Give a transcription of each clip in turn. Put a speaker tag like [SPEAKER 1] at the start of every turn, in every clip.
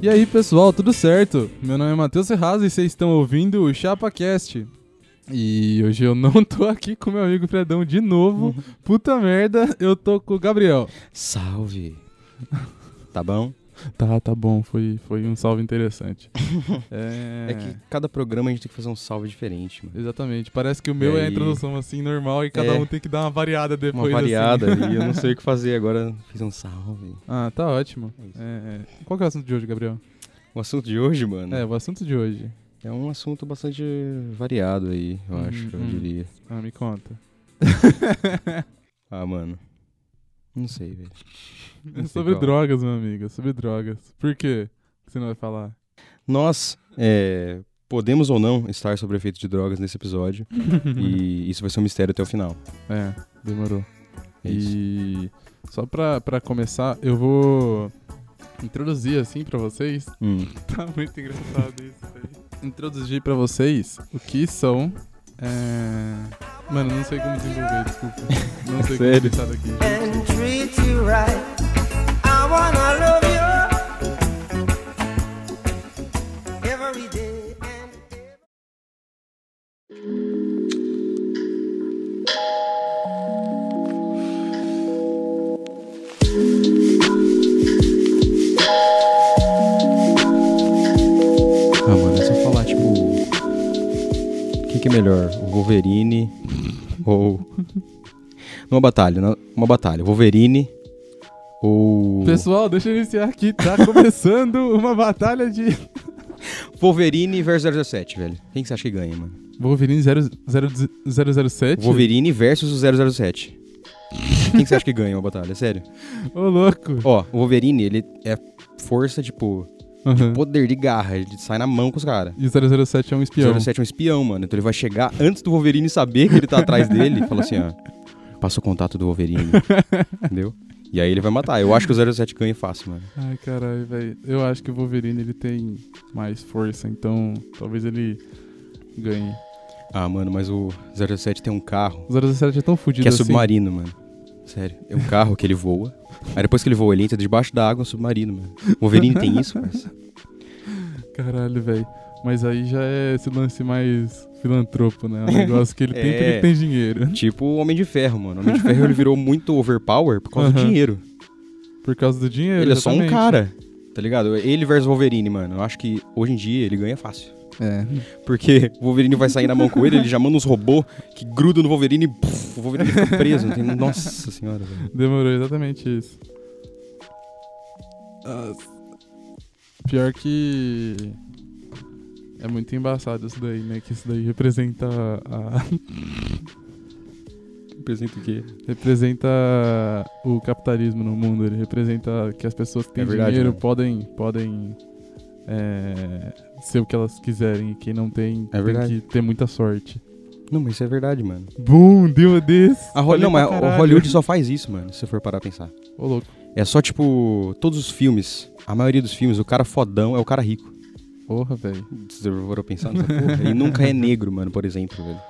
[SPEAKER 1] E aí, pessoal, tudo certo? Meu nome é Matheus Serraz e vocês estão ouvindo o ChapaCast. E hoje eu não tô aqui com meu amigo Fredão de novo. Puta merda, eu tô com o Gabriel.
[SPEAKER 2] Salve! Tá bom?
[SPEAKER 1] Tá, tá bom, foi, foi um salve interessante.
[SPEAKER 2] É... que cada programa a gente tem que fazer um salve diferente, mano.
[SPEAKER 1] Exatamente, parece que o meu
[SPEAKER 2] E
[SPEAKER 1] é a
[SPEAKER 2] aí?
[SPEAKER 1] introdução assim, normal, e cada
[SPEAKER 2] É.
[SPEAKER 1] um tem que dar uma variada depois.
[SPEAKER 2] Uma variada
[SPEAKER 1] assim.
[SPEAKER 2] e eu não sei o que fazer agora. Fiz um salve.
[SPEAKER 1] Ah, tá ótimo.
[SPEAKER 2] É isso.
[SPEAKER 1] É, é. Qual que é o assunto de hoje, Gabriel?
[SPEAKER 2] O assunto de hoje, mano,
[SPEAKER 1] É,
[SPEAKER 2] é,
[SPEAKER 1] o assunto de hoje.
[SPEAKER 2] um assunto bastante variado aí, eu
[SPEAKER 1] Uhum,
[SPEAKER 2] acho, eu
[SPEAKER 1] uhum.
[SPEAKER 2] diria.
[SPEAKER 1] Ah, me conta.
[SPEAKER 2] Ah, mano. Não sei, velho.
[SPEAKER 1] É
[SPEAKER 2] sei
[SPEAKER 1] sobre
[SPEAKER 2] qual.
[SPEAKER 1] drogas, meu amigo, é sobre drogas. Por quê que você não vai falar?
[SPEAKER 2] Nós é, podemos ou não estar sobre o efeito de drogas nesse episódio. e isso vai ser um mistério até o final.
[SPEAKER 1] É, demorou.
[SPEAKER 2] É isso.
[SPEAKER 1] E só pra, pra começar, eu vou introduzir assim pra vocês.
[SPEAKER 2] Hum.
[SPEAKER 1] Tá muito engraçado isso aí. Introduzir pra vocês o que são. É... Mano, não sei como desenvolver, desculpa. Não sei como
[SPEAKER 2] Sério?
[SPEAKER 1] deixar daqui.
[SPEAKER 3] and treat you right. I wanna love you every day and every
[SPEAKER 2] Ah, mano, é só falar, tipo. O que, que é melhor? O Wolverine ou. Numa batalha, na- uma batalha. Wolverine ou.
[SPEAKER 1] Pessoal, deixa eu iniciar aqui. Tá começando uma batalha de.
[SPEAKER 2] Wolverine versus 007, velho. Quem que você acha que ganha, mano?
[SPEAKER 1] Wolverine 007?
[SPEAKER 2] Wolverine versus o 007. Quem que você acha que ganha uma batalha? Sério.
[SPEAKER 1] Ô, louco.
[SPEAKER 2] Ó, o Wolverine, ele é força, tipo,
[SPEAKER 1] Aham.
[SPEAKER 2] poder de garra. Ele sai na mão com os caras.
[SPEAKER 1] E o 007 é um espião.
[SPEAKER 2] O 007 é um espião, mano. Então ele vai chegar antes do Wolverine saber que ele tá atrás dele e fala assim, ó. Passa o contato do Wolverine. Entendeu? E aí ele vai matar. Eu acho que o 07 ganha fácil, mano.
[SPEAKER 1] Ai, caralho, velho. Eu acho que o Wolverine ele tem mais força, então talvez ele ganhe.
[SPEAKER 2] Ah, mano, mas o 07 tem um carro
[SPEAKER 1] O 017 é tão
[SPEAKER 2] que
[SPEAKER 1] fudido
[SPEAKER 2] é
[SPEAKER 1] assim.
[SPEAKER 2] submarino, mano. Sério. É um carro que ele voa. Aí depois que ele voa, ele entra debaixo da água, é um submarino, mano. O Wolverine tem isso, parça.
[SPEAKER 1] Caralho, velho. Mas aí já é esse lance mais filantropo, né? É Um negócio que ele tem porque
[SPEAKER 2] É.
[SPEAKER 1] ele tem dinheiro.
[SPEAKER 2] Tipo o Homem de Ferro, mano. O Homem de Ferro ele virou muito overpower por causa do
[SPEAKER 1] Aham.
[SPEAKER 2] dinheiro.
[SPEAKER 1] Por causa do dinheiro.
[SPEAKER 2] Ele é só um
[SPEAKER 1] exatamente.
[SPEAKER 2] cara, tá ligado? Ele versus Wolverine, mano. Eu acho que hoje em dia ele ganha fácil.
[SPEAKER 1] É.
[SPEAKER 2] Porque o Wolverine vai sair na mão com ele, ele já manda uns robôs que grudam no Wolverine e puf, o Wolverine fica preso. não tem- um, Nossa senhora, velho.
[SPEAKER 1] Demorou exatamente isso. Nossa. Pior que. É muito embaçado isso daí, né? Que isso daí representa a.
[SPEAKER 2] Representa o quê?
[SPEAKER 1] representa o capitalismo no mundo. Ele representa que as pessoas que têm
[SPEAKER 2] É verdade,
[SPEAKER 1] dinheiro
[SPEAKER 2] né?
[SPEAKER 1] podem, podem é, ser o que elas quiserem. E quem não tem,
[SPEAKER 2] É
[SPEAKER 1] tem que
[SPEAKER 2] verdade.
[SPEAKER 1] ter muita sorte.
[SPEAKER 2] Não, mas isso é verdade, mano.
[SPEAKER 1] Boom, deu desse.
[SPEAKER 2] A Hollywood, não, mas o Hollywood só faz isso, mano, se você for parar a pensar.
[SPEAKER 1] Ô, louco.
[SPEAKER 2] É só, tipo, todos os filmes, a maioria dos filmes, o cara fodão é o cara rico.
[SPEAKER 1] Porra, velho.
[SPEAKER 2] Se você for pensar nessa porra. E nunca é negro, mano, por exemplo, velho.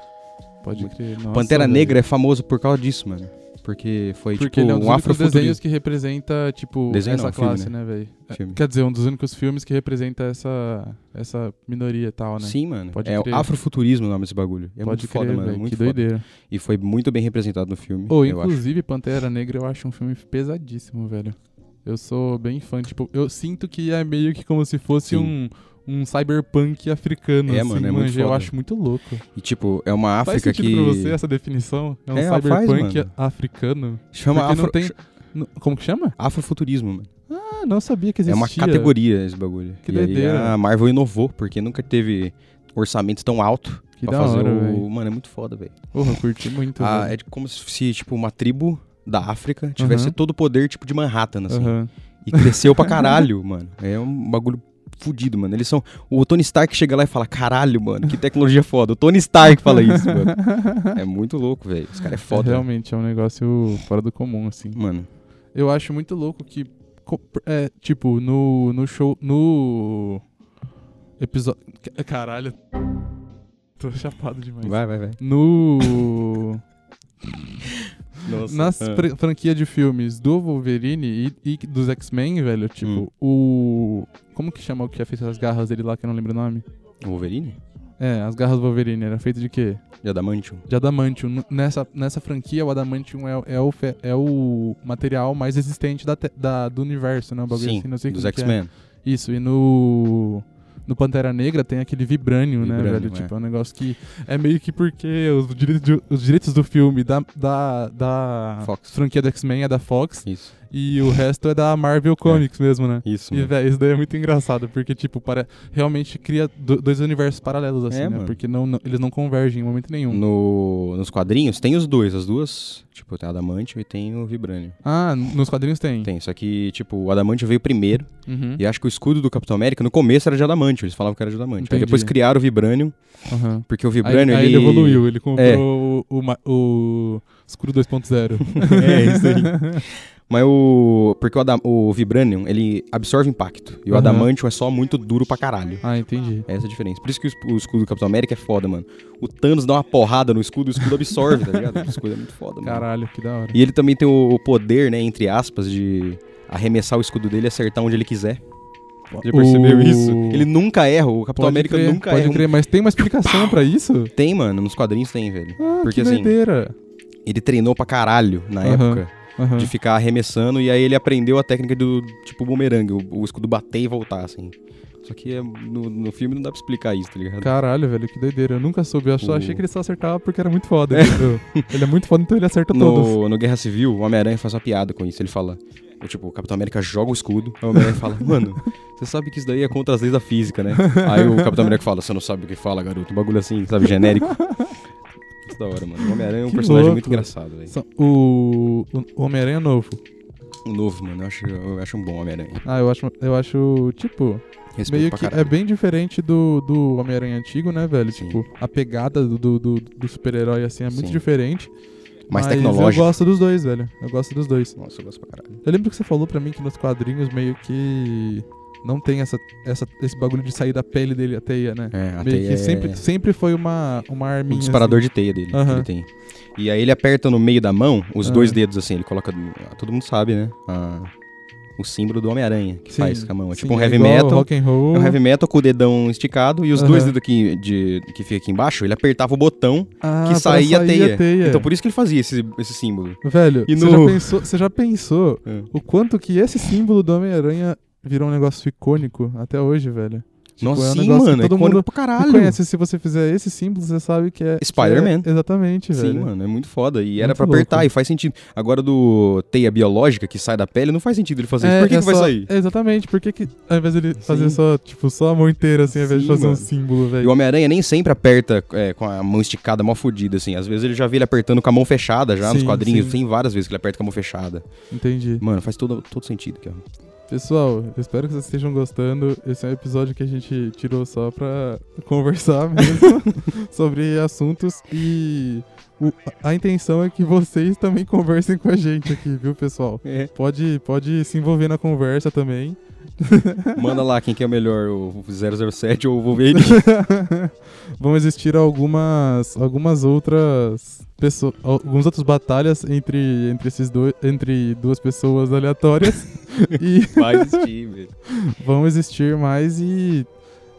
[SPEAKER 1] Pode crer. Nossa,
[SPEAKER 2] Pantera
[SPEAKER 1] velho.
[SPEAKER 2] Negra é famoso por causa disso, mano. Porque foi,
[SPEAKER 1] Porque
[SPEAKER 2] tipo,
[SPEAKER 1] ele é um dos
[SPEAKER 2] um
[SPEAKER 1] únicos desenhos
[SPEAKER 2] afrofuturismo.
[SPEAKER 1] que representa, tipo,
[SPEAKER 2] Desenho
[SPEAKER 1] essa
[SPEAKER 2] não, filme,
[SPEAKER 1] classe, né, velho? É,
[SPEAKER 2] Filme.
[SPEAKER 1] Quer dizer, um dos únicos filmes que representa essa, essa minoria e tal, né?
[SPEAKER 2] Sim, mano.
[SPEAKER 1] Pode
[SPEAKER 2] é o
[SPEAKER 1] crer.
[SPEAKER 2] afrofuturismo o nome desse bagulho. É
[SPEAKER 1] Pode
[SPEAKER 2] muito
[SPEAKER 1] crer,
[SPEAKER 2] foda, mano.
[SPEAKER 1] velho.
[SPEAKER 2] Muito
[SPEAKER 1] Que
[SPEAKER 2] foda.
[SPEAKER 1] doideira.
[SPEAKER 2] E foi muito bem representado no filme.
[SPEAKER 1] Ou,
[SPEAKER 2] eu acho.
[SPEAKER 1] inclusive, Pantera Negra eu acho um filme pesadíssimo, velho. Eu sou bem fã, tipo, eu sinto que é meio que como se fosse
[SPEAKER 2] Sim.
[SPEAKER 1] um, um cyberpunk africano,
[SPEAKER 2] É,
[SPEAKER 1] assim,
[SPEAKER 2] mano, é muito
[SPEAKER 1] manja. Eu
[SPEAKER 2] foda.
[SPEAKER 1] acho muito louco.
[SPEAKER 2] E tipo, é uma
[SPEAKER 1] faz
[SPEAKER 2] África
[SPEAKER 1] sentido
[SPEAKER 2] que.
[SPEAKER 1] pra você essa definição? É um
[SPEAKER 2] É, faz,
[SPEAKER 1] cyberpunk
[SPEAKER 2] mano.
[SPEAKER 1] africano?
[SPEAKER 2] Chama
[SPEAKER 1] Porque não
[SPEAKER 2] afro...
[SPEAKER 1] tem... não- Como que chama?
[SPEAKER 2] afrofuturismo, mano.
[SPEAKER 1] Ah, não sabia que
[SPEAKER 2] É
[SPEAKER 1] existia.
[SPEAKER 2] uma categoria esse bagulho.
[SPEAKER 1] Que
[SPEAKER 2] e aí
[SPEAKER 1] doideira.
[SPEAKER 2] a Marvel inovou, porque nunca teve orçamento tão alto
[SPEAKER 1] Que
[SPEAKER 2] pra
[SPEAKER 1] da
[SPEAKER 2] fazer
[SPEAKER 1] hora,
[SPEAKER 2] o.
[SPEAKER 1] velho.
[SPEAKER 2] Mano, é muito foda, velho.
[SPEAKER 1] Porra, eu curti muito.
[SPEAKER 2] Ah,
[SPEAKER 1] velho.
[SPEAKER 2] é de- como se, tipo, uma tribo da África tivesse
[SPEAKER 1] Aham.
[SPEAKER 2] todo o poder, tipo, de Manhattan, assim.
[SPEAKER 1] Aham.
[SPEAKER 2] E cresceu pra caralho, mano. É um bagulho fudido, mano. Eles são. O Tony Stark chega lá e fala: caralho, mano, que tecnologia foda. O Tony Stark Ah, fala isso, mano. É muito louco, velho. Os caras é
[SPEAKER 1] É,
[SPEAKER 2] foda.
[SPEAKER 1] realmente, é um negócio fora do comum, assim.
[SPEAKER 2] Mano,
[SPEAKER 1] Eu acho muito louco que. co- É, tipo, no, no show. No. Episódio. Caralho. É Tô chapado demais.
[SPEAKER 2] vai, vai, vai.
[SPEAKER 1] No.
[SPEAKER 2] Nossa.
[SPEAKER 1] nas
[SPEAKER 2] Ah.
[SPEAKER 1] fran- franquia de filmes do Wolverine e, e dos X-Men, velho,
[SPEAKER 2] Hum.
[SPEAKER 1] tipo, o. Como que chama o que já fez as garras dele lá, que eu não lembro o nome?
[SPEAKER 2] Wolverine?
[SPEAKER 1] É, as garras do Wolverine, era feito de quê?
[SPEAKER 2] De Adamantium?
[SPEAKER 1] De adamantium. N- Nessa, nessa franquia, o adamantium é, é, o, fe- é o material mais resistente da, te- da- do universo, né? O bagulho
[SPEAKER 2] Sim,
[SPEAKER 1] assim, não sei
[SPEAKER 2] dos
[SPEAKER 1] como que é.
[SPEAKER 2] X-Men.
[SPEAKER 1] Isso, e no. No Pantera Negra tem aquele vibrânio, né,
[SPEAKER 2] Vibranium,
[SPEAKER 1] velho?
[SPEAKER 2] é.
[SPEAKER 1] Tipo, é um negócio que. É meio que porque os direitos, de- os direitos do filme da. da, da
[SPEAKER 2] Fox.
[SPEAKER 1] franquia do X-Men é da Fox
[SPEAKER 2] Isso,
[SPEAKER 1] e o resto é da Marvel Comics mesmo, né?
[SPEAKER 2] isso.
[SPEAKER 1] E,
[SPEAKER 2] mano.
[SPEAKER 1] velho, isso daí é muito engraçado, porque, tipo, para... realmente cria do- dois universos paralelos, assim,
[SPEAKER 2] É,
[SPEAKER 1] né?
[SPEAKER 2] mano.
[SPEAKER 1] Porque não, não- eles não convergem em momento nenhum.
[SPEAKER 2] No, nos quadrinhos tem os dois, as duas. Tipo, tem o Adamantium e tem o Vibranium.
[SPEAKER 1] Ah, nos quadrinhos tem.
[SPEAKER 2] Tem, só que, tipo, o Adamantium veio primeiro.
[SPEAKER 1] Uhum.
[SPEAKER 2] E acho que o escudo do Capitão América no começo era de Adamantium. Eles falavam que era de Adamantium. Aí
[SPEAKER 1] Entendi.
[SPEAKER 2] depois criaram o Vibranium,
[SPEAKER 1] Aham.
[SPEAKER 2] porque o
[SPEAKER 1] Aí,
[SPEAKER 2] Vibranium
[SPEAKER 1] aí
[SPEAKER 2] ele...
[SPEAKER 1] ele evoluiu, ele comprou
[SPEAKER 2] É.
[SPEAKER 1] o, o, ma- o escuro 2.0.
[SPEAKER 2] é, isso aí. Mas o. Porque o, Adam- o Vibranium, ele absorve impacto. E o
[SPEAKER 1] Aham.
[SPEAKER 2] Adamantium é só muito duro pra caralho.
[SPEAKER 1] ah, entendi.
[SPEAKER 2] É essa a diferença. Por isso que o es- o escudo do Capitão América é foda, mano. O Thanos dá uma porrada no escudo, o escudo absorve, tá ligado? O escudo é muito foda, mano.
[SPEAKER 1] Caralho, que da hora.
[SPEAKER 2] E ele também tem o o poder, né, entre aspas, de arremessar o escudo dele e acertar onde ele quiser. Já percebeu
[SPEAKER 1] O-
[SPEAKER 2] isso? Ele nunca erra, o Capitão
[SPEAKER 1] Pode
[SPEAKER 2] América
[SPEAKER 1] crer,
[SPEAKER 2] nunca
[SPEAKER 1] Pode
[SPEAKER 2] erra. um-
[SPEAKER 1] crer, mas tem uma explicação pra isso?
[SPEAKER 2] Tem, mano, nos quadrinhos tem, velho.
[SPEAKER 1] Ah,
[SPEAKER 2] Porque
[SPEAKER 1] que
[SPEAKER 2] assim,
[SPEAKER 1] doideira.
[SPEAKER 2] ele treinou pra caralho na
[SPEAKER 1] Aham.
[SPEAKER 2] época.
[SPEAKER 1] Aham.
[SPEAKER 2] de ficar arremessando, e aí ele aprendeu a técnica do tipo bumerangue, o, o escudo bater e voltar, assim. Só que é- no, no filme não dá pra explicar isso, tá ligado?
[SPEAKER 1] Caralho, velho, que doideira. Eu nunca soube. Eu só
[SPEAKER 2] O-
[SPEAKER 1] achei que ele só acertava porque era muito foda. entendeu? ele é muito foda, então ele acerta todos.
[SPEAKER 2] No, no Guerra Civil, o Homem-Aranha faz uma piada com isso. Ele fala. o Tipo, o Capitão América joga o escudo. Aí o Homem-Aranha fala, mano, você sabe que isso daí é contra as leis da física, né? Aí o Capitão América fala, você não sabe o que fala, garoto. Um bagulho assim, sabe, genérico. Isso da hora, mano. O Homem-Aranha é um
[SPEAKER 1] Que
[SPEAKER 2] personagem
[SPEAKER 1] louco.
[SPEAKER 2] muito engraçado, velho.
[SPEAKER 1] Só- O, o Homem-Aranha é novo.
[SPEAKER 2] Um novo, mano. Eu acho, eu acho um bom Homem-Aranha.
[SPEAKER 1] Ah, eu acho, eu acho tipo,
[SPEAKER 2] Respeito
[SPEAKER 1] meio
[SPEAKER 2] pra
[SPEAKER 1] que
[SPEAKER 2] caralho.
[SPEAKER 1] é bem diferente do, do Homem-Aranha antigo, né, velho?
[SPEAKER 2] Sim.
[SPEAKER 1] Tipo, a pegada do, do, do- do super-herói, assim, é muito
[SPEAKER 2] Sim.
[SPEAKER 1] diferente.
[SPEAKER 2] Mais
[SPEAKER 1] mas
[SPEAKER 2] tecnológico.
[SPEAKER 1] é eu gosto dos dois, velho. Eu gosto dos dois.
[SPEAKER 2] Nossa, eu gosto pra caralho.
[SPEAKER 1] Eu lembro que você falou pra mim que nos quadrinhos meio que não tem essa, essa, esse bagulho de sair da pele dele a teia, né?
[SPEAKER 2] É, até
[SPEAKER 1] meio que
[SPEAKER 2] é...
[SPEAKER 1] sempre, sempre foi uma, uma arminha.
[SPEAKER 2] Um disparador de teia dele, que
[SPEAKER 1] Uhum. Aham.
[SPEAKER 2] ele tem. E aí ele aperta no meio da mão os
[SPEAKER 1] Ah.
[SPEAKER 2] dois dedos, assim, ele coloca. Todo mundo sabe, né? A- o símbolo do Homem-Aranha que
[SPEAKER 1] assim.
[SPEAKER 2] faz
[SPEAKER 1] Sim,
[SPEAKER 2] com a mão. É
[SPEAKER 1] sim,
[SPEAKER 2] tipo um heavy
[SPEAKER 1] igual
[SPEAKER 2] metal.
[SPEAKER 1] Rock and roll.
[SPEAKER 2] É um heavy metal com o dedão esticado e os
[SPEAKER 1] Aham.
[SPEAKER 2] dois dedos aqui de, que fica aqui embaixo, ele apertava o botão,
[SPEAKER 1] Ah,
[SPEAKER 2] que
[SPEAKER 1] pra
[SPEAKER 2] saía a
[SPEAKER 1] sair
[SPEAKER 2] teia. Então por isso que ele fazia esse, esse símbolo.
[SPEAKER 1] Velho,
[SPEAKER 2] E
[SPEAKER 1] você
[SPEAKER 2] no-
[SPEAKER 1] já pensou, você já pensou
[SPEAKER 2] É.
[SPEAKER 1] o quanto que esse símbolo do Homem-Aranha virou um negócio icônico até hoje, velho?
[SPEAKER 2] Nossa,
[SPEAKER 1] é um
[SPEAKER 2] sim,
[SPEAKER 1] negócio que
[SPEAKER 2] mano, é
[SPEAKER 1] todo
[SPEAKER 2] icônico
[SPEAKER 1] mundo
[SPEAKER 2] pra
[SPEAKER 1] que
[SPEAKER 2] caralho.
[SPEAKER 1] conhece, se você fizer esse símbolo, você sabe que é... que
[SPEAKER 2] Spider-Man.
[SPEAKER 1] é- exatamente,
[SPEAKER 2] Sim,
[SPEAKER 1] velho.
[SPEAKER 2] mano, é muito foda. E era
[SPEAKER 1] Muito
[SPEAKER 2] pra apertar,
[SPEAKER 1] louco.
[SPEAKER 2] e faz sentido. Agora do teia biológica que sai da pele, não faz sentido ele fazer
[SPEAKER 1] É,
[SPEAKER 2] isso. Por que,
[SPEAKER 1] é
[SPEAKER 2] que vai
[SPEAKER 1] só-
[SPEAKER 2] sair?
[SPEAKER 1] é Exatamente, por que, que ao invés dele fazer
[SPEAKER 2] Sim.
[SPEAKER 1] só, tipo, só a mão inteira, assim, ao invés de
[SPEAKER 2] Sim,
[SPEAKER 1] fazer um
[SPEAKER 2] mano.
[SPEAKER 1] símbolo,
[SPEAKER 2] E o
[SPEAKER 1] velho?
[SPEAKER 2] Homem-Aranha nem sempre aperta é, com a mão esticada, mó fodida, assim. Às vezes ele já vê ele apertando com a mão fechada já nos
[SPEAKER 1] Sim,
[SPEAKER 2] quadrinhos.
[SPEAKER 1] sim.
[SPEAKER 2] Tem várias vezes que ele aperta com a mão fechada.
[SPEAKER 1] Entendi.
[SPEAKER 2] Mano, faz todo, todo sentido, cara.
[SPEAKER 1] Pessoal, eu espero que vocês estejam gostando. Esse é um episódio que a gente tirou só pra conversar mesmo sobre assuntos e o- a intenção é que vocês também conversem com a gente aqui, viu, pessoal?
[SPEAKER 2] É.
[SPEAKER 1] Pode, pode se envolver na conversa também.
[SPEAKER 2] Manda lá quem que é o melhor, o 007 ou o Wolverine.
[SPEAKER 1] Vão existir algumas, algumas outras pessoas, algumas outras batalhas entre, entre esses dois, entre duas pessoas aleatórias e
[SPEAKER 2] Vai existir, velho.
[SPEAKER 1] vão existir mais e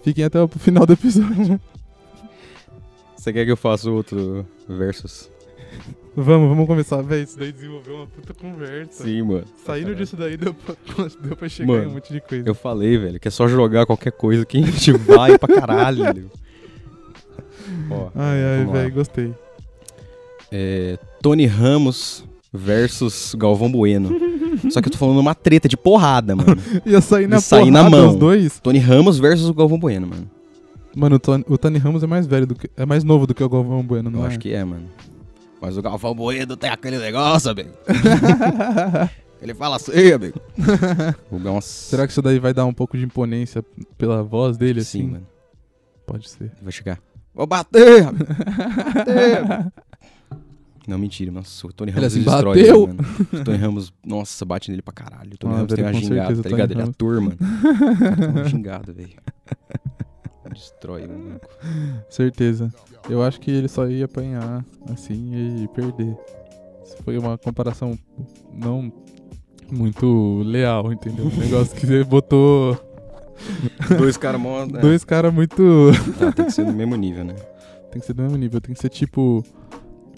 [SPEAKER 1] fiquem até o final do episódio.
[SPEAKER 2] Você quer que eu faça outro versus?
[SPEAKER 1] Vamos, vamos começar, véi. Isso daí desenvolveu uma puta conversa.
[SPEAKER 2] Sim, mano.
[SPEAKER 1] Saindo disso daí deu pra, deu pra chegar em
[SPEAKER 2] Mano,
[SPEAKER 1] um monte de coisa.
[SPEAKER 2] Eu falei, velho, que é só jogar qualquer coisa que a gente vai pra caralho. Ó,
[SPEAKER 1] Ai, ai,
[SPEAKER 2] vamos lá.
[SPEAKER 1] velho, gostei.
[SPEAKER 2] é, Tony Ramos versus Galvão Bueno. Só que eu tô falando uma treta de porrada, mano.
[SPEAKER 1] Ia sair na
[SPEAKER 2] De sair na
[SPEAKER 1] porrada
[SPEAKER 2] mão.
[SPEAKER 1] os dois.
[SPEAKER 2] Tony Ramos versus o Galvão Bueno, mano.
[SPEAKER 1] Mano, o Tony, o Tony Ramos é mais velho do que. É mais novo do que o Galvão Bueno, não
[SPEAKER 2] Eu
[SPEAKER 1] é?
[SPEAKER 2] acho que é, mano. Mas o Galvão Bueno tem aquele negócio, amigo. é. Ele fala assim, amigo. o Galvão...
[SPEAKER 1] Será que isso daí vai dar um pouco de imponência pela voz dele, assim?
[SPEAKER 2] Sim, né? mano.
[SPEAKER 1] Pode ser.
[SPEAKER 2] Vai chegar. é Vou bater, amigo. Bater, amigo. Não, mentira. Nossa, o Tony
[SPEAKER 1] Ele
[SPEAKER 2] Ramos
[SPEAKER 1] assim,
[SPEAKER 2] destrói
[SPEAKER 1] bateu.
[SPEAKER 2] ele, mano. O Tony Ramos, nossa, bate nele pra caralho. O Tony
[SPEAKER 1] Ah,
[SPEAKER 2] Ramos tem
[SPEAKER 1] velho,
[SPEAKER 2] uma
[SPEAKER 1] com
[SPEAKER 2] gingada,
[SPEAKER 1] certeza, o
[SPEAKER 2] tá
[SPEAKER 1] Tony
[SPEAKER 2] ligado? Ele é
[SPEAKER 1] Ramos.
[SPEAKER 2] ator, mano. Tem uma gingada, velho. Destrói, mano.
[SPEAKER 1] Certeza. Eu acho que ele só ia apanhar assim e perder. Isso foi uma comparação não muito leal, entendeu? Um negócio que você botou
[SPEAKER 2] Dois caras mó. né?
[SPEAKER 1] dois caras muito.
[SPEAKER 2] Tá, tem que ser no mesmo nível, né?
[SPEAKER 1] Tem que ser do mesmo nível, tem que ser tipo.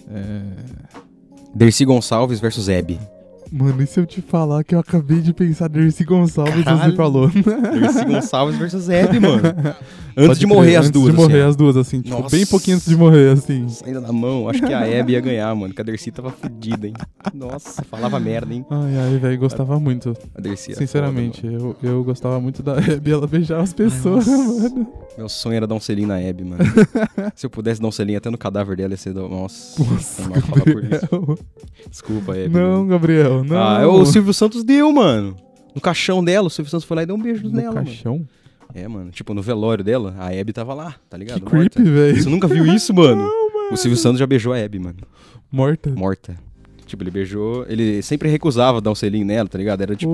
[SPEAKER 1] É...
[SPEAKER 2] Dercy Gonçalves versus Hebe.
[SPEAKER 1] Mano, e se eu te falar que eu acabei de pensar Dercy Gonçalves, você
[SPEAKER 2] Caralho.
[SPEAKER 1] falou.
[SPEAKER 2] Dercy Gonçalves versus Hebe, mano. Antes
[SPEAKER 1] Pode
[SPEAKER 2] de
[SPEAKER 1] crer,
[SPEAKER 2] morrer as duas.
[SPEAKER 1] Antes de morrer
[SPEAKER 2] assim,
[SPEAKER 1] as duas, assim. Tipo,
[SPEAKER 2] Nossa.
[SPEAKER 1] bem pouquinho antes de morrer, assim.
[SPEAKER 2] ó. Ainda na mão, acho que a Hebe ia ganhar, mano. Que a Dercy tava fodida, hein? Nossa, falava merda, hein?
[SPEAKER 1] Ai, ai, velho, gostava muito.
[SPEAKER 2] A Dercy era
[SPEAKER 1] Sinceramente,
[SPEAKER 2] foda,
[SPEAKER 1] eu, eu gostava muito da Hebe, ela beijava as pessoas, mano.
[SPEAKER 2] mano. Meu sonho era dar um selinho na Hebe, mano. Se eu pudesse dar um selinho até no cadáver dela, ia ser. do- Nossa,
[SPEAKER 1] Nossa,
[SPEAKER 2] foi mal falar por isso.
[SPEAKER 1] Gabriel.
[SPEAKER 2] Desculpa, Hebe.
[SPEAKER 1] Não,
[SPEAKER 2] mano.
[SPEAKER 1] Gabriel, não.
[SPEAKER 2] Ah, é o Silvio Santos deu, mano. No caixão dela, o Silvio Santos foi lá e deu um beijo
[SPEAKER 1] No
[SPEAKER 2] nela, mano.
[SPEAKER 1] caixão?
[SPEAKER 2] É, mano. Tipo, no velório dela, a Hebe tava lá, tá ligado?
[SPEAKER 1] Que
[SPEAKER 2] Morta.
[SPEAKER 1] creepy, velho.
[SPEAKER 2] Você nunca viu isso, mano? O Silvio Santos já beijou a Hebe, mano.
[SPEAKER 1] Morta.
[SPEAKER 2] Morta. Tipo, ele beijou. Ele sempre recusava dar um selinho nela, tá ligado? Era tipo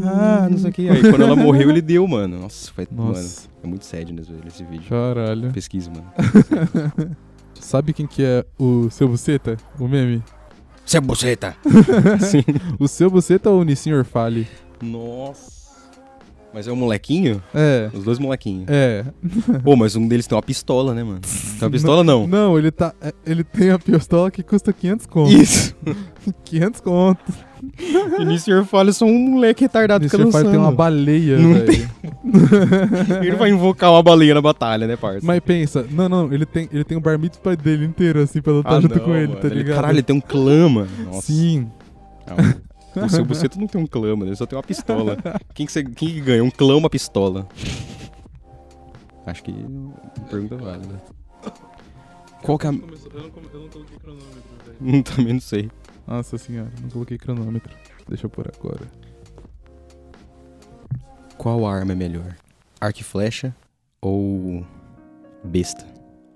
[SPEAKER 1] Ô,
[SPEAKER 2] Ah, não sei o que. Aí quando ela morreu, ele deu, mano. Nossa, foi. Mano,
[SPEAKER 1] Nossa,
[SPEAKER 2] é muito sadness, velho, esse vídeo.
[SPEAKER 1] caralho.
[SPEAKER 2] Pesquisa, mano.
[SPEAKER 1] Sabe quem que é o seu buceta? O meme?
[SPEAKER 2] Você é buceta! Sim.
[SPEAKER 1] O seu buceta ou o Nissinhor Fale?
[SPEAKER 2] Nossa. Mas é um molequinho?
[SPEAKER 1] É,
[SPEAKER 2] Os dois molequinhos.
[SPEAKER 1] é.
[SPEAKER 2] Pô, mas um deles tem uma pistola, né, mano? Tem uma pistola, não.
[SPEAKER 1] Não, ele tá. é, Ele tem a pistola que custa 500 conto.
[SPEAKER 2] Isso.
[SPEAKER 1] 500 conto.
[SPEAKER 2] E o Sr. Fale é só um moleque retardado que
[SPEAKER 1] Nissinhor Fale tem uma baleia,
[SPEAKER 2] Não
[SPEAKER 1] velho.
[SPEAKER 2] Ele vai invocar uma baleia na batalha, né, parça?
[SPEAKER 1] Mas pensa, não, não, ele tem, ele tem um bar mitzvah dele inteiro, assim, pra lutar
[SPEAKER 2] Ah,
[SPEAKER 1] junto
[SPEAKER 2] não,
[SPEAKER 1] com ele,
[SPEAKER 2] mano.
[SPEAKER 1] tá ligado?
[SPEAKER 2] Caralho, ele tem um clã, mano. Nossa.
[SPEAKER 1] Sim.
[SPEAKER 2] Não. O seu buceto não tem um clã, mano. Ele só tem uma pistola. Quem que, você- quem que ganha? Um clã ou uma pistola? Acho que pergunta válida. Qual que é a... Hum, Também não sei.
[SPEAKER 1] Nossa senhora, não coloquei cronômetro. Deixa eu pôr agora.
[SPEAKER 2] Qual arma é melhor? Arco e flecha ou besta?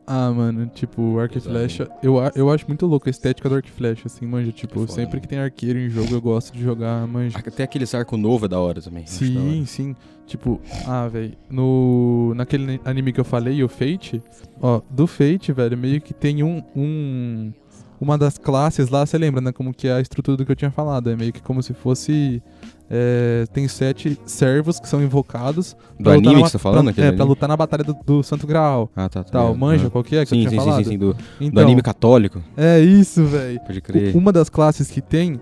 [SPEAKER 1] Ah, mano, tipo, o arco e
[SPEAKER 2] Pesado,
[SPEAKER 1] flecha. Eu, a- eu acho muito louco a estética do arco e flecha, assim, manja. Tipo,
[SPEAKER 2] foda,
[SPEAKER 1] sempre
[SPEAKER 2] né?
[SPEAKER 1] que tem arqueiro em jogo, eu gosto de jogar, manja.
[SPEAKER 2] Até aqueles arco novo é da hora também. acho da hora.
[SPEAKER 1] Sim, sim. Tipo, ah, velho, no naquele anime que eu falei, o Fate, ó, do Fate, velho, meio que tem um um uma das classes lá, você lembra, né, como que é a estrutura do que eu tinha falado, é meio que como se fosse é, tem sete servos que são invocados
[SPEAKER 2] Do
[SPEAKER 1] pra lutar
[SPEAKER 2] anime
[SPEAKER 1] na
[SPEAKER 2] que você tá falando?
[SPEAKER 1] pra,
[SPEAKER 2] aquele
[SPEAKER 1] é, pra
[SPEAKER 2] anime?
[SPEAKER 1] lutar na batalha do, do Santo Graal.
[SPEAKER 2] Ah, tá. tá
[SPEAKER 1] Tal,
[SPEAKER 2] ligado.
[SPEAKER 1] manja,
[SPEAKER 2] Ah.
[SPEAKER 1] qual que é que eu
[SPEAKER 2] Sim,
[SPEAKER 1] tinha
[SPEAKER 2] sim,
[SPEAKER 1] falado?
[SPEAKER 2] sim, sim, do, do
[SPEAKER 1] Então,
[SPEAKER 2] anime católico.
[SPEAKER 1] é isso, velho.
[SPEAKER 2] Pode crer.
[SPEAKER 1] Uma das classes que tem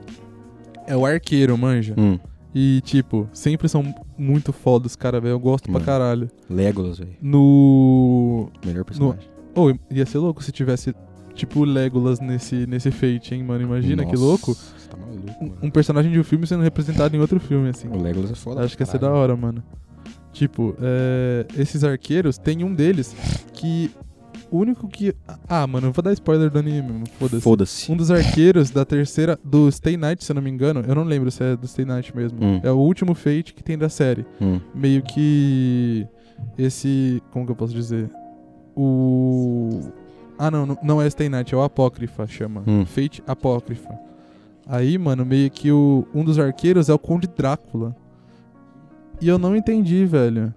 [SPEAKER 1] é o arqueiro, manja.
[SPEAKER 2] Hum,
[SPEAKER 1] E, tipo, sempre são muito fodas, cara, velho. Eu gosto pra
[SPEAKER 2] Mano.
[SPEAKER 1] caralho.
[SPEAKER 2] Legolas, velho.
[SPEAKER 1] No.
[SPEAKER 2] Melhor personagem.
[SPEAKER 1] Ou ia ser louco se tivesse, tipo, Legolas nesse, nesse Fate, hein, mano? Imagina que
[SPEAKER 2] Nossa,
[SPEAKER 1] louco.
[SPEAKER 2] Você tá maluco, mano.
[SPEAKER 1] Um um personagem de um filme sendo representado em outro filme, assim.
[SPEAKER 2] O Legolas é foda.
[SPEAKER 1] Acho que ia ser da
[SPEAKER 2] caralho.
[SPEAKER 1] hora, mano. Tipo, é, esses arqueiros, tem um deles que. O único que. Ah, mano, eu vou dar spoiler do anime, mano. Foda-se.
[SPEAKER 2] Foda-se.
[SPEAKER 1] Um dos arqueiros da terceira. Do Stay Night, se eu não me engano. Eu não lembro se é do Stay Night mesmo.
[SPEAKER 2] Hum.
[SPEAKER 1] É o último Fate que tem da série
[SPEAKER 2] Hum.
[SPEAKER 1] meio que esse, como que eu posso dizer? O Ah, não, não- não é Stay Night, é o Apócrifa chama.
[SPEAKER 2] Hum.
[SPEAKER 1] Fate Apócrifa. Aí, mano, meio que o um dos arqueiros é o Conde Drácula. E eu não entendi, velho.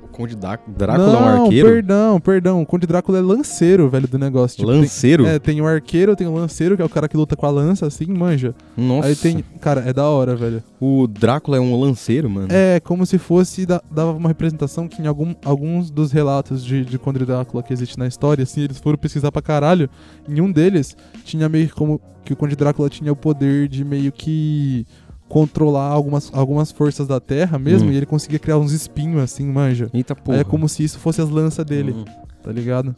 [SPEAKER 2] O Conde Dá- Drácula é
[SPEAKER 1] não,
[SPEAKER 2] um arqueiro?
[SPEAKER 1] perdão, perdão. O Conde Drácula é lanceiro, velho, do negócio. Tipo, tem-
[SPEAKER 2] Lanceiro?
[SPEAKER 1] é, tem o arqueiro, tem o lanceiro, que é o cara que luta com a lança, assim, manja.
[SPEAKER 2] Nossa.
[SPEAKER 1] Aí tem. Cara, é da hora, velho.
[SPEAKER 2] O Drácula é um lanceiro, mano.
[SPEAKER 1] É, como se fosse, da- dava uma representação que em algum- alguns dos relatos de, de Conde Drácula que existe na história, assim, eles foram pesquisar pra caralho. Em um deles, tinha meio que como que o Conde Drácula tinha o poder de meio que controlar algumas, algumas forças da Terra mesmo,
[SPEAKER 2] Hum.
[SPEAKER 1] e ele conseguia criar uns espinhos, assim, manja.
[SPEAKER 2] Eita
[SPEAKER 1] Aí
[SPEAKER 2] porra.
[SPEAKER 1] É como se isso fosse as lanças dele,
[SPEAKER 2] Hum.
[SPEAKER 1] tá ligado?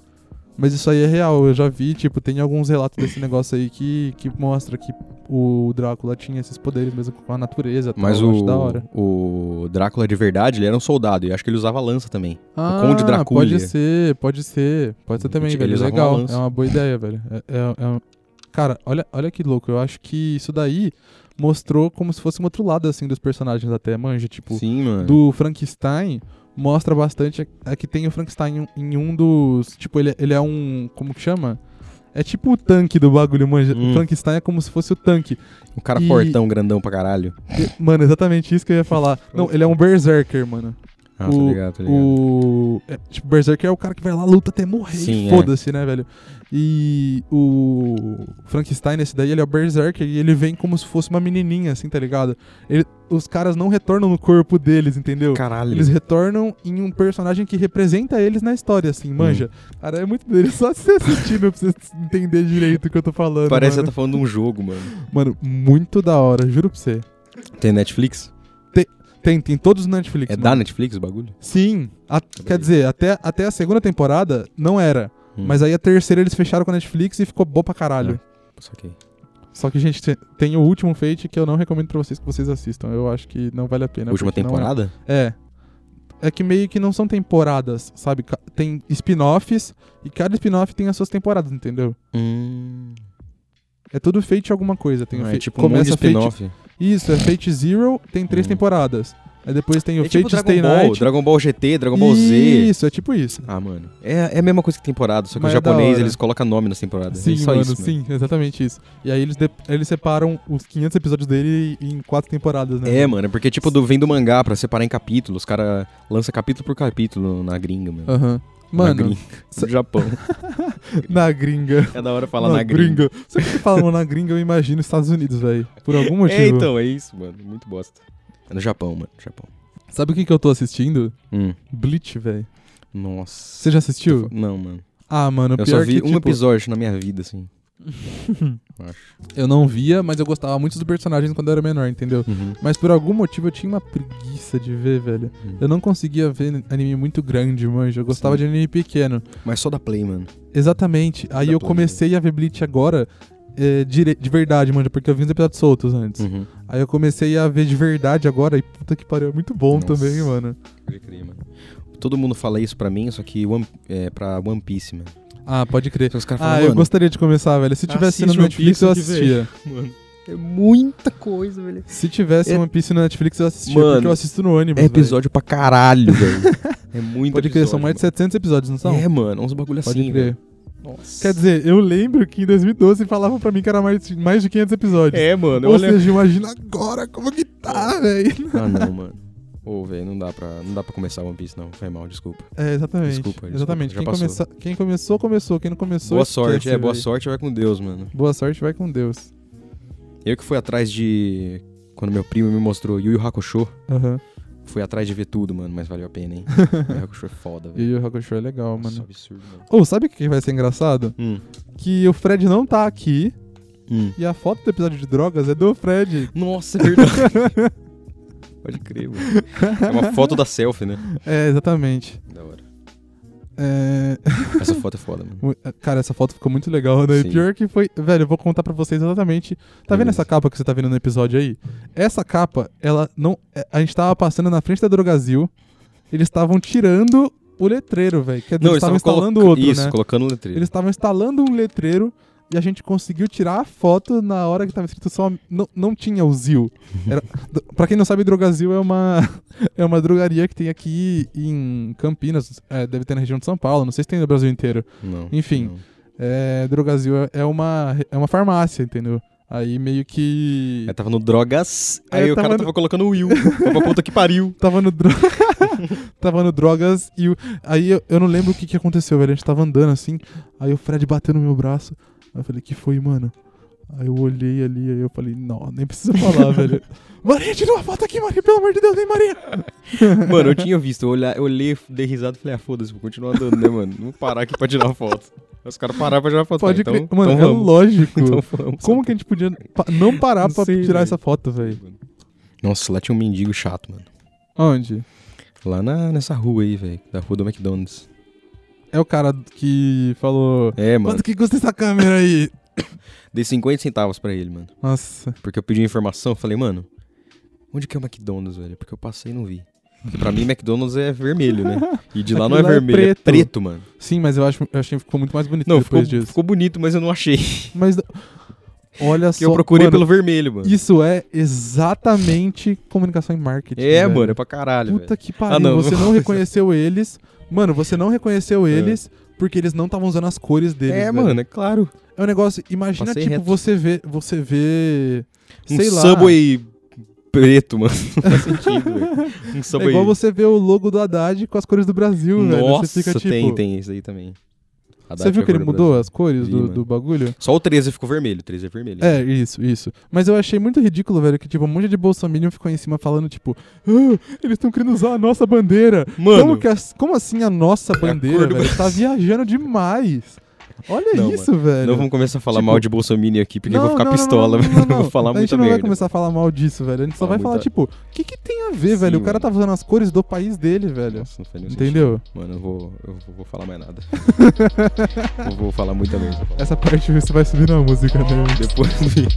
[SPEAKER 1] Mas isso aí é real, eu já vi, tipo, tem alguns relatos desse negócio aí que, que mostra que o Drácula tinha esses poderes mesmo com a natureza, tal,
[SPEAKER 2] Mas
[SPEAKER 1] eu acho da
[SPEAKER 2] o,
[SPEAKER 1] hora.
[SPEAKER 2] o Drácula de verdade, ele era um soldado. E acho que ele usava lança também.
[SPEAKER 1] Ah,
[SPEAKER 2] Conde Hum, Drácula.
[SPEAKER 1] Pode ser, pode ser. Pode ser também,
[SPEAKER 2] Ele
[SPEAKER 1] velho.
[SPEAKER 2] usava
[SPEAKER 1] Legal.
[SPEAKER 2] uma lança.
[SPEAKER 1] é uma boa ideia, velho. É, é- é um- Cara, olha, olha que louco. Eu acho que isso daí mostrou como se fosse um outro lado, assim, dos personagens até. Manja, tipo,
[SPEAKER 2] Sim, né? mano.
[SPEAKER 1] do Frankenstein mostra bastante. a- a que tem o Frankenstein em, em um dos. Tipo, ele, ele é um. Como que chama? É tipo o tanque do bagulho, manja. O
[SPEAKER 2] Hum.
[SPEAKER 1] Frankenstein é como se fosse o tanque.
[SPEAKER 2] Um cara
[SPEAKER 1] e-
[SPEAKER 2] fortão, grandão pra caralho.
[SPEAKER 1] E- mano, exatamente isso que eu ia falar. Não, ele é um berserker, mano.
[SPEAKER 2] Ah,
[SPEAKER 1] o,
[SPEAKER 2] tá ligado, tá ligado.
[SPEAKER 1] o- é, tipo, Berserker é o cara que vai lá, luta até morrer.
[SPEAKER 2] Sim,
[SPEAKER 1] e
[SPEAKER 2] é.
[SPEAKER 1] Foda-se, né, velho? E o Frankenstein, esse daí, ele é o Berserker e ele vem como se fosse uma menininha, assim, tá ligado? Ele- os caras não retornam no corpo deles, entendeu?
[SPEAKER 2] Caralho.
[SPEAKER 1] Eles retornam em um personagem que representa eles na história, assim,
[SPEAKER 2] Hum.
[SPEAKER 1] manja. Cara, é muito dele. Só se você assistir, meu, pra você entender direito o que eu tô falando.
[SPEAKER 2] Parece que
[SPEAKER 1] mano.
[SPEAKER 2] eu tô falando de um jogo, mano.
[SPEAKER 1] Mano, muito da hora, juro pra você.
[SPEAKER 2] Tem Netflix?
[SPEAKER 1] Tem, tem todos no Netflix.
[SPEAKER 2] É
[SPEAKER 1] mano.
[SPEAKER 2] da Netflix o bagulho?
[SPEAKER 1] Sim. a- quer dizer, até, até a segunda temporada não era.
[SPEAKER 2] Hum. É.
[SPEAKER 1] Mas aí a terceira eles fecharam com a Netflix e ficou bom pra caralho.
[SPEAKER 2] Hum, Saquei.
[SPEAKER 1] Só que, gente, te- tem o último Fate que eu não recomendo pra vocês que vocês assistam. Eu acho que não vale a pena.
[SPEAKER 2] Última
[SPEAKER 1] porque não é-
[SPEAKER 2] temporada?
[SPEAKER 1] É. É que meio que não são temporadas, sabe? Ca- Tem spin-offs e cada spin-off tem as suas temporadas, entendeu?
[SPEAKER 2] Hum.
[SPEAKER 1] É tudo Fate alguma coisa. Tem o
[SPEAKER 2] Ah, é
[SPEAKER 1] Fate-
[SPEAKER 2] tipo um monte de
[SPEAKER 1] Fate-
[SPEAKER 2] spin-off.
[SPEAKER 1] Isso, é Fate Zero, tem três
[SPEAKER 2] Hum.
[SPEAKER 1] temporadas. Aí depois tem o
[SPEAKER 2] É
[SPEAKER 1] Fate
[SPEAKER 2] tipo
[SPEAKER 1] Stay
[SPEAKER 2] Dragon Ball,
[SPEAKER 1] Night.
[SPEAKER 2] Dragon Ball GT, Dragon Ball Z.
[SPEAKER 1] Isso, é tipo isso.
[SPEAKER 2] Ah, mano. É, é a mesma coisa que temporada, só que
[SPEAKER 1] Mas
[SPEAKER 2] o
[SPEAKER 1] é da
[SPEAKER 2] japonês
[SPEAKER 1] hora.
[SPEAKER 2] eles colocam nome nas temporadas.
[SPEAKER 1] Sim,
[SPEAKER 2] é só
[SPEAKER 1] mano,
[SPEAKER 2] isso. mano.
[SPEAKER 1] sim, exatamente isso. E aí eles, de- eles separam os 500 episódios dele em quatro temporadas, né?
[SPEAKER 2] É, mano, é porque tipo do, vem do mangá pra separar em capítulos. Os caras lançam capítulo por capítulo na gringa, mano.
[SPEAKER 1] Aham.
[SPEAKER 2] na
[SPEAKER 1] Ah, Mano,
[SPEAKER 2] gringa.
[SPEAKER 1] sa-
[SPEAKER 2] No Japão.
[SPEAKER 1] na gringa.
[SPEAKER 2] É da hora falar
[SPEAKER 1] na,
[SPEAKER 2] na gringa.
[SPEAKER 1] Sempre que falam na gringa, eu imagino Estados Unidos, velho. Por algum motivo.
[SPEAKER 2] É, então, é isso, mano. Muito bosta. É no Japão, mano. Japão.
[SPEAKER 1] Sabe o que, que eu tô assistindo?
[SPEAKER 2] Hum.
[SPEAKER 1] Bleach, velho.
[SPEAKER 2] Nossa.
[SPEAKER 1] Você já assistiu?
[SPEAKER 2] Não, mano.
[SPEAKER 1] Ah, mano,
[SPEAKER 2] Eu
[SPEAKER 1] pior
[SPEAKER 2] só vi
[SPEAKER 1] que,
[SPEAKER 2] um
[SPEAKER 1] tipo,
[SPEAKER 2] episódio na minha vida, assim.
[SPEAKER 1] Eu não via, mas eu gostava muito dos personagens quando eu era menor, entendeu?
[SPEAKER 2] Uhum.
[SPEAKER 1] Mas por algum motivo eu tinha uma preguiça de ver, velho.
[SPEAKER 2] Hum.
[SPEAKER 1] Eu não conseguia ver anime muito grande, manjo. Eu gostava
[SPEAKER 2] Sim.
[SPEAKER 1] de anime pequeno.
[SPEAKER 2] Mas só da Play, mano.
[SPEAKER 1] Exatamente. Aí
[SPEAKER 2] Da
[SPEAKER 1] eu
[SPEAKER 2] Play,
[SPEAKER 1] comecei a ver Bleach agora é, dire- de verdade, mano, porque eu vi uns episódios soltos antes.
[SPEAKER 2] Uhum.
[SPEAKER 1] Aí eu comecei a ver de verdade agora e puta que pariu, é muito bom
[SPEAKER 2] Nossa.
[SPEAKER 1] também, mano.
[SPEAKER 2] Pode crer, mano. Todo mundo fala isso pra mim, só que One, é, pra One Piece, mano.
[SPEAKER 1] Ah, pode crer.
[SPEAKER 2] Só que os caras
[SPEAKER 1] Ah,
[SPEAKER 2] falam,
[SPEAKER 1] eu
[SPEAKER 2] mano,
[SPEAKER 1] gostaria de começar, velho. Se tivesse
[SPEAKER 2] Assiste
[SPEAKER 1] no
[SPEAKER 2] One
[SPEAKER 1] Netflix,
[SPEAKER 2] Piece
[SPEAKER 1] eu
[SPEAKER 2] que
[SPEAKER 1] assistia.
[SPEAKER 2] mano, é muita coisa, velho.
[SPEAKER 1] Se tivesse
[SPEAKER 2] É-
[SPEAKER 1] One Piece no Netflix, eu assistia,
[SPEAKER 2] Mano,
[SPEAKER 1] porque eu assisto no anime.
[SPEAKER 2] É episódio pra caralho, velho. É muito
[SPEAKER 1] Pode crer,
[SPEAKER 2] episódio,
[SPEAKER 1] são mais de 700 episódios, não são?
[SPEAKER 2] mano. É, mano, uns bagulho
[SPEAKER 1] pode
[SPEAKER 2] assim,
[SPEAKER 1] crer.
[SPEAKER 2] velho. Nossa.
[SPEAKER 1] Quer dizer, eu lembro que em 2012 falavam pra mim que era mais, mais de 500 episódios.
[SPEAKER 2] É, mano,
[SPEAKER 1] Ou
[SPEAKER 2] olha...
[SPEAKER 1] seja, imagina agora como que tá, velho.
[SPEAKER 2] Ah, não, mano. Ô, velho, não dá pra, não dá pra começar One Piece, não. Foi mal, desculpa.
[SPEAKER 1] É, exatamente.
[SPEAKER 2] Desculpa, desculpa,
[SPEAKER 1] exatamente.
[SPEAKER 2] já
[SPEAKER 1] Quem,
[SPEAKER 2] passou.
[SPEAKER 1] começa- quem começou, começou. Quem não começou.
[SPEAKER 2] boa sorte,
[SPEAKER 1] esquece,
[SPEAKER 2] é, boa
[SPEAKER 1] véi.
[SPEAKER 2] sorte, vai com Deus, mano.
[SPEAKER 1] Boa sorte, vai com Deus.
[SPEAKER 2] Eu que fui atrás de... Quando meu primo me mostrou Yu Yu Hakusho,
[SPEAKER 1] Aham.
[SPEAKER 2] fui atrás de ver tudo, mano, mas valeu a pena, hein? Yu Yu Hakusho é foda,
[SPEAKER 1] E
[SPEAKER 2] velho.
[SPEAKER 1] o Hakusho é legal,
[SPEAKER 2] Nossa,
[SPEAKER 1] mano.
[SPEAKER 2] absurdo, mano.
[SPEAKER 1] Ou sabe o que vai ser engraçado?
[SPEAKER 2] Hum,
[SPEAKER 1] Que o Fred não tá aqui
[SPEAKER 2] hum.
[SPEAKER 1] e a foto do episódio de drogas é do Fred.
[SPEAKER 2] Nossa, é verdade. Pode crer, mano. É uma foto da selfie, né?
[SPEAKER 1] É, exatamente.
[SPEAKER 2] Da hora.
[SPEAKER 1] É,
[SPEAKER 2] Essa foto é foda, mano.
[SPEAKER 1] mu- Cara, essa foto ficou muito legal, né? E
[SPEAKER 2] Sim.
[SPEAKER 1] Pior que foi. Velho, eu vou contar pra vocês exatamente. Tá vendo
[SPEAKER 2] Beleza.
[SPEAKER 1] essa capa que você tá vendo no episódio aí? Essa capa, ela não. é, A gente tava passando na frente da Drogazil. Eles estavam tirando o letreiro, velho. Quer dizer, eles estavam instalando
[SPEAKER 2] coloca-
[SPEAKER 1] outro,
[SPEAKER 2] Isso,
[SPEAKER 1] né?
[SPEAKER 2] colocando um letreiro.
[SPEAKER 1] Eles estavam instalando um letreiro e a gente conseguiu tirar a foto na hora que tava escrito só. Não, não tinha o Zil. Era, d- pra quem não sabe, Drogazil é uma, é uma drogaria que tem aqui em Campinas. é, deve ter na região de São Paulo, não sei se tem no Brasil inteiro.
[SPEAKER 2] Não.
[SPEAKER 1] Enfim.
[SPEAKER 2] não.
[SPEAKER 1] É, Drogazil é- é uma, é uma farmácia, entendeu? Aí meio que.
[SPEAKER 2] Aí tava no drogas, aí,
[SPEAKER 1] Aí
[SPEAKER 2] o
[SPEAKER 1] tava
[SPEAKER 2] cara
[SPEAKER 1] no-
[SPEAKER 2] tava colocando o Will. Tava puta que pariu.
[SPEAKER 1] Tava no, dro... tava no drogas e o... aí eu, eu não lembro o que, que aconteceu, velho. A gente tava andando assim, aí o Fred bateu no meu braço. Aí eu falei, que foi, mano? Aí eu olhei ali, aí eu falei, não, nem precisa falar, velho. Maria, tira uma foto aqui, Maria, pelo amor de Deus, hein, Maria?
[SPEAKER 2] Tá, Mano, eu tinha visto, eu, olhar, eu olhei, dei risada e falei, ah, foda-se, vou continuar andando, né, mano? Não vou parar aqui pra tirar foto. Aí Os caras pararam pra tirar foto.
[SPEAKER 1] Pode
[SPEAKER 2] Ah, então,
[SPEAKER 1] crer. Mano,
[SPEAKER 2] então
[SPEAKER 1] é
[SPEAKER 2] vamos.
[SPEAKER 1] lógico.
[SPEAKER 2] Então vamos.
[SPEAKER 1] Como que é a gente podia pa- não parar
[SPEAKER 2] Não
[SPEAKER 1] pra
[SPEAKER 2] sei,
[SPEAKER 1] tirar
[SPEAKER 2] velho.
[SPEAKER 1] essa foto, velho?
[SPEAKER 2] Nossa, lá tinha um mendigo chato, mano.
[SPEAKER 1] Onde?
[SPEAKER 2] Lá na, nessa rua aí, velho. Da rua do McDonald's.
[SPEAKER 1] É o cara que falou.
[SPEAKER 2] É, mano.
[SPEAKER 1] Quanto que custa essa câmera aí?
[SPEAKER 2] Dei 50 centavos pra ele, mano.
[SPEAKER 1] Nossa.
[SPEAKER 2] Porque eu pedi informação, falei, mano, onde que é o McDonald's, velho? Porque eu passei e não vi. Porque pra mim, McDonald's é vermelho, né? E de lá não é
[SPEAKER 1] Aquilo lá é
[SPEAKER 2] vermelho, é
[SPEAKER 1] preto.
[SPEAKER 2] preto, mano.
[SPEAKER 1] Sim, mas eu, acho, eu achei que ficou muito mais bonito
[SPEAKER 2] Não, ficou,
[SPEAKER 1] depois disso.
[SPEAKER 2] ficou bonito, mas eu não achei.
[SPEAKER 1] Mas olha
[SPEAKER 2] Porque
[SPEAKER 1] só.
[SPEAKER 2] eu procurei
[SPEAKER 1] mano,
[SPEAKER 2] pelo vermelho, mano.
[SPEAKER 1] Isso é exatamente comunicação e marketing.
[SPEAKER 2] É,
[SPEAKER 1] velho.
[SPEAKER 2] mano, é pra caralho,
[SPEAKER 1] Puta
[SPEAKER 2] velho.
[SPEAKER 1] que pariu.
[SPEAKER 2] Ah, não.
[SPEAKER 1] Você não reconheceu eles. Mano, você não reconheceu eles porque eles não estavam usando as cores deles.
[SPEAKER 2] é,
[SPEAKER 1] velho.
[SPEAKER 2] mano, é claro.
[SPEAKER 1] É um negócio. Imagina,
[SPEAKER 2] Passei
[SPEAKER 1] tipo,
[SPEAKER 2] reto.
[SPEAKER 1] você vê. Você vê.
[SPEAKER 2] Um
[SPEAKER 1] sei lá. é
[SPEAKER 2] Subway preto, mano. Não faz sentido, velho. Um
[SPEAKER 1] É
[SPEAKER 2] samba
[SPEAKER 1] igual
[SPEAKER 2] aí.
[SPEAKER 1] você ver o logo do Haddad com as cores do Brasil, velho.
[SPEAKER 2] Nossa,
[SPEAKER 1] Você fica tipo.
[SPEAKER 2] tem, tem isso aí também. Haddad
[SPEAKER 1] Você viu que
[SPEAKER 2] foi
[SPEAKER 1] ele
[SPEAKER 2] agora do
[SPEAKER 1] mudou
[SPEAKER 2] Brasil.
[SPEAKER 1] as cores
[SPEAKER 2] Vi,
[SPEAKER 1] do,
[SPEAKER 2] mano.
[SPEAKER 1] do bagulho?
[SPEAKER 2] Só o 13 ficou vermelho, o 13 é vermelho.
[SPEAKER 1] É, isso, isso. Mas eu achei muito ridículo, velho, que tipo, um monte de bolsominion ficou aí em cima falando, tipo, "Ah, eles estão querendo usar a nossa bandeira.
[SPEAKER 2] Mano. É
[SPEAKER 1] Como, que as- como assim a nossa bandeira,
[SPEAKER 2] cor do
[SPEAKER 1] velho? Tá viajando demais. Olha
[SPEAKER 2] Não,
[SPEAKER 1] isso, velho.
[SPEAKER 2] Não vamos começar a falar
[SPEAKER 1] Tipo-
[SPEAKER 2] mal de Bolsonaro aqui, porque eu vou ficar
[SPEAKER 1] não, não,
[SPEAKER 2] pistola,
[SPEAKER 1] não,
[SPEAKER 2] velho.
[SPEAKER 1] não, não, não.
[SPEAKER 2] vou falar
[SPEAKER 1] A gente
[SPEAKER 2] muita
[SPEAKER 1] não vai
[SPEAKER 2] merda.
[SPEAKER 1] começar a falar mal disso, velho. A gente só
[SPEAKER 2] Fala
[SPEAKER 1] vai falar,
[SPEAKER 2] muita-
[SPEAKER 1] tipo, o que, que tem a ver, velho? O
[SPEAKER 2] Sim,
[SPEAKER 1] cara tá usando as cores do país dele, velho.
[SPEAKER 2] Nossa, não faz nenhum sentido.
[SPEAKER 1] Entendeu?
[SPEAKER 2] Mano, eu vou, eu vou- vou falar mais nada. eu vou falar muita merda.
[SPEAKER 1] Essa parte você vai subir na música, né?
[SPEAKER 2] Depois, de-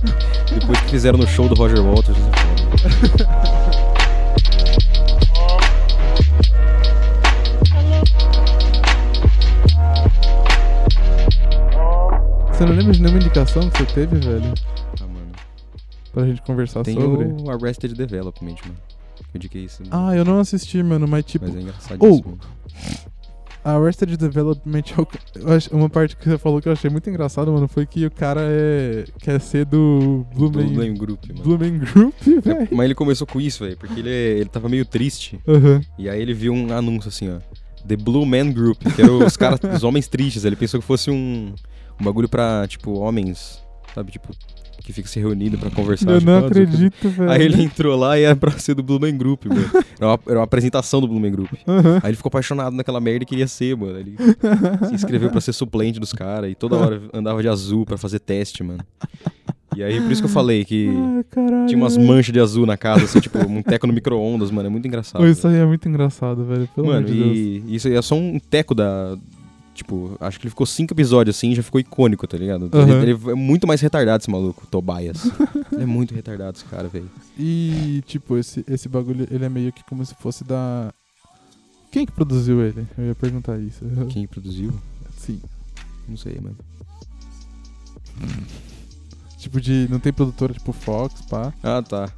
[SPEAKER 2] depois que fizeram no show do Roger Walters, isso é foda.
[SPEAKER 1] Você não lembra de nenhuma indicação que você teve, velho?
[SPEAKER 2] Ah, mano.
[SPEAKER 1] Pra gente conversar
[SPEAKER 2] Tem
[SPEAKER 1] sobre?
[SPEAKER 2] o Arrested Development, mano. Eu indiquei isso.
[SPEAKER 1] Ah, oh, eu não assisti, mano, mas tipo,
[SPEAKER 2] mas é engraçadíssimo.
[SPEAKER 1] ou- a Arrested Development, é o ca- eu acho- uma parte que você falou que eu achei muito engraçado, mano, foi que o cara é quer ser do
[SPEAKER 2] Do
[SPEAKER 1] Blumen,
[SPEAKER 2] Blame Group, mano.
[SPEAKER 1] Blumen Group,
[SPEAKER 2] É,
[SPEAKER 1] velho.
[SPEAKER 2] mas ele começou com isso, velho, porque ele, é, ele tava meio triste.
[SPEAKER 1] Aham.
[SPEAKER 2] E aí ele viu um anúncio assim, ó. The Blue Man Group, que era os caras, os homens tristes. Ele pensou que fosse um, um bagulho pra, tipo, homens, sabe, tipo, que fica se reunindo pra conversar.
[SPEAKER 1] Eu
[SPEAKER 2] tipo, ah,
[SPEAKER 1] não
[SPEAKER 2] sei o que.
[SPEAKER 1] acredito, né? velho.
[SPEAKER 2] Aí ele entrou lá e era pra ser do Blue Man Group, mano. Era uma, era uma apresentação do Blue Man Group.
[SPEAKER 1] Aham.
[SPEAKER 2] Aí ele ficou apaixonado naquela merda e queria ser, mano. Ele se inscreveu pra ser suplente dos caras e toda hora andava de azul pra fazer teste, mano. E aí, por isso que eu falei que
[SPEAKER 1] Ah, caralho.
[SPEAKER 2] tinha umas
[SPEAKER 1] velho.
[SPEAKER 2] manchas de azul na casa, assim, tipo, um teco no micro-ondas, mano. É muito engraçado.
[SPEAKER 1] Pô, Isso aí é muito engraçado, velho. Pelo
[SPEAKER 2] Mano,
[SPEAKER 1] amor de Deus.
[SPEAKER 2] e isso aí é só um teco da. Tipo, acho que ele ficou cinco episódios assim e já ficou icônico, tá ligado?
[SPEAKER 1] Aham.
[SPEAKER 2] Ele, ele é muito mais retardado esse maluco, o Tobias. ele é muito retardado esse cara, velho.
[SPEAKER 1] E, tipo, esse, esse bagulho, ele é meio que como se fosse da. Quem que produziu ele? Eu ia perguntar isso.
[SPEAKER 2] Quem produziu?
[SPEAKER 1] Sim.
[SPEAKER 2] Não sei, mano.
[SPEAKER 1] Tipo, de. Não tem produtora tipo Fox, pá.
[SPEAKER 2] Ah, tá.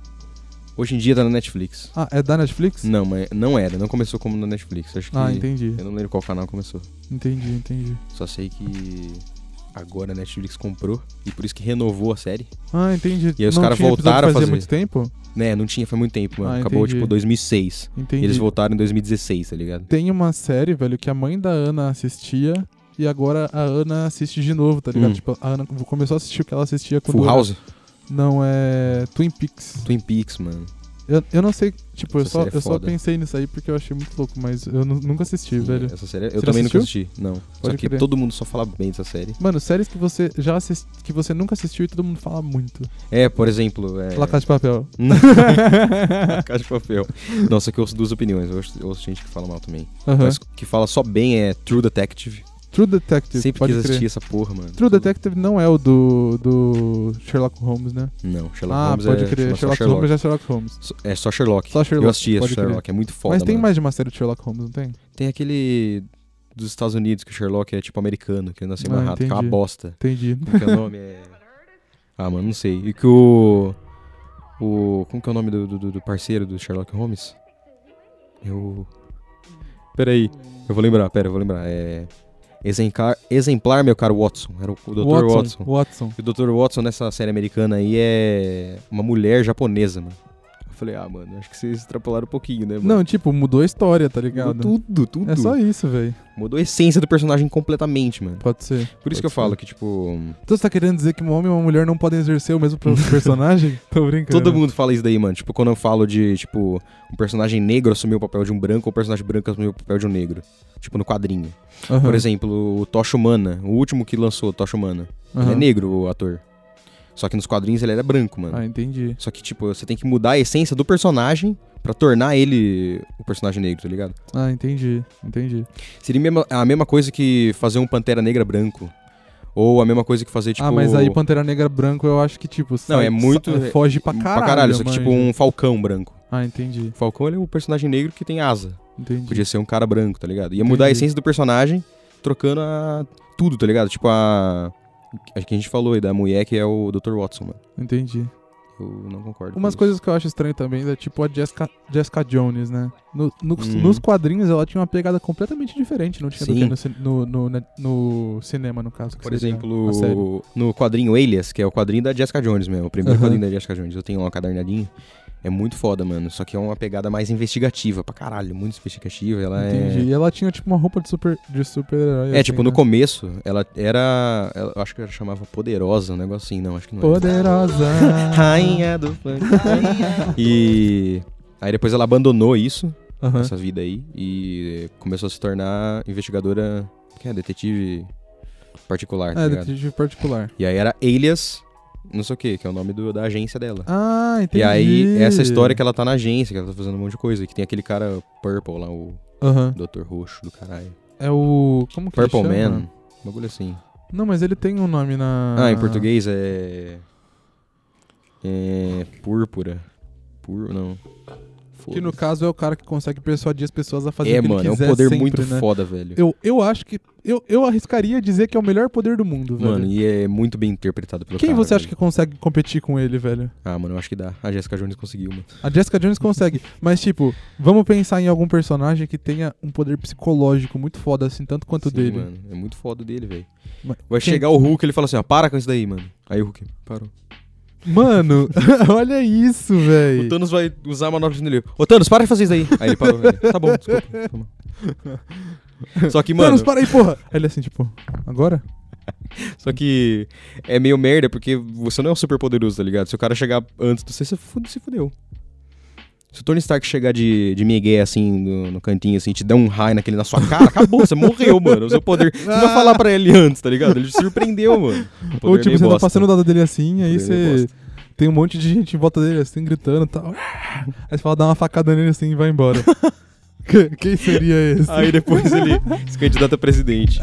[SPEAKER 2] Hoje em dia tá na Netflix.
[SPEAKER 1] Ah, é da Netflix?
[SPEAKER 2] Não, mas não era, não começou como na Netflix. Acho que.
[SPEAKER 1] Ah, entendi.
[SPEAKER 2] Eu não lembro qual canal começou.
[SPEAKER 1] Entendi, entendi.
[SPEAKER 2] Só sei que agora a Netflix comprou e por isso que renovou a série.
[SPEAKER 1] Ah, entendi.
[SPEAKER 2] E aí os
[SPEAKER 1] Não
[SPEAKER 2] caras
[SPEAKER 1] tinha episódio
[SPEAKER 2] voltaram a
[SPEAKER 1] fazia
[SPEAKER 2] fazer.
[SPEAKER 1] muito tempo?
[SPEAKER 2] Né, não tinha, foi muito tempo, mano.
[SPEAKER 1] Ah,
[SPEAKER 2] Acabou
[SPEAKER 1] entendi.
[SPEAKER 2] tipo 2006. E
[SPEAKER 1] Entendi.
[SPEAKER 2] eles voltaram em 2016, tá ligado?
[SPEAKER 1] Tem uma série, velho, que a mãe da Ana assistia e agora a Ana assiste de novo, tá ligado?
[SPEAKER 2] Hum.
[SPEAKER 1] Tipo, a Ana começou a assistir o que ela assistia quando...
[SPEAKER 2] Full House?
[SPEAKER 1] Não, é... Twin Peaks.
[SPEAKER 2] Twin Peaks, mano.
[SPEAKER 1] Eu, eu não sei, tipo, eu
[SPEAKER 2] Essa
[SPEAKER 1] só,
[SPEAKER 2] série é
[SPEAKER 1] eu só
[SPEAKER 2] foda.
[SPEAKER 1] pensei nisso aí porque eu achei muito louco, mas eu nu- nunca assisti, velho.
[SPEAKER 2] Essa série eu
[SPEAKER 1] Você
[SPEAKER 2] também
[SPEAKER 1] já
[SPEAKER 2] nunca assisti. Não.
[SPEAKER 1] Pode
[SPEAKER 2] só que
[SPEAKER 1] crer.
[SPEAKER 2] todo mundo só fala bem dessa série.
[SPEAKER 1] Mano, séries que você já assist... que você nunca assistiu e todo mundo fala muito.
[SPEAKER 2] É, por exemplo. É...
[SPEAKER 1] La Casa de Papel.
[SPEAKER 2] Não. La Casa de Papel. Nossa, que eu ouço duas opiniões. Eu ouço, eu ouço gente que fala mal também.
[SPEAKER 1] Aham.
[SPEAKER 2] Mas que fala só bem é True Detective.
[SPEAKER 1] True Detective,
[SPEAKER 2] Sempre
[SPEAKER 1] Tipo, pode
[SPEAKER 2] quis
[SPEAKER 1] crer.
[SPEAKER 2] assistir essa porra, mano.
[SPEAKER 1] True
[SPEAKER 2] Tudo-
[SPEAKER 1] Detective não é o do, do Sherlock Holmes, né?
[SPEAKER 2] Não, Sherlock
[SPEAKER 1] ah,
[SPEAKER 2] Holmes
[SPEAKER 1] pode
[SPEAKER 2] é
[SPEAKER 1] crer.
[SPEAKER 2] chama só
[SPEAKER 1] Sherlock,
[SPEAKER 2] Sherlock.
[SPEAKER 1] Holmes é Sherlock Holmes.
[SPEAKER 2] So- É só Sherlock.
[SPEAKER 1] Só Sherlock,
[SPEAKER 2] Eu assisti esse
[SPEAKER 1] pode crer.
[SPEAKER 2] Sherlock, é muito foda,
[SPEAKER 1] Mas tem
[SPEAKER 2] mano.
[SPEAKER 1] mais de uma série de Sherlock Holmes, não tem?
[SPEAKER 2] Tem aquele dos Estados Unidos que o Sherlock é tipo americano, que nasceu
[SPEAKER 1] Ah,
[SPEAKER 2] amarrado, que é uma
[SPEAKER 1] entendi.
[SPEAKER 2] bosta.
[SPEAKER 1] Entendi.
[SPEAKER 2] Como que é o nome? É... Ah, mano, não sei. E que o. O. Como que é o nome do, do- do parceiro do Sherlock Holmes? Eu. Peraí. Eu vou lembrar, pera, eu vou lembrar. É. Exemplar, exemplar meu caro Watson. Era o, o Dr. Watson.
[SPEAKER 1] Watson. Watson.
[SPEAKER 2] E o Dr. Watson nessa série americana aí é uma mulher japonesa, mano. Eu falei, ah, mano, acho que vocês extrapolaram um pouquinho, né, mano?
[SPEAKER 1] Não, tipo, mudou a história, tá
[SPEAKER 2] Mudou
[SPEAKER 1] ligado?
[SPEAKER 2] tudo, tudo.
[SPEAKER 1] É só isso, velho.
[SPEAKER 2] Mudou a essência do personagem completamente, mano.
[SPEAKER 1] Pode ser.
[SPEAKER 2] Por
[SPEAKER 1] Pode
[SPEAKER 2] isso que eu
[SPEAKER 1] ser.
[SPEAKER 2] falo que, tipo,
[SPEAKER 1] Então você tá querendo dizer que um homem e uma mulher não podem exercer o mesmo pro- personagem? Tô brincando.
[SPEAKER 2] Todo mundo fala isso daí, mano. Tipo, quando eu falo de, tipo, um personagem negro assumiu o papel de um branco ou um personagem branco assumiu o papel de um negro. Tipo, no quadrinho.
[SPEAKER 1] Aham,
[SPEAKER 2] Por exemplo, o Tocha Humana, o último que lançou, Tocha Humana. Ele
[SPEAKER 1] aham.
[SPEAKER 2] é negro, o ator. Só que nos quadrinhos ele era branco, mano.
[SPEAKER 1] Ah, entendi.
[SPEAKER 2] Só que, tipo, você tem que mudar a essência do personagem pra tornar ele o personagem negro, tá ligado?
[SPEAKER 1] Ah, entendi. Entendi.
[SPEAKER 2] Seria mesmo- a mesma coisa que fazer um Pantera Negra branco. Ou a mesma coisa que fazer, tipo...
[SPEAKER 1] ah, mas aí Pantera Negra Branco eu acho que, tipo, sai-
[SPEAKER 2] é muito-
[SPEAKER 1] sa- foge pra caralho.
[SPEAKER 2] Pra caralho, só que tipo
[SPEAKER 1] manja.
[SPEAKER 2] um falcão branco.
[SPEAKER 1] Ah, entendi.
[SPEAKER 2] O falcão ele é um personagem negro que tem asa.
[SPEAKER 1] Entendi.
[SPEAKER 2] Podia ser um cara branco, tá ligado? Ia mudar a
[SPEAKER 1] Entendi.
[SPEAKER 2] essência do personagem, trocando a... tudo, tá ligado? Tipo a. Acho que a gente falou aí da mulher que é o Dr. Watson, mano.
[SPEAKER 1] Entendi.
[SPEAKER 2] Eu não concordo. com
[SPEAKER 1] Umas
[SPEAKER 2] isso.
[SPEAKER 1] coisas que eu acho estranho também é tipo a Jessica, Jessica Jones, né? No- nos-
[SPEAKER 2] Uhum.
[SPEAKER 1] Nos quadrinhos ela tinha uma pegada completamente diferente, não tinha do
[SPEAKER 2] Sim.
[SPEAKER 1] que no, cin- no, no, na- no cinema, no caso. que
[SPEAKER 2] Por
[SPEAKER 1] seria a assim, né? série.
[SPEAKER 2] exemplo, no quadrinho Elias, que é o quadrinho da Jessica Jones mesmo, o primeiro
[SPEAKER 1] Aham.
[SPEAKER 2] quadrinho da Jessica Jones, eu tenho lá um cadernadinho. É muito foda, mano. Só que é uma pegada mais investigativa pra caralho. Muito investigativa. Ela
[SPEAKER 1] Entendi. E ela tinha, tipo, uma roupa de super de super-herói. assim, né?
[SPEAKER 2] é. É, tipo, no começo, ela era. ela- eu acho que ela chamava Poderosa, um negócio assim. Não, acho que não era.
[SPEAKER 1] Poderosa.
[SPEAKER 2] Rainha do funk. e. Aí depois ela abandonou isso,
[SPEAKER 1] Aham.
[SPEAKER 2] essa vida aí, e começou a se tornar investigadora. Que é detetive particular, tá
[SPEAKER 1] É,
[SPEAKER 2] ligado?
[SPEAKER 1] detetive particular.
[SPEAKER 2] E aí era Alias, não sei o que, que é o nome do- da agência dela.
[SPEAKER 1] Ah, entendi.
[SPEAKER 2] E aí, essa história que ela tá na agência, que ela tá fazendo um monte de coisa, que tem aquele cara Purple lá, o
[SPEAKER 1] Aham.
[SPEAKER 2] Dr. Roxo do caralho.
[SPEAKER 1] É o... Como que
[SPEAKER 2] Purple
[SPEAKER 1] ele chama?
[SPEAKER 2] Man, um bagulho assim.
[SPEAKER 1] Não, mas ele tem um nome na...
[SPEAKER 2] Ah, em português é. É. Púrpura. Pur... Não.
[SPEAKER 1] Que
[SPEAKER 2] Foda-se.
[SPEAKER 1] no caso é o cara que consegue persuadir as pessoas a fazer
[SPEAKER 2] É,
[SPEAKER 1] o que
[SPEAKER 2] mano,
[SPEAKER 1] ele
[SPEAKER 2] é um
[SPEAKER 1] quiser
[SPEAKER 2] poder
[SPEAKER 1] sempre,
[SPEAKER 2] muito
[SPEAKER 1] né?
[SPEAKER 2] foda, velho.
[SPEAKER 1] Eu, eu acho que... Eu, eu arriscaria dizer que é o melhor poder do mundo, velho.
[SPEAKER 2] Mano, e é muito bem interpretado pelo
[SPEAKER 1] Quem
[SPEAKER 2] cara,
[SPEAKER 1] você acha que
[SPEAKER 2] velho.
[SPEAKER 1] consegue competir com ele, velho?
[SPEAKER 2] Ah, mano, eu acho que dá. A Jessica Jones conseguiu, mano.
[SPEAKER 1] A Jessica Jones consegue, mas tipo, vamos pensar em algum personagem que tenha um poder psicológico muito foda, assim, tanto quanto o
[SPEAKER 2] Sim,
[SPEAKER 1] dele.
[SPEAKER 2] mano. É muito foda o dele, velho.
[SPEAKER 1] Mas
[SPEAKER 2] Vai
[SPEAKER 1] quem-
[SPEAKER 2] chegar o Hulk ele fala assim, ó, para com isso daí, mano. Aí o Hulk parou.
[SPEAKER 1] Mano, olha isso,
[SPEAKER 2] O
[SPEAKER 1] velho.
[SPEAKER 2] Thanos vai usar a manobra dele. Ô, Thanos, para de fazer isso daí. Aí ele parou. velho. Tá bom, desculpa. Tá bom. Só que, mano,
[SPEAKER 1] Thanos, para aí, porra! Aí ele assim, tipo, agora?
[SPEAKER 2] só que é meio merda porque você não é um super poderoso, tá ligado? Se o cara chegar antes do você, você fude- se fudeu. Se o Tony Stark chegar de, de migué, assim, no, no cantinho, assim, te der um raio naquele na sua cara, acabou, você morreu, mano. O seu poder. Você não vai falar pra ele antes, tá ligado? Ele te surpreendeu, mano. O
[SPEAKER 1] Ou
[SPEAKER 2] poder
[SPEAKER 1] tipo,
[SPEAKER 2] meio
[SPEAKER 1] você tá
[SPEAKER 2] bosta.
[SPEAKER 1] passando do lado dele assim, aí
[SPEAKER 2] Poder meio
[SPEAKER 1] você tem um monte de gente em volta dele assim, gritando e tal. Aí você fala, dá uma facada nele assim e vai embora. Que- Quem seria esse?
[SPEAKER 2] Aí depois ele se candidata a presidente.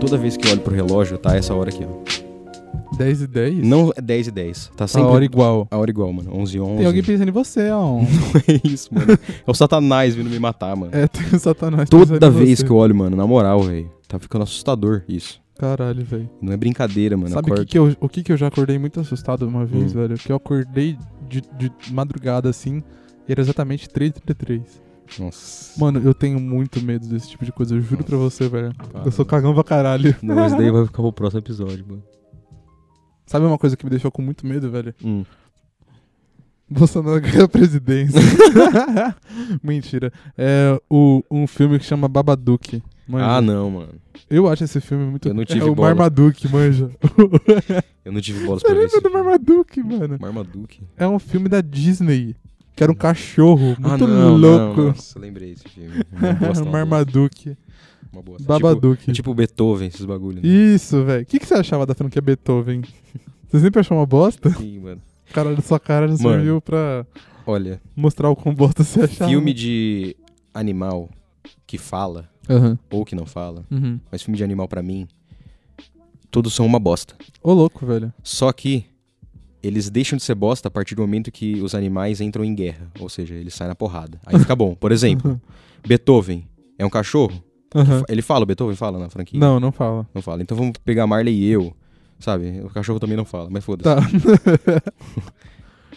[SPEAKER 2] Toda vez que eu olho pro relógio, tá essa hora aqui, ó.
[SPEAKER 1] 10 e 10?
[SPEAKER 2] Não é 10 e 10. Tá
[SPEAKER 1] a
[SPEAKER 2] sempre
[SPEAKER 1] hora igual.
[SPEAKER 2] a hora igual, mano. 11 e 11.
[SPEAKER 1] Tem alguém pensando em você, ó.
[SPEAKER 2] É isso, mano. É o satanás vindo me matar, mano.
[SPEAKER 1] é, tem o satanás
[SPEAKER 2] Toda vez que eu olho, mano, na moral, velho. Tá ficando assustador isso.
[SPEAKER 1] Caralho, velho.
[SPEAKER 2] Não é brincadeira, mano.
[SPEAKER 1] Sabe o que
[SPEAKER 2] Acordo-
[SPEAKER 1] que eu, o que que eu já acordei muito assustado uma vez,
[SPEAKER 2] Hum.
[SPEAKER 1] velho? Que eu acordei de, de madrugada assim e era exatamente 3h33.
[SPEAKER 2] Nossa.
[SPEAKER 1] Mano, eu tenho muito medo desse tipo de coisa, eu juro pra você, velho.
[SPEAKER 2] Cara.
[SPEAKER 1] Eu sou cagão pra caralho.
[SPEAKER 2] Não, mas daí vai ficar pro próximo episódio, mano.
[SPEAKER 1] Sabe uma coisa que me deixou com muito medo, velho? Bolsonaro ganha a presidência. Mentira. É o, um filme que chama Babadook. Manja.
[SPEAKER 2] Ah, não, mano.
[SPEAKER 1] Eu acho esse filme muito...
[SPEAKER 2] Eu não
[SPEAKER 1] é
[SPEAKER 2] tive
[SPEAKER 1] o
[SPEAKER 2] bola.
[SPEAKER 1] Marmaduke, manja.
[SPEAKER 2] Eu não tive bolas
[SPEAKER 1] Você
[SPEAKER 2] pra ver
[SPEAKER 1] lembra
[SPEAKER 2] isso.
[SPEAKER 1] do Marmaduke, mano?
[SPEAKER 2] Marmaduke?
[SPEAKER 1] É um filme da Disney. Que era um cachorro
[SPEAKER 2] ah,
[SPEAKER 1] muito
[SPEAKER 2] não,
[SPEAKER 1] louco.
[SPEAKER 2] Não, nossa, lembrei esse filme. Uma bosta, uma
[SPEAKER 1] Marmaduke.
[SPEAKER 2] bosta, Uma bosta.
[SPEAKER 1] Babadook.
[SPEAKER 2] Tipo, é tipo Beethoven, esses bagulhos. Né?
[SPEAKER 1] Isso, velho. O que, que você achava da franquia Beethoven? Você sempre achou uma bosta?
[SPEAKER 2] Sim, mano.
[SPEAKER 1] O cara da sua cara já
[SPEAKER 2] Mano.
[SPEAKER 1] serviu pra
[SPEAKER 2] Olha,
[SPEAKER 1] mostrar o quão bosta você achava.
[SPEAKER 2] filme de animal que fala,
[SPEAKER 1] Aham.
[SPEAKER 2] ou que não fala,
[SPEAKER 1] Uhum.
[SPEAKER 2] mas filme de animal pra mim, todos são uma bosta.
[SPEAKER 1] Ô, louco, velho.
[SPEAKER 2] Só que eles deixam de ser bosta a partir do momento que os animais entram em guerra. Ou seja, eles saem na porrada. Aí fica bom. Por exemplo, Beethoven é um cachorro?
[SPEAKER 1] Aham.
[SPEAKER 2] Ele fala, o Beethoven fala na franquia?
[SPEAKER 1] Não, não fala.
[SPEAKER 2] Não fala. Então vamos pegar Marley e eu. Sabe? O cachorro também não fala, mas foda-se.
[SPEAKER 1] Tá.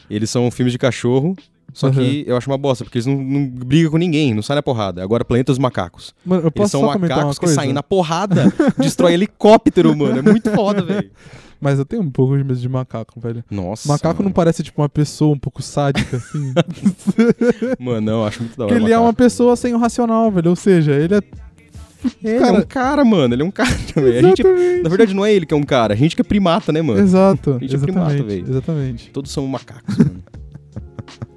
[SPEAKER 2] Eles são filmes de cachorro, só que eu acho uma bosta, porque eles não, não brigam com ninguém, não saem na porrada. Agora, Planeta dos Macacos.
[SPEAKER 1] Mano, eu
[SPEAKER 2] Eles
[SPEAKER 1] posso
[SPEAKER 2] são
[SPEAKER 1] só comentar uma
[SPEAKER 2] macacos que
[SPEAKER 1] coisa?
[SPEAKER 2] saem na porrada, destrói helicóptero, mano. É muito foda, velho.
[SPEAKER 1] Mas eu tenho um pouco de medo de macaco, velho.
[SPEAKER 2] Nossa.
[SPEAKER 1] macaco não
[SPEAKER 2] mano.
[SPEAKER 1] parece, tipo, uma pessoa um pouco sádica, assim.
[SPEAKER 2] Mano, não, eu acho muito da hora.
[SPEAKER 1] Porque ele é uma
[SPEAKER 2] macaco.
[SPEAKER 1] pessoa sem o racional, velho. Ou seja, ele é...
[SPEAKER 2] Ele é
[SPEAKER 1] cara.
[SPEAKER 2] um cara, mano. Ele é um cara também. A gente,
[SPEAKER 1] Exatamente.
[SPEAKER 2] na verdade, não é ele que é um cara. A gente que é primata, né, mano?
[SPEAKER 1] Exato.
[SPEAKER 2] Gente é
[SPEAKER 1] exatamente.
[SPEAKER 2] primata, velho.
[SPEAKER 1] exatamente.
[SPEAKER 2] Todos são macacos, mano.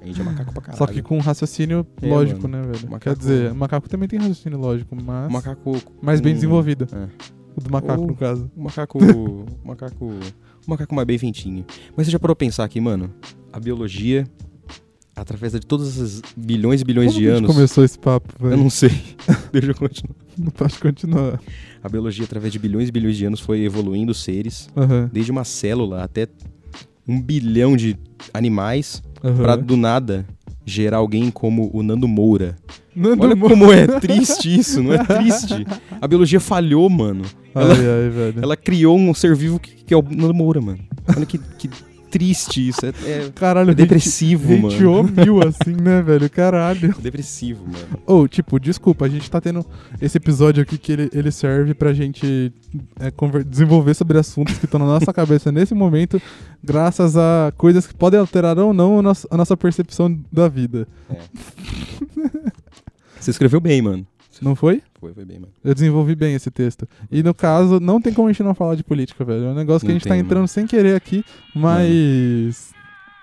[SPEAKER 2] A gente é macaco pra caralho.
[SPEAKER 1] Só que com um raciocínio
[SPEAKER 2] É,
[SPEAKER 1] lógico,
[SPEAKER 2] mano.
[SPEAKER 1] né, velho? Quer
[SPEAKER 2] Macaco-
[SPEAKER 1] dizer, macaco também tem raciocínio lógico, mas
[SPEAKER 2] O macaco.
[SPEAKER 1] mais bem
[SPEAKER 2] com-
[SPEAKER 1] desenvolvido.
[SPEAKER 2] É.
[SPEAKER 1] O do macaco,
[SPEAKER 2] Ou-
[SPEAKER 1] no caso.
[SPEAKER 2] O macaco. o macaco. O macaco mais bem feitinho. Mas você já parou pra pensar aqui, mano? A biologia, através de todos esses bilhões e bilhões
[SPEAKER 1] Como
[SPEAKER 2] de
[SPEAKER 1] que a gente
[SPEAKER 2] anos.
[SPEAKER 1] começou esse papo, velho?
[SPEAKER 2] Eu não sei. Deixa eu continuar.
[SPEAKER 1] não posso continuar.
[SPEAKER 2] A biologia, através de bilhões e bilhões de anos, foi evoluindo os seres,
[SPEAKER 1] Aham.
[SPEAKER 2] desde uma célula até um bilhão de animais,
[SPEAKER 1] aham.
[SPEAKER 2] pra do nada gerar alguém como o Nando Moura.
[SPEAKER 1] Nando
[SPEAKER 2] Olha
[SPEAKER 1] Moura.
[SPEAKER 2] como é triste isso, não é triste? A biologia falhou, mano.
[SPEAKER 1] Ai, ai, velho.
[SPEAKER 2] Ela criou um ser vivo que, que é o Nando Moura, mano. Olha que, que triste isso. É, é
[SPEAKER 1] Caralho,
[SPEAKER 2] depressivo,
[SPEAKER 1] hate,
[SPEAKER 2] mano.
[SPEAKER 1] hateou mil assim, né, velho? Caralho.
[SPEAKER 2] Depressivo, mano.
[SPEAKER 1] Ou, tipo, desculpa, a gente tá tendo esse episódio aqui que ele, ele serve pra gente é, conver- desenvolver sobre assuntos que estão na nossa cabeça nesse momento, graças a coisas que podem alterar ou não a nossa, a nossa percepção da vida.
[SPEAKER 2] É. Você escreveu bem, mano.
[SPEAKER 1] Não foi?
[SPEAKER 2] Foi, foi bem, mano.
[SPEAKER 1] Eu desenvolvi bem esse texto. E no caso, não tem como a gente não falar de política, velho. É um negócio que
[SPEAKER 2] Não
[SPEAKER 1] a gente tá
[SPEAKER 2] tem,
[SPEAKER 1] entrando
[SPEAKER 2] mano.
[SPEAKER 1] sem querer aqui, mas.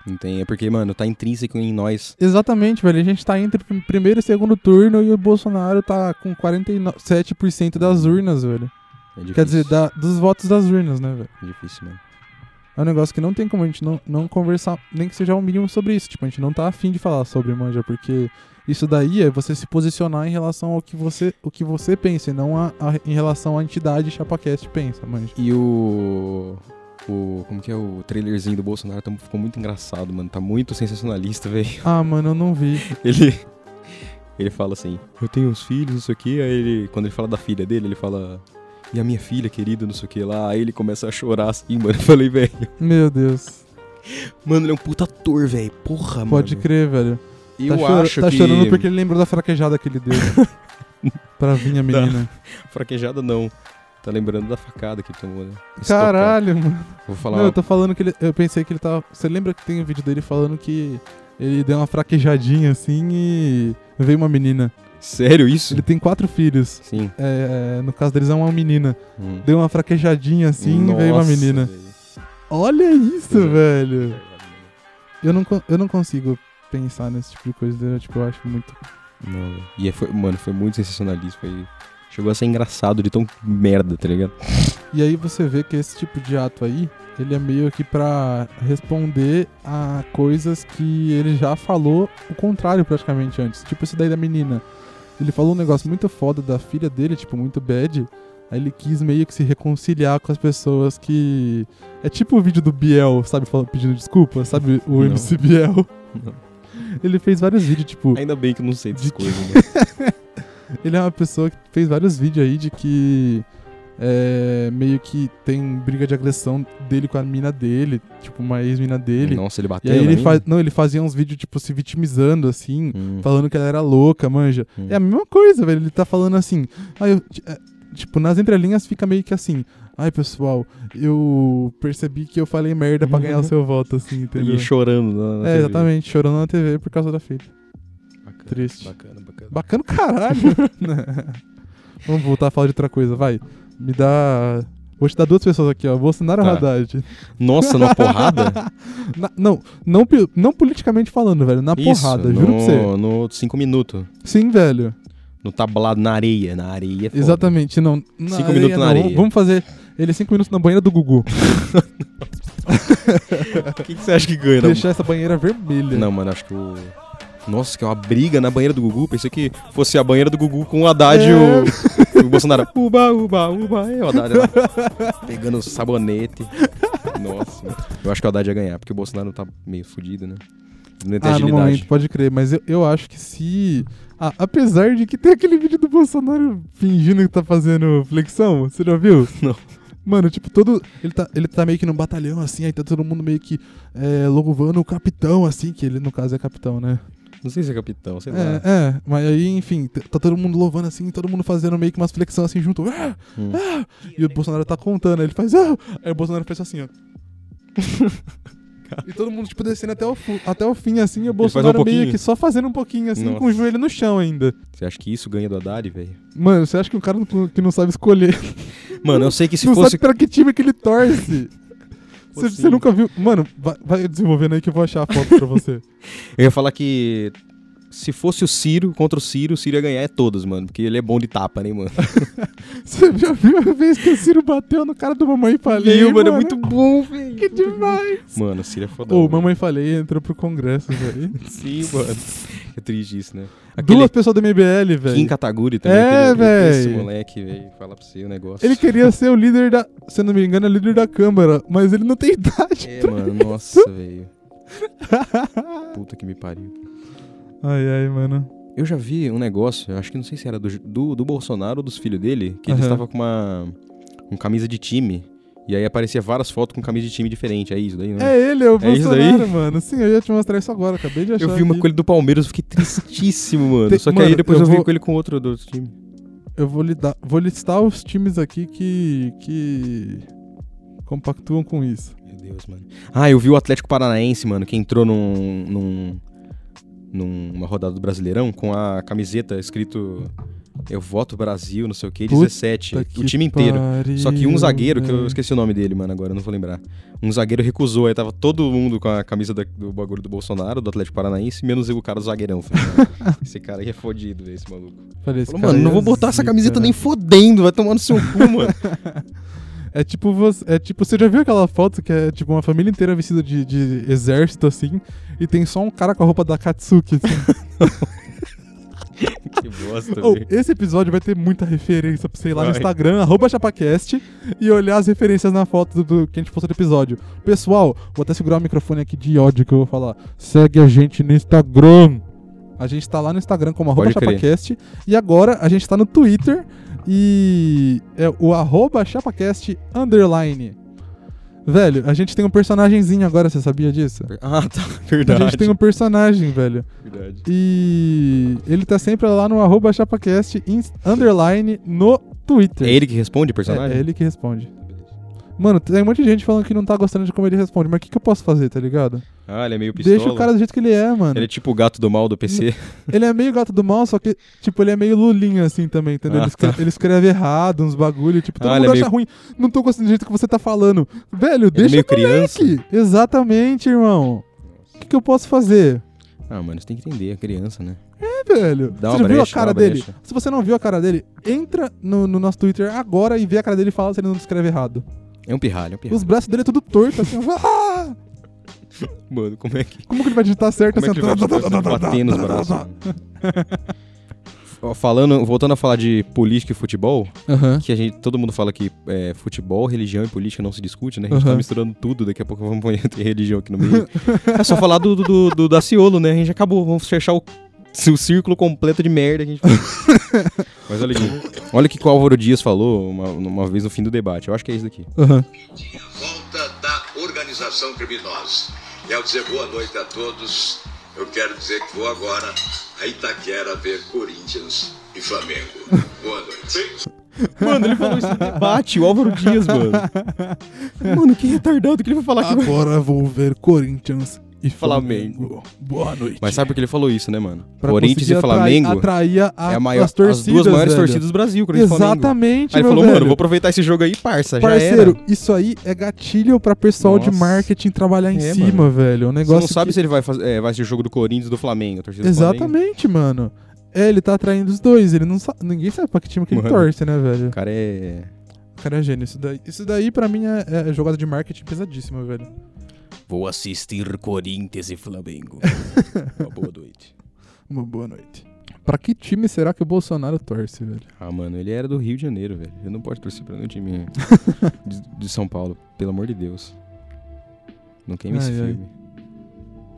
[SPEAKER 2] Não tem, é porque, mano, tá intrínseco em nós.
[SPEAKER 1] Exatamente, velho. A gente tá entre o primeiro e segundo turno e o Bolsonaro tá com 47% das urnas, velho.
[SPEAKER 2] É difícil.
[SPEAKER 1] Quer dizer, da- dos votos das urnas, né, velho?
[SPEAKER 2] É difícil, mano.
[SPEAKER 1] É um negócio que não tem como a gente não, não conversar, nem que seja o mínimo sobre isso. Tipo, a gente não tá afim de falar sobre manja, porque isso daí é você se posicionar em relação ao que você, o que você pensa, e não a, a- em relação à entidade Chapacast pensa, manja.
[SPEAKER 2] E o. O. Como que é o trailerzinho do Bolsonaro? tá- ficou muito engraçado, mano. Tá muito sensacionalista, velho.
[SPEAKER 1] Ah, mano, eu não vi.
[SPEAKER 2] Ele. Ele fala assim: Eu tenho uns filhos, não sei o que. Aí ele. Quando ele fala da filha dele, ele fala. E a minha filha, querida, não sei o que lá. Aí ele começa a chorar assim, mano. Eu falei, velho.
[SPEAKER 1] Meu Deus.
[SPEAKER 2] Mano, ele é um puta ator, velho. Porra, mano.
[SPEAKER 1] Pode crer, velho.
[SPEAKER 2] Eu
[SPEAKER 1] tá chora-
[SPEAKER 2] acho
[SPEAKER 1] tá
[SPEAKER 2] que.
[SPEAKER 1] chorando porque ele lembrou da fraquejada que ele deu. pra vir a menina.
[SPEAKER 2] Fraquejada não. Tá lembrando da facada que ele tomou, né? Estocada.
[SPEAKER 1] Caralho, mano.
[SPEAKER 2] Vou falar.
[SPEAKER 1] Não,
[SPEAKER 2] uma-
[SPEAKER 1] eu tô falando que ele. Eu pensei que ele tava. Você lembra que tem um vídeo dele falando que ele deu uma fraquejadinha assim e veio uma menina.
[SPEAKER 2] Sério isso?
[SPEAKER 1] Ele tem quatro filhos.
[SPEAKER 2] Sim.
[SPEAKER 1] É, é, no caso deles é uma menina.
[SPEAKER 2] Hum.
[SPEAKER 1] Deu uma fraquejadinha assim e veio uma
[SPEAKER 2] Nossa,
[SPEAKER 1] menina.
[SPEAKER 2] velho.
[SPEAKER 1] Olha isso,
[SPEAKER 2] Pois é.
[SPEAKER 1] velho. Eu não, con- eu não consigo pensar nesse tipo de coisa. Eu, tipo, eu acho muito.
[SPEAKER 2] Não, velho. e é, foi, mano, foi muito sensacionalista. Foi, chegou a ser engraçado de tão merda, tá ligado?
[SPEAKER 1] E aí você vê que esse tipo de ato aí, ele é meio que pra responder a coisas que ele já falou o contrário praticamente antes. Tipo isso daí da menina. Ele falou um negócio muito foda da filha dele, tipo, muito bad. Aí ele quis meio que se reconciliar com as pessoas que. É tipo o vídeo do Biel, sabe? fal- Pedindo desculpa, sabe? O
[SPEAKER 2] Não.
[SPEAKER 1] MC Biel.
[SPEAKER 2] Não.
[SPEAKER 1] Ele fez vários vídeos, tipo.
[SPEAKER 2] Ainda bem que eu não sei dessas
[SPEAKER 1] De-
[SPEAKER 2] coisas, né? mano.
[SPEAKER 1] Ele é uma pessoa que fez vários vídeos aí de que é, meio que tem briga de agressão dele com a mina dele, tipo, uma ex-mina dele.
[SPEAKER 2] Nossa, ele
[SPEAKER 1] e
[SPEAKER 2] bateu. né?
[SPEAKER 1] aí
[SPEAKER 2] na
[SPEAKER 1] ele
[SPEAKER 2] mina?
[SPEAKER 1] faz. Não, ele fazia uns vídeos, tipo, se vitimizando, assim,
[SPEAKER 2] Hum,
[SPEAKER 1] falando que ela era louca, manja.
[SPEAKER 2] hum.
[SPEAKER 1] É a mesma coisa, velho. Ele tá falando assim. Ah, eu, ti- é, tipo, nas entrelinhas fica meio que assim. Ai, pessoal, eu percebi que eu falei merda pra ganhar o seu voto, assim, entendeu?
[SPEAKER 2] E chorando. Na, na
[SPEAKER 1] É,
[SPEAKER 2] TV.
[SPEAKER 1] exatamente, chorando na TV por causa da filha.
[SPEAKER 2] Bacana,
[SPEAKER 1] Triste.
[SPEAKER 2] Bacana, bacana.
[SPEAKER 1] Bacana o caralho. Vamos voltar a falar de outra coisa, vai. Me dá. Vou te dar duas pessoas aqui, ó. Bolsonaro e
[SPEAKER 2] Tá.
[SPEAKER 1] Haddad.
[SPEAKER 2] Nossa, na porrada?
[SPEAKER 1] Na- não, não, pi- não politicamente falando, velho. Na
[SPEAKER 2] Isso,
[SPEAKER 1] porrada, juro
[SPEAKER 2] no,
[SPEAKER 1] pra você.
[SPEAKER 2] No 5 minutos.
[SPEAKER 1] Sim, velho.
[SPEAKER 2] No tablado, na areia. Na areia. é foda.
[SPEAKER 1] Exatamente. Não, na
[SPEAKER 2] Cinco minutos na
[SPEAKER 1] não.
[SPEAKER 2] areia.
[SPEAKER 1] Vamos fazer ele cinco minutos na banheira do Gugu.
[SPEAKER 2] O que, que você acha que ganha? na-
[SPEAKER 1] Deixar essa banheira vermelha.
[SPEAKER 2] Não, mano, acho que o. Nossa, que é uma briga na banheira do Gugu. Pensei que fosse a banheira do Gugu com o Haddad e
[SPEAKER 1] É.
[SPEAKER 2] o... e o Bolsonaro. Uba, uba, uba. E o Haddad lá, pegando o sabonete. Nossa, mano. eu acho que o Haddad ia ganhar, porque o Bolsonaro tá meio fudido, né? Ele Não tem
[SPEAKER 1] Ah, no momento,
[SPEAKER 2] agilidade.
[SPEAKER 1] pode crer, mas eu, eu acho que se. Ah, apesar de que tem aquele vídeo do Bolsonaro fingindo que tá fazendo flexão, você já viu?
[SPEAKER 2] Não.
[SPEAKER 1] Mano, tipo, todo. Ele tá, ele tá meio que num batalhão, assim, aí tá todo mundo meio que é, louvando o capitão, assim, que ele no caso é capitão, né?
[SPEAKER 2] Não sei se é capitão, sei lá.
[SPEAKER 1] É, é, mas aí, enfim, t- tá todo mundo louvando assim, todo mundo fazendo meio que umas flexão assim junto. Ah,
[SPEAKER 2] Hum.
[SPEAKER 1] ah, e o Bolsonaro tá contando, aí ele faz. Ah, aí o Bolsonaro faz assim, ó. e todo mundo, tipo, descendo até o, fu- até o fim, assim, e o
[SPEAKER 2] faz um
[SPEAKER 1] Bolsonaro meio
[SPEAKER 2] pouquinho.
[SPEAKER 1] que só fazendo um pouquinho, assim, com o
[SPEAKER 2] Nossa.
[SPEAKER 1] joelho no chão ainda.
[SPEAKER 2] Você acha que isso ganha do Haddad, velho?
[SPEAKER 1] Mano, você acha que um cara não- que não sabe escolher,
[SPEAKER 2] Mano, eu sei que se
[SPEAKER 1] não
[SPEAKER 2] fosse.
[SPEAKER 1] sabe pra que time que ele torce? Você
[SPEAKER 2] Fosse-
[SPEAKER 1] você nunca viu. Mano, vai, vai desenvolvendo aí que eu vou achar a foto pra você.
[SPEAKER 2] Eu ia falar que. Se fosse o Ciro contra o Ciro, o Ciro ia ganhar é todas, mano. Porque ele é bom de tapa, né, mano?
[SPEAKER 1] Você já viu a vez que o Ciro bateu no cara do Mamãe Falei?
[SPEAKER 2] Viu, mano? É muito bom, velho.
[SPEAKER 1] Que demais!
[SPEAKER 2] Mano, o Ciro é fodão.
[SPEAKER 1] Ô,
[SPEAKER 2] mano.
[SPEAKER 1] mamãe falei, entrou pro congresso, velho.
[SPEAKER 2] Sim, mano. É triste isso, né? Aquele
[SPEAKER 1] Duas pessoas do MBL,
[SPEAKER 2] Kim
[SPEAKER 1] velho.
[SPEAKER 2] Kataguri também.
[SPEAKER 1] É,
[SPEAKER 2] aquele- aquele- Esse
[SPEAKER 1] véi.
[SPEAKER 2] moleque, velho. Fala pra você o negócio.
[SPEAKER 1] Ele queria ser o líder da. Se eu não me engano, é o líder da Câmara, mas ele não tem idade.
[SPEAKER 2] É, mano. Nossa, velho. Puta que me pariu.
[SPEAKER 1] Ai, ai, mano.
[SPEAKER 2] Eu já vi um negócio, eu acho que não sei se era do, do, do Bolsonaro ou dos filhos dele, que ele
[SPEAKER 1] Aham.
[SPEAKER 2] estava com uma, uma camisa de time. E aí aparecia várias fotos com camisa de time diferente. É isso daí, né?
[SPEAKER 1] É ele, é o
[SPEAKER 2] É isso
[SPEAKER 1] Bolsonaro,
[SPEAKER 2] daí?
[SPEAKER 1] mano. Sim, eu ia te mostrar isso agora, acabei de achar.
[SPEAKER 2] Eu vi uma
[SPEAKER 1] aqui.
[SPEAKER 2] com ele do Palmeiras, eu fiquei tristíssimo, mano.
[SPEAKER 1] Tem-
[SPEAKER 2] Só que
[SPEAKER 1] mano,
[SPEAKER 2] aí depois
[SPEAKER 1] eu
[SPEAKER 2] eu, vi
[SPEAKER 1] vou-
[SPEAKER 2] com ele com outro do outro time.
[SPEAKER 1] Eu vou, lhe dar- vou listar os times aqui que. que. compactuam com isso.
[SPEAKER 2] Meu Deus, mano. Ah, eu vi o Atlético Paranaense, mano, que entrou num. num numa rodada do Brasileirão com a camiseta escrito Eu voto Brasil, não sei o que,
[SPEAKER 1] Puta
[SPEAKER 2] 17.
[SPEAKER 1] Tá
[SPEAKER 2] O
[SPEAKER 1] que
[SPEAKER 2] time inteiro.
[SPEAKER 1] pariu,
[SPEAKER 2] Só que um zagueiro, que eu
[SPEAKER 1] velho.
[SPEAKER 2] esqueci o nome dele, mano, agora eu não vou lembrar. Um zagueiro recusou, aí tava todo mundo com a camisa da- do bagulho do Bolsonaro, do Atlético Paranaense, menos o cara do zagueirão. Falei, "Mano, esse cara aí é fodido, velho, esse maluco.
[SPEAKER 1] Falei, esse
[SPEAKER 2] Falou,
[SPEAKER 1] cara
[SPEAKER 2] mano, não
[SPEAKER 1] é
[SPEAKER 2] vou botar essa
[SPEAKER 1] zica,
[SPEAKER 2] camiseta
[SPEAKER 1] né?
[SPEAKER 2] nem fodendo, vai tomar no seu cu, mano.
[SPEAKER 1] É tipo, você, é tipo, você já viu aquela foto que é tipo uma família inteira vestida de, de exército assim, e tem só um cara com a roupa da Katsuki. assim.
[SPEAKER 2] que bosta,
[SPEAKER 1] Ou,
[SPEAKER 2] velho.
[SPEAKER 1] esse episódio vai ter muita referência pra você ir lá no
[SPEAKER 2] Vai.
[SPEAKER 1] Instagram, arroba chapacast, e olhar as referências na foto do, do que a gente postou do episódio. Pessoal, vou até segurar o microfone aqui de ódio que eu vou falar. Segue a gente no Instagram. A gente tá lá no Instagram como arroba
[SPEAKER 2] Pode crer.
[SPEAKER 1] chapacast, e agora a gente tá no Twitter, e é o arroba chapacast underline. Velho, a gente tem um personagemzinho agora, você sabia disso?
[SPEAKER 2] Ah, tá,
[SPEAKER 1] A
[SPEAKER 2] verdade.
[SPEAKER 1] gente tem um personagem, velho.
[SPEAKER 2] Verdade.
[SPEAKER 1] E ele tá sempre lá no arroba chapacast ins- underline no Twitter.
[SPEAKER 2] É ele que responde
[SPEAKER 1] é,
[SPEAKER 2] o personagem?
[SPEAKER 1] é ele que responde. Mano, tem um monte de gente falando que não tá gostando de como ele responde, mas o que, que eu posso fazer, tá ligado?
[SPEAKER 2] Ah, ele é meio pistola.
[SPEAKER 1] Deixa o cara do jeito que ele é, mano.
[SPEAKER 2] Ele é
[SPEAKER 1] Ele...
[SPEAKER 2] tipo o gato do mal do PC.
[SPEAKER 1] é meio gato do mal, só que, tipo, ele é meio lulinho assim também, entendeu?
[SPEAKER 2] Ah,
[SPEAKER 1] ele, escreve, ele escreve errado, uns bagulho, tipo, todo
[SPEAKER 2] Ah, ele
[SPEAKER 1] mundo
[SPEAKER 2] é
[SPEAKER 1] acha
[SPEAKER 2] meio-
[SPEAKER 1] ruim. Não tô gostando do jeito que você tá falando. Velho,
[SPEAKER 2] ele é
[SPEAKER 1] deixa
[SPEAKER 2] meio
[SPEAKER 1] o
[SPEAKER 2] criança.
[SPEAKER 1] moleque. Exatamente, irmão. O que, que eu posso fazer?
[SPEAKER 2] Ah, mano, você tem que entender, é criança, né?
[SPEAKER 1] velho.
[SPEAKER 2] Dá
[SPEAKER 1] você já
[SPEAKER 2] uma
[SPEAKER 1] viu a
[SPEAKER 2] brecha, dá
[SPEAKER 1] cara
[SPEAKER 2] uma
[SPEAKER 1] dele?
[SPEAKER 2] brecha.
[SPEAKER 1] Se você não viu a cara dele, entra no, no nosso Twitter agora e vê a cara dele e fala se ele não escreve errado.
[SPEAKER 2] É um pirralho, é um pirralho.
[SPEAKER 1] Os braços dele é tudo torto, assim. ah!
[SPEAKER 2] Mano, como é que.
[SPEAKER 1] Como que ele vai digitar certo
[SPEAKER 2] Como é
[SPEAKER 1] assim?
[SPEAKER 2] que ele vai bater
[SPEAKER 1] tá,
[SPEAKER 2] nos braços? mano? Ó, Falando, voltando a falar de política e futebol,
[SPEAKER 1] Aham.
[SPEAKER 2] que a gente, todo mundo fala que é, futebol, religião e política não se discute, né? A gente
[SPEAKER 1] Aham.
[SPEAKER 2] tá misturando tudo, daqui a pouco vamos pôr ter religião aqui no meio. é só falar do, do, do, do Daciolo, né? A gente acabou, vamos fechar o, o círculo completo de merda que a gente fez. Mas olha aqui, olha o que o Álvaro Dias falou uma, uma vez no fim do debate, eu acho que é isso daqui.
[SPEAKER 1] Aham.
[SPEAKER 4] volta da organização criminosa. E ao dizer boa noite a todos, eu quero dizer que vou agora a Itaquera ver Corinthians e Flamengo. Boa noite.
[SPEAKER 2] Mano, ele falou isso no debate, o Álvaro Dias, mano. Mano, que retardado que ele vai falar que
[SPEAKER 1] Agora vou ver Corinthians e
[SPEAKER 2] Flamengo.
[SPEAKER 1] Flamengo. Boa noite.
[SPEAKER 2] Mas sabe por que ele falou isso, né, mano?
[SPEAKER 1] Pra
[SPEAKER 2] Corinthians e
[SPEAKER 1] conseguir
[SPEAKER 2] Flamengo
[SPEAKER 1] atrair, atrair a-
[SPEAKER 2] é a maior,
[SPEAKER 1] as torcidas,
[SPEAKER 2] as duas maiores
[SPEAKER 1] velho.
[SPEAKER 2] torcidas do Brasil, Corinthians e Flamengo.
[SPEAKER 1] Exatamente,
[SPEAKER 2] Aí ele
[SPEAKER 1] meu
[SPEAKER 2] falou,
[SPEAKER 1] velho.
[SPEAKER 2] mano, vou aproveitar esse jogo aí, parça, já
[SPEAKER 1] Parceiro,
[SPEAKER 2] era.
[SPEAKER 1] isso aí é gatilho pra pessoal de
[SPEAKER 2] Nossa.
[SPEAKER 1] marketing trabalhar em
[SPEAKER 2] É,
[SPEAKER 1] cima, velho. É Um
[SPEAKER 2] Você
[SPEAKER 1] negócio
[SPEAKER 2] não sabe
[SPEAKER 1] que-
[SPEAKER 2] se ele vai, fazer, é, vai ser o jogo do Corinthians e do Flamengo, a torcida do Flamengo.
[SPEAKER 1] Exatamente, mano. É, ele tá atraindo os dois, ele não sa- ninguém sabe pra que time que ele
[SPEAKER 2] Mano.
[SPEAKER 1] torce, né, velho?
[SPEAKER 2] O cara é...
[SPEAKER 1] O cara é gênio. Isso daí, isso daí pra mim, é, é jogada de marketing pesadíssima, velho.
[SPEAKER 2] Vou assistir Corinthians e Flamengo. Uma boa noite.
[SPEAKER 1] Uma boa noite. Pra que time será que o Bolsonaro torce, velho?
[SPEAKER 2] Ah, mano, ele era do Rio de Janeiro, velho. Eu não posso torcer pra nenhum time de, de São Paulo, pelo amor de Deus. Não queime esse
[SPEAKER 1] Ai, ai.
[SPEAKER 2] filme.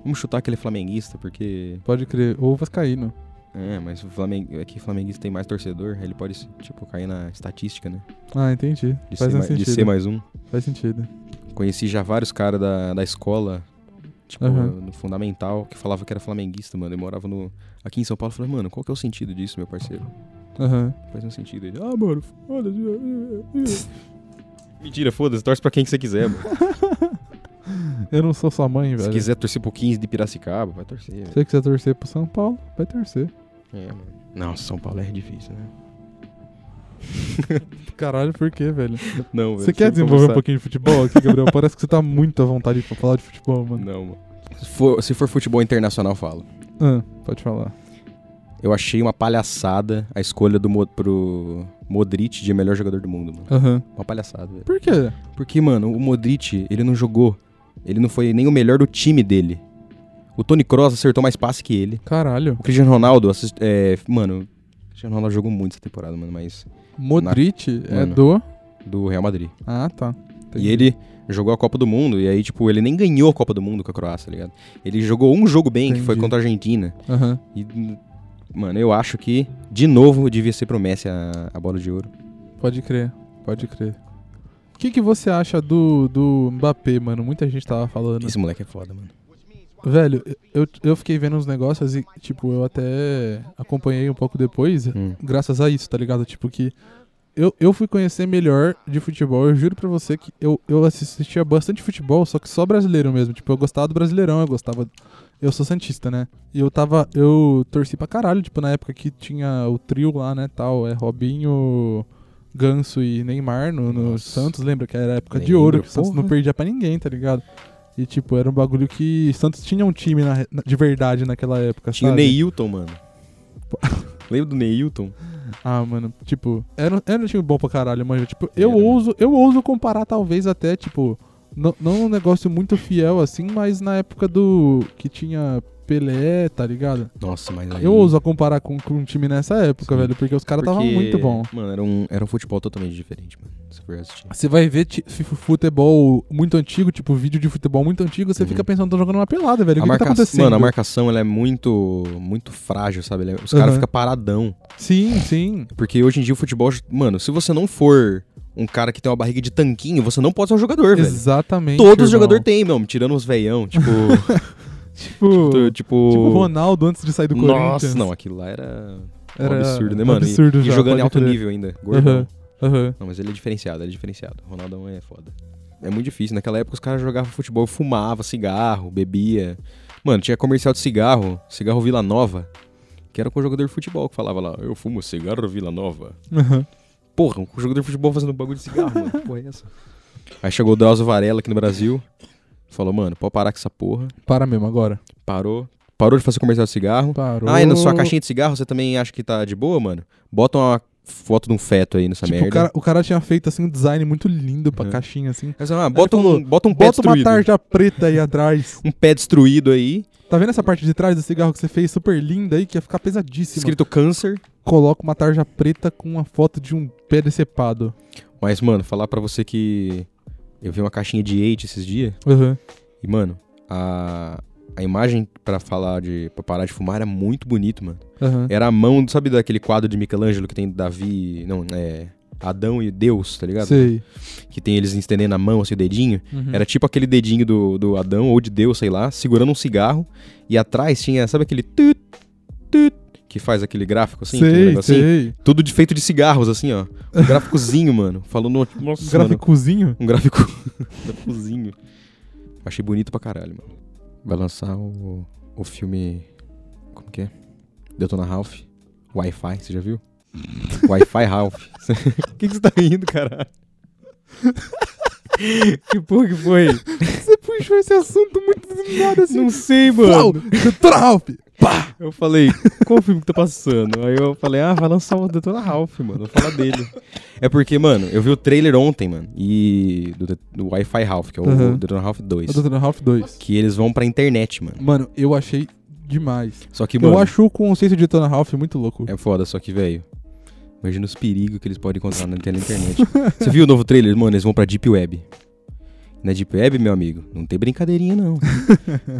[SPEAKER 2] Vamos chutar que ele é flamenguista, porque...
[SPEAKER 1] Pode crer. Ou o Vascaíno.
[SPEAKER 2] É, mas o Flamengo... é que flamenguista tem mais torcedor, aí ele pode, tipo, cair na estatística, né?
[SPEAKER 1] Ah, entendi.
[SPEAKER 2] De,
[SPEAKER 1] Faz
[SPEAKER 2] ser,
[SPEAKER 1] um
[SPEAKER 2] mais, de
[SPEAKER 1] sentido.
[SPEAKER 2] ser mais um.
[SPEAKER 1] Faz sentido.
[SPEAKER 2] Conheci já vários caras da, da escola, tipo,
[SPEAKER 1] Aham.
[SPEAKER 2] no fundamental, que falava que era flamenguista, mano. Eu morava no, aqui em São Paulo. eu Falei, mano, qual que é o sentido disso, meu parceiro?
[SPEAKER 1] Aham.
[SPEAKER 2] Não Faz um sentido. Ele, ah, mano, foda-se. Mentira, foda-se, torce pra quem que você quiser, mano.
[SPEAKER 1] Eu não sou sua mãe,
[SPEAKER 2] Se
[SPEAKER 1] velho.
[SPEAKER 2] quiser torcer pro 15 de Piracicaba, vai torcer.
[SPEAKER 1] Se você quiser torcer pro São Paulo, vai torcer.
[SPEAKER 2] velho. É, mano. Nossa, São Paulo é difícil, né?
[SPEAKER 1] Caralho, por quê, velho?
[SPEAKER 2] Não, velho.
[SPEAKER 1] Você quer
[SPEAKER 2] sem
[SPEAKER 1] desenvolver um
[SPEAKER 2] conversar.
[SPEAKER 1] pouquinho de futebol aqui, Gabriel? Parece que você tá muito à vontade pra falar de futebol, mano.
[SPEAKER 2] Não, mano. Se for, se for futebol internacional, eu falo.
[SPEAKER 1] Ah, pode falar.
[SPEAKER 2] Eu achei uma palhaçada a escolha do Mo- pro Modric de melhor jogador do mundo, mano.
[SPEAKER 1] Aham.
[SPEAKER 2] Uma palhaçada, velho.
[SPEAKER 1] Por quê?
[SPEAKER 2] Porque, mano, o Modric, ele não jogou. Ele não foi nem o melhor do time dele. O Tony Kroos acertou mais passe que ele.
[SPEAKER 1] Caralho.
[SPEAKER 2] O Cristiano Ronaldo, assist- é, mano, o Cristiano Ronaldo jogou muito essa temporada, mano, mas
[SPEAKER 1] Modric é
[SPEAKER 2] Mano.
[SPEAKER 1] do.
[SPEAKER 2] do Real Madrid.
[SPEAKER 1] Ah, tá. Entendi.
[SPEAKER 2] E ele jogou a Copa do Mundo, e aí, tipo, ele nem ganhou a Copa do Mundo com a Croácia, tá ligado? Ele jogou um jogo bem, que foi
[SPEAKER 1] Entendi.
[SPEAKER 2] contra a Argentina.
[SPEAKER 1] Aham.
[SPEAKER 2] E, mano, eu acho que, de novo, devia ser pro Messi a, a bola de ouro.
[SPEAKER 1] Pode crer. Pode crer. que, que você acha do, do Mbappé, mano? Muita gente tava falando.
[SPEAKER 2] Esse moleque é foda, mano.
[SPEAKER 1] Velho, eu, eu fiquei vendo uns negócios e, tipo, eu até acompanhei um pouco depois,
[SPEAKER 2] Hum.
[SPEAKER 1] graças a isso, tá ligado? Tipo, que eu, eu fui conhecer melhor de futebol. Eu juro pra você que eu, eu assistia bastante futebol, só que só brasileiro mesmo. Tipo, eu gostava do brasileirão, eu gostava. Eu sou Santista, né? E eu tava. Eu torci pra caralho, tipo, na época que tinha o trio lá, né? Tal, é Robinho. Ganso e Neymar no, no
[SPEAKER 2] Nossa.
[SPEAKER 1] Santos, lembra? Que era a época de
[SPEAKER 2] Lembro,
[SPEAKER 1] ouro, que o Santos não
[SPEAKER 2] porra.
[SPEAKER 1] perdia pra ninguém, tá ligado? E, tipo, era um bagulho que Santos tinha um time na- na- de verdade naquela época,
[SPEAKER 2] Tinha o
[SPEAKER 1] sabe?
[SPEAKER 2] Neilton, mano.
[SPEAKER 1] Pô.
[SPEAKER 2] Lembra do Neilton?
[SPEAKER 1] Ah, mano, tipo, era, um- era um time bom pra caralho, mas, tipo, eu
[SPEAKER 2] Era, né? mano.
[SPEAKER 1] ouso, eu ouso comparar talvez até, tipo, n- não um negócio muito fiel assim, mas na época do que tinha Pelé, tá ligado?
[SPEAKER 2] Nossa, mas aí...
[SPEAKER 1] Eu ouso a comparar com, com um time nessa época, velho, porque os caras estavam
[SPEAKER 2] Porque,
[SPEAKER 1] muito bom.
[SPEAKER 2] Mano, era um, era um futebol totalmente diferente, mano. Se for assistir.
[SPEAKER 1] Você vai ver ti- fu- futebol muito antigo, tipo, vídeo de futebol muito antigo, você
[SPEAKER 2] Uhum.
[SPEAKER 1] fica pensando, tô jogando uma pelada, velho, o
[SPEAKER 2] A
[SPEAKER 1] que, que tá
[SPEAKER 2] marca...
[SPEAKER 1] acontecendo?
[SPEAKER 2] Mano, a marcação ela é muito, muito frágil, sabe? Ele é- Os
[SPEAKER 1] Aham.
[SPEAKER 2] caras ficam paradão.
[SPEAKER 1] Sim, sim.
[SPEAKER 2] Porque hoje em dia o futebol, mano, se você não for um cara que tem uma barriga de tanquinho, você não pode ser um jogador, velho.
[SPEAKER 1] Exatamente.
[SPEAKER 2] Todos os
[SPEAKER 1] irmão.
[SPEAKER 2] jogadores têm, meu, tirando os veião, tipo,
[SPEAKER 1] Tipo,
[SPEAKER 2] tu-
[SPEAKER 1] tipo, o
[SPEAKER 2] tipo,
[SPEAKER 1] Ronaldo antes de sair do
[SPEAKER 2] nossa,
[SPEAKER 1] Corinthians.
[SPEAKER 2] não, aquilo lá era,
[SPEAKER 1] Era
[SPEAKER 2] um absurdo, né, mano? E-
[SPEAKER 1] absurdo
[SPEAKER 2] e,
[SPEAKER 1] já,
[SPEAKER 2] jogando
[SPEAKER 1] pode
[SPEAKER 2] em alto
[SPEAKER 1] crer.
[SPEAKER 2] nível ainda, gordão.
[SPEAKER 1] Aham, aham.
[SPEAKER 2] Não, mas ele é diferenciado, ele é diferenciado. O Ronaldão é foda. É muito difícil. Naquela época os caras jogavam futebol, fumava cigarro, bebia. Mano, tinha comercial de cigarro, cigarro Vila Nova, que era com o jogador de futebol que falava lá, eu fumo cigarro Vila Nova.
[SPEAKER 1] aham.
[SPEAKER 2] Porra, um jogador de futebol fazendo bagulho de cigarro, mano. Que porra é essa? Aí chegou o Drauzio Varela aqui no Brasil, falou, mano, pode parar com essa porra.
[SPEAKER 1] Para mesmo agora.
[SPEAKER 2] Parou. Parou de fazer comercial de cigarro.
[SPEAKER 1] Parou.
[SPEAKER 2] Ah, e na sua caixinha de cigarro você também acha que tá de boa, mano? Bota uma foto de um feto aí nessa
[SPEAKER 1] Tipo,
[SPEAKER 2] merda.
[SPEAKER 1] o cara, o cara tinha feito assim um design muito lindo pra
[SPEAKER 2] Uhum.
[SPEAKER 1] caixinha, assim.
[SPEAKER 2] Aí você fala, ah, bota,
[SPEAKER 1] Ele falou,
[SPEAKER 2] um, bota um pé
[SPEAKER 1] Bota uma
[SPEAKER 2] destruído.
[SPEAKER 1] tarja preta aí atrás.
[SPEAKER 2] Um pé destruído aí,
[SPEAKER 1] Tá vendo essa parte de trás do cigarro que você fez super linda aí, que ia ficar pesadíssima?
[SPEAKER 2] escrito câncer.
[SPEAKER 1] Coloca uma tarja preta com uma foto de um pé decepado.
[SPEAKER 2] Mas, mano, falar pra você que eu vi uma caixinha de 8 esses dias.
[SPEAKER 1] Aham.
[SPEAKER 2] E, mano, a, a imagem pra falar de. pra parar de fumar era muito bonito, mano.
[SPEAKER 1] Aham.
[SPEAKER 2] Era a mão, sabe daquele quadro de Michelangelo que tem Davi. Não, é. Adão e Deus, tá ligado?
[SPEAKER 1] Sei.
[SPEAKER 2] Que tem eles estendendo a mão, assim, o dedinho.
[SPEAKER 1] Uhum.
[SPEAKER 2] Era tipo aquele dedinho do, do Adão ou de Deus, sei lá, segurando um cigarro. E atrás tinha, sabe aquele tut, tut, que faz aquele gráfico assim? aquele
[SPEAKER 1] sei,
[SPEAKER 2] negocinho?
[SPEAKER 1] sei.
[SPEAKER 2] Tudo de feito de cigarros, assim, ó. Um gráficozinho, mano. Falando. Nossa, mano,
[SPEAKER 1] Graficozinho?
[SPEAKER 2] um gráfico. um gráficozinho. Achei bonito pra caralho, mano. Vai lançar o, o filme. Como que é? Detona Ralph. Wi-Fi, você já viu? Wi-Fi Ralph. O que, que você tá rindo, caralho? que porra que foi?
[SPEAKER 1] Você puxou esse assunto muito do nada assim.
[SPEAKER 2] Não sei,
[SPEAKER 1] Uau!
[SPEAKER 2] mano.
[SPEAKER 1] Doutora Ralph! Pá!
[SPEAKER 2] Eu falei, qual o filme que tá passando? Aí eu falei, ah, vai lançar o Detona Ralph, mano. Vou falar dele. É porque, mano, eu vi o trailer ontem, mano. E. Do, do Wi-Fi Ralph, que é o
[SPEAKER 1] Uhum.
[SPEAKER 2] Detona Ralph 2.
[SPEAKER 1] A Doutora Ralph 2.
[SPEAKER 2] Que eles vão pra internet, mano.
[SPEAKER 1] Mano, eu achei demais.
[SPEAKER 2] Só que,
[SPEAKER 1] eu
[SPEAKER 2] mano,
[SPEAKER 1] acho o conceito de Tona Ralph muito louco.
[SPEAKER 2] é foda, só que, velho. Imagina os perigos que eles podem encontrar naquela internet. Você viu o novo trailer? Mano, eles vão pra Deep Web. Na Deep Web, meu amigo, não tem brincadeirinha, não.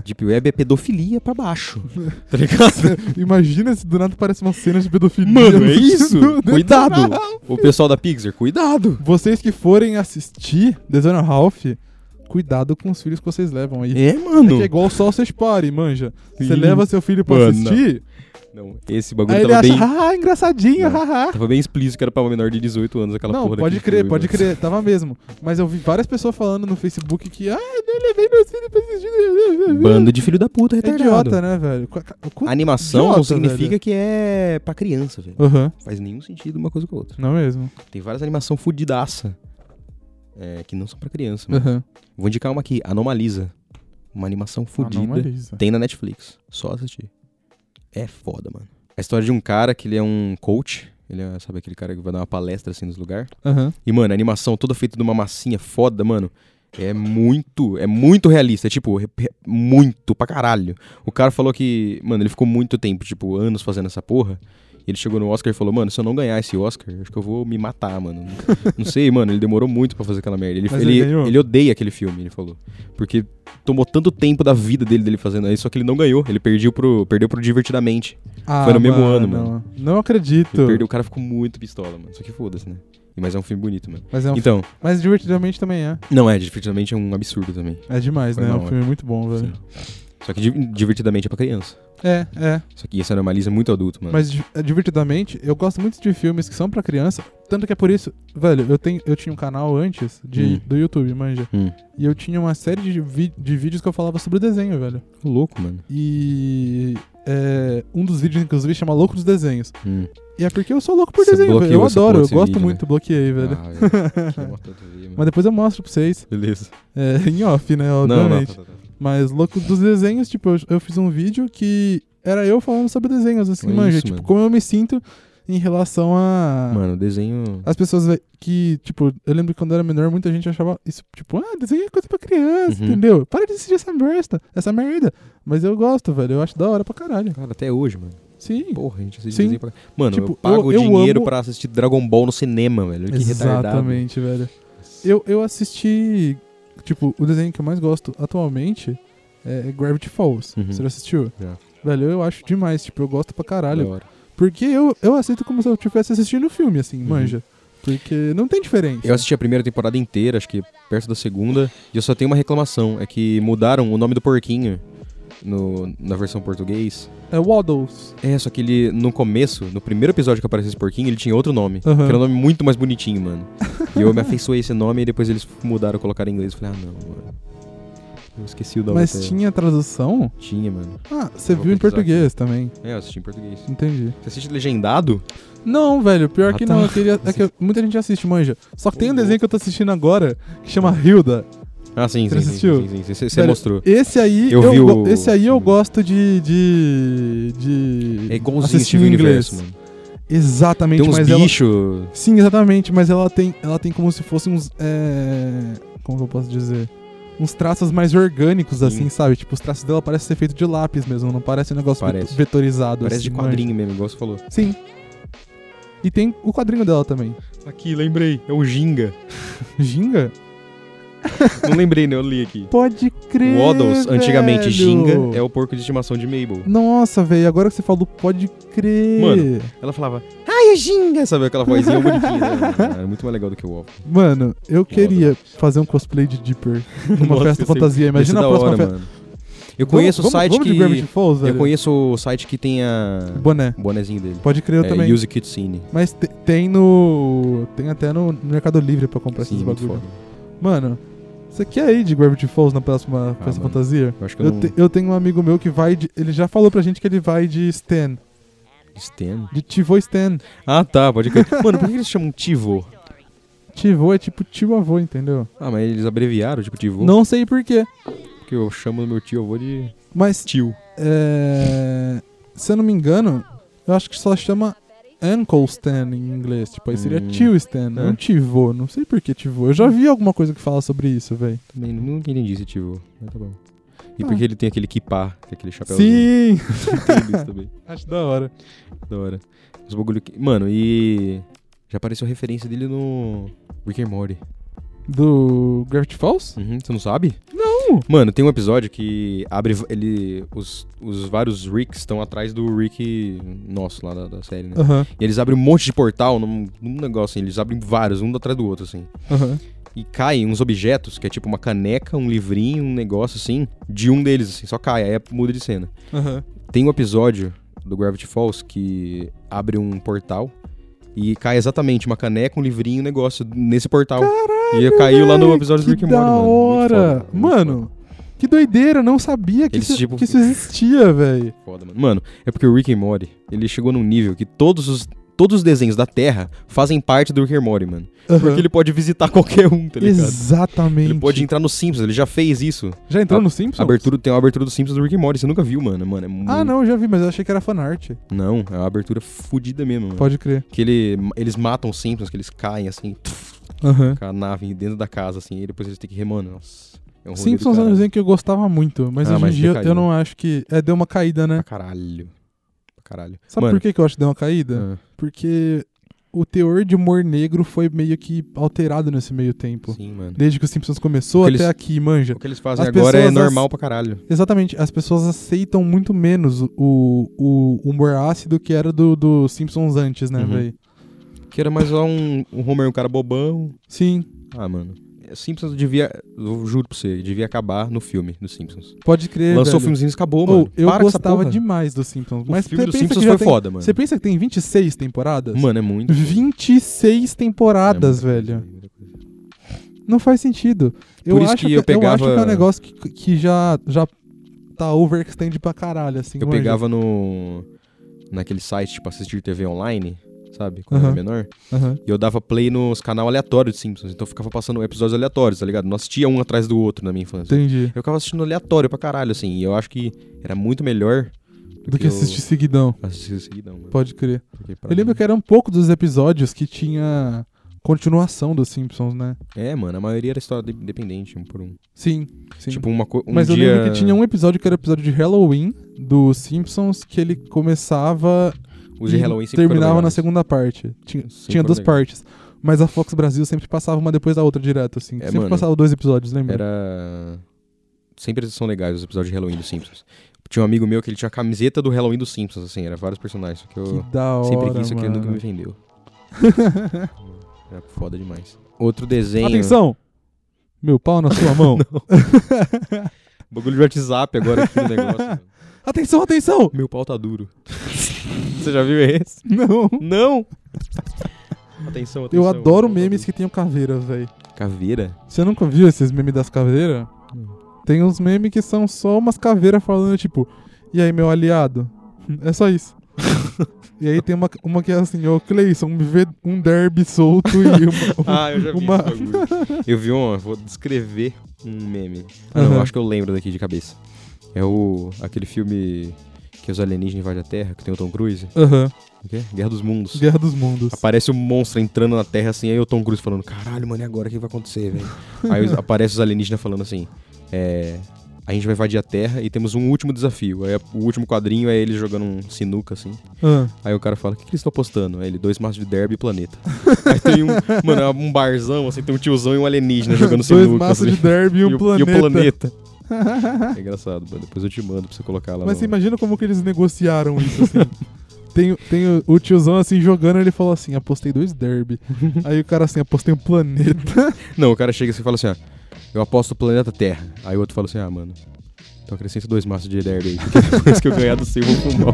[SPEAKER 2] Deep Web é pedofilia pra baixo. Tá ligado?
[SPEAKER 1] Imagina se do nada parece uma cena de pedofilia.
[SPEAKER 2] Mano, é isso?
[SPEAKER 1] Do- do-
[SPEAKER 2] Cuidado! O pessoal da Pixar, cuidado!
[SPEAKER 1] Vocês que forem assistir The Zona Ralph, cuidado com os filhos que vocês levam aí.
[SPEAKER 2] É,
[SPEAKER 1] É
[SPEAKER 2] mano.
[SPEAKER 1] que é igual o Sausage Party, manja. Você
[SPEAKER 2] Sim.
[SPEAKER 1] leva seu filho pra
[SPEAKER 2] Mano.
[SPEAKER 1] assistir,
[SPEAKER 2] Não, esse bagulho
[SPEAKER 1] aí ele
[SPEAKER 2] tava
[SPEAKER 1] acha,
[SPEAKER 2] bem.
[SPEAKER 1] ah, engraçadinho,
[SPEAKER 2] Não.
[SPEAKER 1] haha.
[SPEAKER 2] Tava bem explícito que era pra menor de 18 anos aquela
[SPEAKER 1] Não,
[SPEAKER 2] porra tá né?
[SPEAKER 1] pode
[SPEAKER 2] daquele
[SPEAKER 1] crer,
[SPEAKER 2] filme,
[SPEAKER 1] pode
[SPEAKER 2] mano.
[SPEAKER 1] crer, tava mesmo. Mas eu vi várias pessoas falando no Facebook que, ah, eu levei meus filhos pra assistir.
[SPEAKER 2] Bando de filho da puta,
[SPEAKER 1] É
[SPEAKER 2] retardado.
[SPEAKER 1] idiota, né, velho? Cu- cu-
[SPEAKER 2] A animação
[SPEAKER 1] Idiota,
[SPEAKER 2] não significa
[SPEAKER 1] velho.
[SPEAKER 2] que é pra criança, velho.
[SPEAKER 1] Aham,
[SPEAKER 2] Faz nenhum sentido uma coisa com a outra.
[SPEAKER 1] não mesmo.
[SPEAKER 2] Tem várias animação fudidaça é, que não são pra criança, mano.
[SPEAKER 1] Aham.
[SPEAKER 2] Vou indicar uma aqui, Anomalisa. Uma animação fudida.
[SPEAKER 1] Anomalisa.
[SPEAKER 2] Tem na Netflix. Só assistir. É foda, mano. A história de um cara que ele é um coach. Ele é, sabe, aquele cara que vai dar uma palestra assim nos lugares.
[SPEAKER 1] Aham.
[SPEAKER 2] E, mano, a animação toda feita de uma massinha foda, mano. É muito, é muito realista. É tipo, re- re- muito pra caralho. O cara falou que, mano, ele ficou muito tempo, tipo, anos fazendo essa porra. E ele chegou no Oscar e falou, mano, se eu não ganhar esse Oscar, acho que eu vou me matar, mano. não sei, mano, ele demorou muito pra fazer aquela merda. Ele,
[SPEAKER 1] Mas
[SPEAKER 2] ele,
[SPEAKER 1] ele ganhou?
[SPEAKER 2] ele odeia aquele filme, ele falou. Porque tomou tanto tempo da vida dele, dele fazendo aí, só que ele não ganhou. Ele perdeu pro, perdeu pro Divertidamente.
[SPEAKER 1] Ah,
[SPEAKER 2] Foi no mesmo ano, mano.
[SPEAKER 1] Não
[SPEAKER 2] Ele
[SPEAKER 1] acredito.
[SPEAKER 2] perdeu, o cara ficou muito pistola, mano. Só que foda-se, né? Mas é um filme bonito mesmo.
[SPEAKER 1] Mas, é um fi-
[SPEAKER 2] Então,
[SPEAKER 1] mas divertidamente também é.
[SPEAKER 2] não é, divertidamente é um absurdo também.
[SPEAKER 1] É demais,
[SPEAKER 2] Foi
[SPEAKER 1] né? É
[SPEAKER 2] mal,
[SPEAKER 1] um filme muito bom, velho.
[SPEAKER 2] Só que di- divertidamente é pra criança.
[SPEAKER 1] É, é.
[SPEAKER 2] Só que isso normaliza muito adulto, mano.
[SPEAKER 1] Mas di- é, divertidamente, eu gosto muito de filmes que são pra criança. Tanto que é por isso, velho, eu, tenho, eu tinha um canal antes de,
[SPEAKER 2] Hum.
[SPEAKER 1] do YouTube, manja.
[SPEAKER 2] Hum.
[SPEAKER 1] E eu tinha uma série de, vi- de vídeos que eu falava sobre desenho, velho.
[SPEAKER 2] Louco, mano.
[SPEAKER 1] E. é, um dos vídeos, inclusive, chama Louco dos Desenhos.
[SPEAKER 2] Hum.
[SPEAKER 1] E é porque eu sou louco por
[SPEAKER 2] Você
[SPEAKER 1] desenho, velho. Eu
[SPEAKER 2] bloqueou essa porra
[SPEAKER 1] adoro, eu
[SPEAKER 2] desse
[SPEAKER 1] gosto
[SPEAKER 2] vídeo, né?
[SPEAKER 1] muito, bloqueei, velho.
[SPEAKER 2] Ah, velho, que moto eu vi, mano.
[SPEAKER 1] É Mas depois eu mostro pra vocês.
[SPEAKER 2] Beleza.
[SPEAKER 1] É, em off, né?
[SPEAKER 2] Não, não.
[SPEAKER 1] Obviamente.
[SPEAKER 2] tá, tá, tá.
[SPEAKER 1] Mas louco dos desenhos, tipo, eu, eu fiz um vídeo que era eu falando sobre desenhos, assim,
[SPEAKER 2] É
[SPEAKER 1] manja.
[SPEAKER 2] isso,
[SPEAKER 1] tipo,
[SPEAKER 2] mano.
[SPEAKER 1] como eu me sinto em relação a.
[SPEAKER 2] Ah. Mano, o desenho.
[SPEAKER 1] As pessoas ve- que, tipo, eu lembro que quando eu era menor, muita gente achava isso, tipo, ah, desenho é coisa pra criança,
[SPEAKER 2] Uhum.
[SPEAKER 1] entendeu? Para de assistir essa merda, essa merda. Mas eu gosto, velho, eu acho da hora pra caralho.
[SPEAKER 2] Cara, até hoje, mano.
[SPEAKER 1] Sim.
[SPEAKER 2] Porra, a gente assiste
[SPEAKER 1] Sim.
[SPEAKER 2] desenho pra. Mano,
[SPEAKER 1] Tipo,
[SPEAKER 2] eu
[SPEAKER 1] eu-
[SPEAKER 2] pago
[SPEAKER 1] eu
[SPEAKER 2] dinheiro
[SPEAKER 1] amo-
[SPEAKER 2] pra assistir Dragon Ball no cinema, velho. Que retardado.
[SPEAKER 1] Exatamente, velho. Eu, eu assisti, tipo, o desenho que eu mais gosto atualmente é Gravity Falls.
[SPEAKER 2] Uhum.
[SPEAKER 1] Você já assistiu?
[SPEAKER 2] Já.
[SPEAKER 1] Velho, eu acho demais, tipo, eu gosto pra caralho.
[SPEAKER 2] Da hora.
[SPEAKER 1] Porque eu, eu aceito como se eu estivesse assistindo o filme, assim, manja. Porque não tem diferença.
[SPEAKER 2] Eu assisti a primeira temporada inteira, acho que perto da segunda, e eu só tenho uma reclamação, é que mudaram o nome do porquinho no- na versão português.
[SPEAKER 1] É Waddles.
[SPEAKER 2] É, só que ele, no começo, no primeiro episódio que apareceu esse porquinho, ele tinha outro nome.
[SPEAKER 1] Aham.
[SPEAKER 2] Que era um nome muito mais bonitinho, mano. e eu me afeiçoei a esse nome e depois eles mudaram, colocaram em inglês. Eu falei, ah, não, mano. Eu esqueci o nome
[SPEAKER 1] Mas
[SPEAKER 2] até.
[SPEAKER 1] tinha tradução?
[SPEAKER 2] Tinha, mano.
[SPEAKER 1] Ah, você
[SPEAKER 2] Eu vou
[SPEAKER 1] viu em
[SPEAKER 2] pesquisar
[SPEAKER 1] português também.
[SPEAKER 2] É, eu assisti em português.
[SPEAKER 1] Entendi.
[SPEAKER 2] Você assiste legendado?
[SPEAKER 1] Não, velho, pior
[SPEAKER 2] Ah,
[SPEAKER 1] que
[SPEAKER 2] tá.
[SPEAKER 1] não. Eu queria, é que eu- muita gente assiste, manja. Só que tem um
[SPEAKER 2] Ô,
[SPEAKER 1] desenho que eu tô assistindo agora que chama Hilda.
[SPEAKER 2] Ah, sim,
[SPEAKER 1] Você
[SPEAKER 2] sim, sim,
[SPEAKER 1] assistiu?
[SPEAKER 2] sim, sim, sim. Você- Você
[SPEAKER 1] Velho,
[SPEAKER 2] mostrou.
[SPEAKER 1] Esse aí eu,
[SPEAKER 2] Eu vi
[SPEAKER 1] go-
[SPEAKER 2] o-
[SPEAKER 1] esse aí eu
[SPEAKER 2] Hum.
[SPEAKER 1] gosto de. de. de
[SPEAKER 2] É igualzinho
[SPEAKER 1] assistir em
[SPEAKER 2] Steven Universe, mano.
[SPEAKER 1] Exatamente,
[SPEAKER 2] Tem uns
[SPEAKER 1] mas ela.
[SPEAKER 2] bichos.
[SPEAKER 1] Sim, exatamente, mas ela tem, ela tem como se fossem uns. é, Como que eu posso dizer? Uns traços mais orgânicos, assim,
[SPEAKER 2] Sim.
[SPEAKER 1] sabe? Tipo, os traços dela parecem ser feitos de lápis mesmo, não parece um negócio vet-
[SPEAKER 2] Parece.
[SPEAKER 1] vetorizado.
[SPEAKER 2] Parece
[SPEAKER 1] assim,
[SPEAKER 2] de
[SPEAKER 1] manja.
[SPEAKER 2] quadrinho mesmo, igual você falou.
[SPEAKER 1] Sim. E tem o quadrinho dela também.
[SPEAKER 2] Aqui, lembrei. É o Ginga.
[SPEAKER 1] Ginga?
[SPEAKER 2] Não lembrei, né? Eu li aqui.
[SPEAKER 1] Pode crer.
[SPEAKER 2] O Waddles, antigamente
[SPEAKER 1] velho.
[SPEAKER 2] Ginga, é o porco de estimação de Mabel.
[SPEAKER 1] Nossa, velho, agora que você falou, pode crer.
[SPEAKER 2] Mano. Ela falava, ai, o Ginga! Sabe aquela vozinha bonitinha? né? Era muito mais legal do que o Waffle.
[SPEAKER 1] Mano, eu queria fazer um cosplay de Dipper numa
[SPEAKER 2] né? Nossa,
[SPEAKER 1] festa
[SPEAKER 2] ia ser-
[SPEAKER 1] fantasia. Imagina
[SPEAKER 2] Ia
[SPEAKER 1] a
[SPEAKER 2] ser da
[SPEAKER 1] próxima
[SPEAKER 2] hora,
[SPEAKER 1] festa.
[SPEAKER 2] mano. Eu conheço
[SPEAKER 1] Vamos-
[SPEAKER 2] o site
[SPEAKER 1] vamos, vamos de Gravity
[SPEAKER 2] que...
[SPEAKER 1] Falls, velho?
[SPEAKER 2] Eu conheço o site que tem a...
[SPEAKER 1] Boné.
[SPEAKER 2] o bonezinho dele.
[SPEAKER 1] Pode crer, eu
[SPEAKER 2] é,
[SPEAKER 1] também.
[SPEAKER 2] Use Kitsune.
[SPEAKER 1] Mas te- tem no. Tem até no Mercado Livre pra comprar
[SPEAKER 2] Sim,
[SPEAKER 1] esses
[SPEAKER 2] muito
[SPEAKER 1] bagulho.
[SPEAKER 2] foda. Ah,
[SPEAKER 1] Mano, você quer ir de Gravity Falls na próxima festa
[SPEAKER 2] mano.
[SPEAKER 1] fantasia?
[SPEAKER 2] Eu acho que eu,
[SPEAKER 1] Eu,
[SPEAKER 2] não...
[SPEAKER 1] te- eu tenho um amigo meu que vai de. Ele já falou pra gente que ele vai de Stan.
[SPEAKER 2] Stan?
[SPEAKER 1] De Tivô Stan.
[SPEAKER 2] Ah, tá, pode crer. Mano, por que eles chamam Tivo?
[SPEAKER 1] Tivô é tipo tio avô, entendeu?
[SPEAKER 2] Ah, mas eles abreviaram, tipo, Tivo?
[SPEAKER 1] Não sei porquê.
[SPEAKER 2] Porque eu chamo meu tio avô de
[SPEAKER 1] Mas,
[SPEAKER 2] tio.
[SPEAKER 1] é, se eu não me engano, eu acho que só chama Uncle Stan em inglês. Tipo, aí seria
[SPEAKER 2] Hum.
[SPEAKER 1] tio Stan, né? não
[SPEAKER 2] É.
[SPEAKER 1] tivô. Não sei por que tivô. Eu já vi alguma coisa que fala sobre isso, velho.
[SPEAKER 2] Também nunca entendi esse tio. Mas tá bom. E
[SPEAKER 1] Ah.
[SPEAKER 2] porque ele tem aquele kipá, que é aquele chapéu.
[SPEAKER 1] Sim!
[SPEAKER 2] Entendo isso também.
[SPEAKER 1] Acho da hora.
[SPEAKER 2] Da hora. Os bagulho que... Mano, e... Já apareceu referência dele no... Rick and Morty.
[SPEAKER 1] Do Gravity Falls?
[SPEAKER 2] Uhum, você não sabe?
[SPEAKER 1] Não!
[SPEAKER 2] Mano, tem um episódio que abre... v- Ele... Os, os vários Ricks estão atrás do Rick nosso lá da, da série, né?
[SPEAKER 1] Aham,
[SPEAKER 2] E eles abrem um monte de portal num, num negócio, assim. Eles abrem vários, um atrás do outro, assim.
[SPEAKER 1] aham.
[SPEAKER 2] E caem uns objetos, que é tipo uma caneca, um livrinho, um negócio, assim. De um deles, assim. Só cai, aí é- muda de cena.
[SPEAKER 1] Aham.
[SPEAKER 2] Tem um episódio do Gravity Falls que abre um portal e cai exatamente uma caneca, um livrinho, um negócio nesse portal. e eu caiu lá no
[SPEAKER 1] Moleque,
[SPEAKER 2] episódio do
[SPEAKER 1] que
[SPEAKER 2] Rick and Morty,
[SPEAKER 1] da
[SPEAKER 2] mano. Muito
[SPEAKER 1] hora!
[SPEAKER 2] foda, muito
[SPEAKER 1] Mano, que doideira, não sabia que,
[SPEAKER 2] Eles,
[SPEAKER 1] isso,
[SPEAKER 2] tipo-
[SPEAKER 1] que isso existia, velho.
[SPEAKER 2] foda. Foda, mano. Mano, é porque o Rick and Morty, ele chegou num nível que todos os todos os desenhos da Terra fazem parte do Rick and Morty, mano. Porque ele pode visitar qualquer um, tá ligado?
[SPEAKER 1] Exatamente.
[SPEAKER 2] Ele pode entrar no Simpsons, ele já fez isso.
[SPEAKER 1] Já entrou
[SPEAKER 2] A-
[SPEAKER 1] no Simpsons?
[SPEAKER 2] Abertura, tem uma abertura do Simpsons do Rick and Morty, você nunca viu, mano. Mano, é muito...
[SPEAKER 1] Ah, não, eu já vi, mas eu achei que era fanart.
[SPEAKER 2] Não, é uma abertura fodida mesmo, mano.
[SPEAKER 1] Pode crer.
[SPEAKER 2] Que ele, eles matam os Simpsons, que eles caem assim,
[SPEAKER 1] Aham.
[SPEAKER 2] com a nave dentro da casa, assim, e depois eles têm que remando. Nossa, é um rolê
[SPEAKER 1] Simpsons
[SPEAKER 2] do
[SPEAKER 1] é um
[SPEAKER 2] caralho.
[SPEAKER 1] desenho que eu gostava muito, mas
[SPEAKER 2] Ah,
[SPEAKER 1] hoje em
[SPEAKER 2] mas
[SPEAKER 1] dia
[SPEAKER 2] decaiu.
[SPEAKER 1] eu não acho que. É, deu uma caída, né?
[SPEAKER 2] Pra caralho. Pra caralho.
[SPEAKER 1] Sabe por que, que eu acho que deu uma caída?
[SPEAKER 2] Ah.
[SPEAKER 1] Porque o teor de humor negro foi meio que alterado nesse meio tempo.
[SPEAKER 2] sim, mano.
[SPEAKER 1] Desde que o Simpsons começou
[SPEAKER 2] O que eles-
[SPEAKER 1] até aqui, manja.
[SPEAKER 2] O que eles fazem
[SPEAKER 1] As
[SPEAKER 2] agora é
[SPEAKER 1] pessoas ac-
[SPEAKER 2] normal pra caralho.
[SPEAKER 1] Exatamente, as pessoas aceitam muito menos o, o humor ácido que era do, do Simpsons antes, né,
[SPEAKER 2] Uhum.
[SPEAKER 1] véi?
[SPEAKER 2] Que era mais lá um, um Homer, um cara bobão.
[SPEAKER 1] Sim,
[SPEAKER 2] Ah, mano. É, Simpsons devia. Eu juro pra você, devia acabar no filme dos Simpsons.
[SPEAKER 1] pode crer. É,
[SPEAKER 2] Lançou
[SPEAKER 1] velho.
[SPEAKER 2] filmezinhos e acabou,
[SPEAKER 1] Ou,
[SPEAKER 2] mano.
[SPEAKER 1] eu
[SPEAKER 2] Para com essa
[SPEAKER 1] gostava
[SPEAKER 2] porra.
[SPEAKER 1] demais dos Simpsons. Mas
[SPEAKER 2] filme
[SPEAKER 1] você
[SPEAKER 2] dos
[SPEAKER 1] pensa que
[SPEAKER 2] Simpsons
[SPEAKER 1] já
[SPEAKER 2] foi
[SPEAKER 1] tem-
[SPEAKER 2] foda, mano.
[SPEAKER 1] Você pensa que tem 26 temporadas?
[SPEAKER 2] Mano, é muito.
[SPEAKER 1] 26 temporadas,
[SPEAKER 2] É muita coisa,
[SPEAKER 1] velho.
[SPEAKER 2] muita coisa.
[SPEAKER 1] Não faz sentido. Eu
[SPEAKER 2] Por isso
[SPEAKER 1] acho
[SPEAKER 2] que eu
[SPEAKER 1] acho que é um
[SPEAKER 2] pegava-
[SPEAKER 1] negócio que, que já, já tá overextend pra caralho, assim.
[SPEAKER 2] Eu
[SPEAKER 1] manja.
[SPEAKER 2] pegava no. naquele site, tipo, assistir TV online, sabe? Quando eu
[SPEAKER 1] Aham.
[SPEAKER 2] era menor.
[SPEAKER 1] Aham.
[SPEAKER 2] E eu dava play nos canal aleatórios de Simpsons. Então eu ficava passando episódios aleatórios, tá ligado? Não assistia um atrás do outro na minha infância.
[SPEAKER 1] Entendi.
[SPEAKER 2] Eu ficava assistindo aleatório pra caralho, assim. E eu acho que era muito melhor
[SPEAKER 1] Do que assistir seguidão.
[SPEAKER 2] Eu... assistir seguidão, mano.
[SPEAKER 1] Pode crer.
[SPEAKER 2] Porque pra
[SPEAKER 1] Eu lembro
[SPEAKER 2] mim-
[SPEAKER 1] que era um pouco dos episódios que tinha continuação dos Simpsons, né?
[SPEAKER 2] É, mano, a maioria era história de- independente, um por um.
[SPEAKER 1] Sim, sim.
[SPEAKER 2] Tipo, uma co... um
[SPEAKER 1] Mas
[SPEAKER 2] dia...
[SPEAKER 1] eu lembro que tinha um episódio que era o episódio de Halloween dos Simpsons que ele começava
[SPEAKER 2] Os de
[SPEAKER 1] e
[SPEAKER 2] Halloween sempre
[SPEAKER 1] terminava
[SPEAKER 2] foram
[SPEAKER 1] na
[SPEAKER 2] legais.
[SPEAKER 1] segunda parte. Tinha,
[SPEAKER 2] Sempre
[SPEAKER 1] tinha
[SPEAKER 2] foram
[SPEAKER 1] duas
[SPEAKER 2] legais.
[SPEAKER 1] partes. Mas a Fox Brasil sempre passava uma depois da outra direto, assim.
[SPEAKER 2] É,
[SPEAKER 1] sempre
[SPEAKER 2] mano.
[SPEAKER 1] passava dois episódios, lembra?
[SPEAKER 2] Era. Sempre são legais os episódios de Halloween dos Simpsons. Tinha um amigo meu que ele tinha a camiseta do Halloween dos Simpsons, assim, era vários personagens, só que eu
[SPEAKER 1] Que da hora.
[SPEAKER 2] sempre quis, só que ele
[SPEAKER 1] mano.
[SPEAKER 2] nunca me vendeu. era foda demais. Outro desenho.
[SPEAKER 1] Atenção! Meu pau na sua mão.
[SPEAKER 2] Bagulho de WhatsApp agora aqui no negócio.
[SPEAKER 1] atenção, atenção!
[SPEAKER 2] meu pau tá duro. Você já viu esse?
[SPEAKER 1] Não.
[SPEAKER 2] Não! atenção, atenção.
[SPEAKER 1] Eu adoro
[SPEAKER 2] meu pau tá
[SPEAKER 1] memes que tenham caveira, velho.
[SPEAKER 2] duro. Caveira?
[SPEAKER 1] Você nunca viu esses memes das caveiras?
[SPEAKER 2] Hum.
[SPEAKER 1] Tem uns memes que são só umas caveiras falando, tipo, e aí, meu aliado? É só isso. e aí tem uma, uma que é assim, ô Cleison, me vê um derby solto e uma.
[SPEAKER 2] Ah, eu já vi
[SPEAKER 1] Uma-
[SPEAKER 2] esse bagulho. Eu vi um, eu vou descrever um meme. Ah, não,
[SPEAKER 1] Aham.
[SPEAKER 2] eu acho que eu lembro daqui de cabeça. É o aquele filme que os alienígenas invadem a Terra, que tem o Tom Cruise.
[SPEAKER 1] Aham.
[SPEAKER 2] O quê? Guerra dos Mundos.
[SPEAKER 1] Guerra dos Mundos.
[SPEAKER 2] Aparece um monstro entrando na Terra assim, aí o Tom Cruise falando, caralho, mano, e agora o que vai acontecer, velho? aí os- aparece os alienígenas falando assim, é. A gente vai invadir a Terra e temos um último desafio. Aí o último quadrinho é ele jogando um sinuca, assim.
[SPEAKER 1] Ah.
[SPEAKER 2] Aí o cara fala, o que, que eles estão apostando? Aí ele, dois maços de derby e planeta. Aí tem um, mano, é um barzão, assim, tem um tiozão e um alienígena jogando
[SPEAKER 1] Dois
[SPEAKER 2] sinuca.
[SPEAKER 1] maços
[SPEAKER 2] assim.
[SPEAKER 1] de derby e um planeta.
[SPEAKER 2] planeta. é engraçado, mano. Depois eu te mando pra você colocar lá
[SPEAKER 1] Mas você
[SPEAKER 2] no...
[SPEAKER 1] imagina como que eles negociaram isso, assim. Tem, tem o, o tiozão assim jogando, ele falou assim: apostei dois derby. Aí o cara assim, apostei um planeta.
[SPEAKER 2] Não, o cara chega assim e fala assim, ó, eu aposto o planeta Terra. Aí o outro fala assim, ah, mano, então acrescenta dois maços de derby aí, porque depois que eu ganhar do seu, eu vou fumar.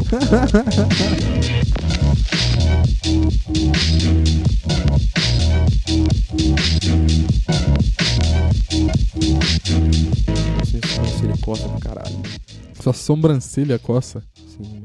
[SPEAKER 2] Nossa, esse conselho costa é pra caralho.
[SPEAKER 1] Sua sobrancelha coça.
[SPEAKER 2] Sim, mano.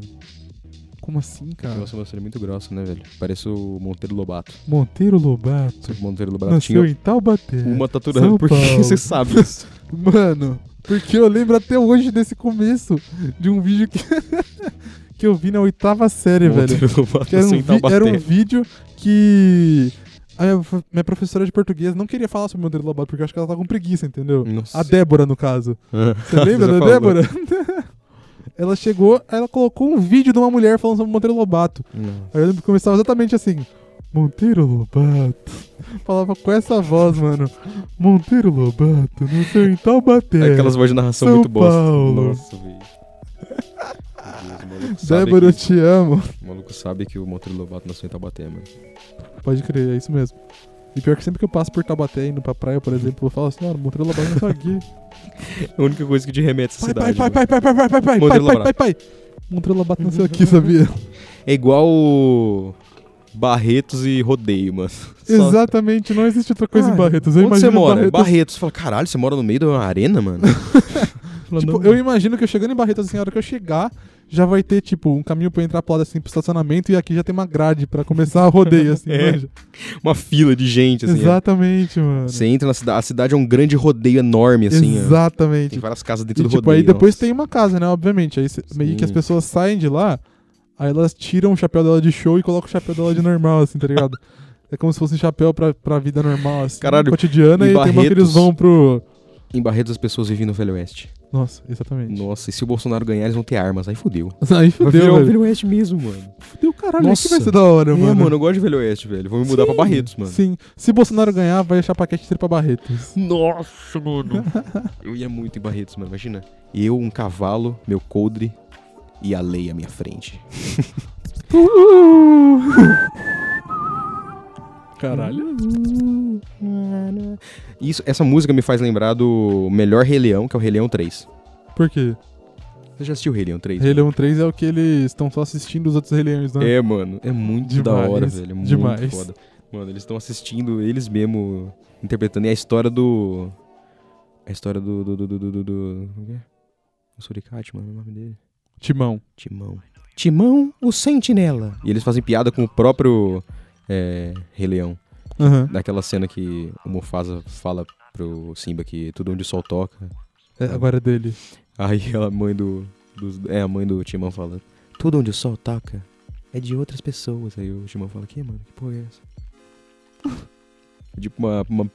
[SPEAKER 1] Como assim, cara?
[SPEAKER 2] Nossa, você é muito grossa, né, velho? Parece o Monteiro Lobato.
[SPEAKER 1] Monteiro Lobato.
[SPEAKER 2] O Monteiro Lobato
[SPEAKER 1] Nasceu
[SPEAKER 2] tinha
[SPEAKER 1] em Taubaté.
[SPEAKER 2] uma tatuagem.
[SPEAKER 1] São
[SPEAKER 2] Por que
[SPEAKER 1] Paulo.
[SPEAKER 2] você sabe isso?
[SPEAKER 1] Mano, porque eu lembro até hoje desse começo de um vídeo que, que eu vi na oitava série, velho.
[SPEAKER 2] Monteiro Lobato
[SPEAKER 1] Que era, um
[SPEAKER 2] sem
[SPEAKER 1] vi- era um
[SPEAKER 2] Taubaté.
[SPEAKER 1] vídeo que a minha, f- minha professora de português não queria falar sobre o Monteiro Lobato, porque eu acho que ela tava com preguiça, entendeu?
[SPEAKER 2] Nossa.
[SPEAKER 1] A Débora, no caso. Você
[SPEAKER 2] Você
[SPEAKER 1] lembra
[SPEAKER 2] já
[SPEAKER 1] da
[SPEAKER 2] falou.
[SPEAKER 1] Débora? ela chegou, aí ela colocou um vídeo de uma mulher falando sobre o Monteiro Lobato.
[SPEAKER 2] Não.
[SPEAKER 1] Aí eu lembro que começava exatamente assim. Monteiro Lobato. Falava com essa voz, mano. Monteiro Lobato, não sei em Taubaté.
[SPEAKER 2] É Aquelas vozes de narração
[SPEAKER 1] São
[SPEAKER 2] muito bosta.
[SPEAKER 1] Paulo.
[SPEAKER 2] Nossa, velho. Meu Deus, o maluco sabe
[SPEAKER 1] Débora, eu
[SPEAKER 2] que-
[SPEAKER 1] te amo.
[SPEAKER 2] O maluco sabe que o Monteiro Lobato nasceu em Taubaté, mano.
[SPEAKER 1] Pode crer, é isso mesmo. E pior que sempre que eu passo por Taubaté indo pra praia, por exemplo, eu falo assim, mano, Monteiro Lobato não tá aqui.
[SPEAKER 2] A única coisa que te remete a essa
[SPEAKER 1] Pai, pai, pai,
[SPEAKER 2] cidade. mano.
[SPEAKER 1] pai, pai, pai, pai, pai, pai,
[SPEAKER 2] Monteiro Uhum.
[SPEAKER 1] pai, pai, pai. Monteiro Lobato nasceu aqui, sabia?
[SPEAKER 2] É igual o Barretos e Rodeio, mano. Só-
[SPEAKER 1] Exatamente, não existe outra coisa
[SPEAKER 2] Ah,
[SPEAKER 1] em Barretos. Eu
[SPEAKER 2] Onde você
[SPEAKER 1] imagino
[SPEAKER 2] mora? Barretos.
[SPEAKER 1] Barretos-
[SPEAKER 2] Você fala, caralho, você mora no meio de uma arena, mano? Fala,
[SPEAKER 1] Tipo,
[SPEAKER 2] "Não,
[SPEAKER 1] eu imagino que eu chegando em Barretos, assim, a hora que eu chegar, já vai ter, tipo, um caminho pra eu entrar pro lado, assim, pro estacionamento, e aqui já tem uma grade pra começar a rodeio, assim,
[SPEAKER 2] É,
[SPEAKER 1] manja.
[SPEAKER 2] Uma fila de gente, assim. ó.
[SPEAKER 1] Exatamente, mano.
[SPEAKER 2] Você entra na cidade, a cidade é um grande rodeio enorme, assim. ó.
[SPEAKER 1] Exatamente.
[SPEAKER 2] Tem várias casas
[SPEAKER 1] E,
[SPEAKER 2] dentro do
[SPEAKER 1] tipo,
[SPEAKER 2] rodeio.
[SPEAKER 1] aí depois tem uma casa, né? Obviamente. Aí cê- meio que as
[SPEAKER 2] Sim.
[SPEAKER 1] pessoas saem de lá, aí elas tiram o chapéu dela de show e colocam o chapéu dela de normal, assim, tá ligado? É como se fosse um chapéu pra, pra vida normal, assim,
[SPEAKER 2] Caralho,
[SPEAKER 1] cotidiana,
[SPEAKER 2] em
[SPEAKER 1] e tem uma que eles
[SPEAKER 2] Barretos-
[SPEAKER 1] vão pro.
[SPEAKER 2] Em Barretos as pessoas vivem no Velho Oeste.
[SPEAKER 1] Nossa, exatamente.
[SPEAKER 2] Nossa, e se o Bolsonaro ganhar, eles vão ter armas. Aí fudeu.
[SPEAKER 1] Aí fudeu, velho.
[SPEAKER 2] Velho Oeste mesmo, mano.
[SPEAKER 1] Fudeu, caralho. Isso
[SPEAKER 2] um Nossa.
[SPEAKER 1] vai ser da hora,
[SPEAKER 2] É,
[SPEAKER 1] mano.
[SPEAKER 2] mano. eu gosto de Velho Oeste, velho. Vou me mudar pra Barretos, mano.
[SPEAKER 1] Sim. Se Bolsonaro ganhar, vai achar paquete inteiro pra Barretos.
[SPEAKER 2] Nossa, mano. eu ia muito em Barretos, mano. Imagina. Eu, um cavalo, meu coldre e a lei à minha frente.
[SPEAKER 1] Caralho.
[SPEAKER 2] Isso, essa música me faz lembrar do melhor Rei Leão, que é o Rei Leão 3.
[SPEAKER 1] Por quê?
[SPEAKER 2] Você já assistiu o Rei Leão 3?
[SPEAKER 1] Rei Leão 3 é o que eles estão só assistindo os outros Rei Leões, né?
[SPEAKER 2] É, mano. É muito da
[SPEAKER 1] Demais,
[SPEAKER 2] hora, velho. É muito
[SPEAKER 1] demais.
[SPEAKER 2] foda. Mano, eles estão assistindo, eles mesmo interpretando. E a história do. A história do. do, do, do, do, do, do- como é? O Suricate, mano, é o nome dele.
[SPEAKER 1] Timão.
[SPEAKER 2] Timão. Timão, o Sentinela. E eles fazem piada com o próprio é, Rei Leão.
[SPEAKER 1] Aham.
[SPEAKER 2] Daquela cena que o Mufasa fala pro Simba que tudo onde o sol toca.
[SPEAKER 1] É, agora é dele.
[SPEAKER 2] Aí a mãe do. dos- é, a mãe do Timão fala: Tudo onde o sol toca é de outras pessoas. Aí o Timão fala: Que, mano? Que porra é essa? tipo uma, uma,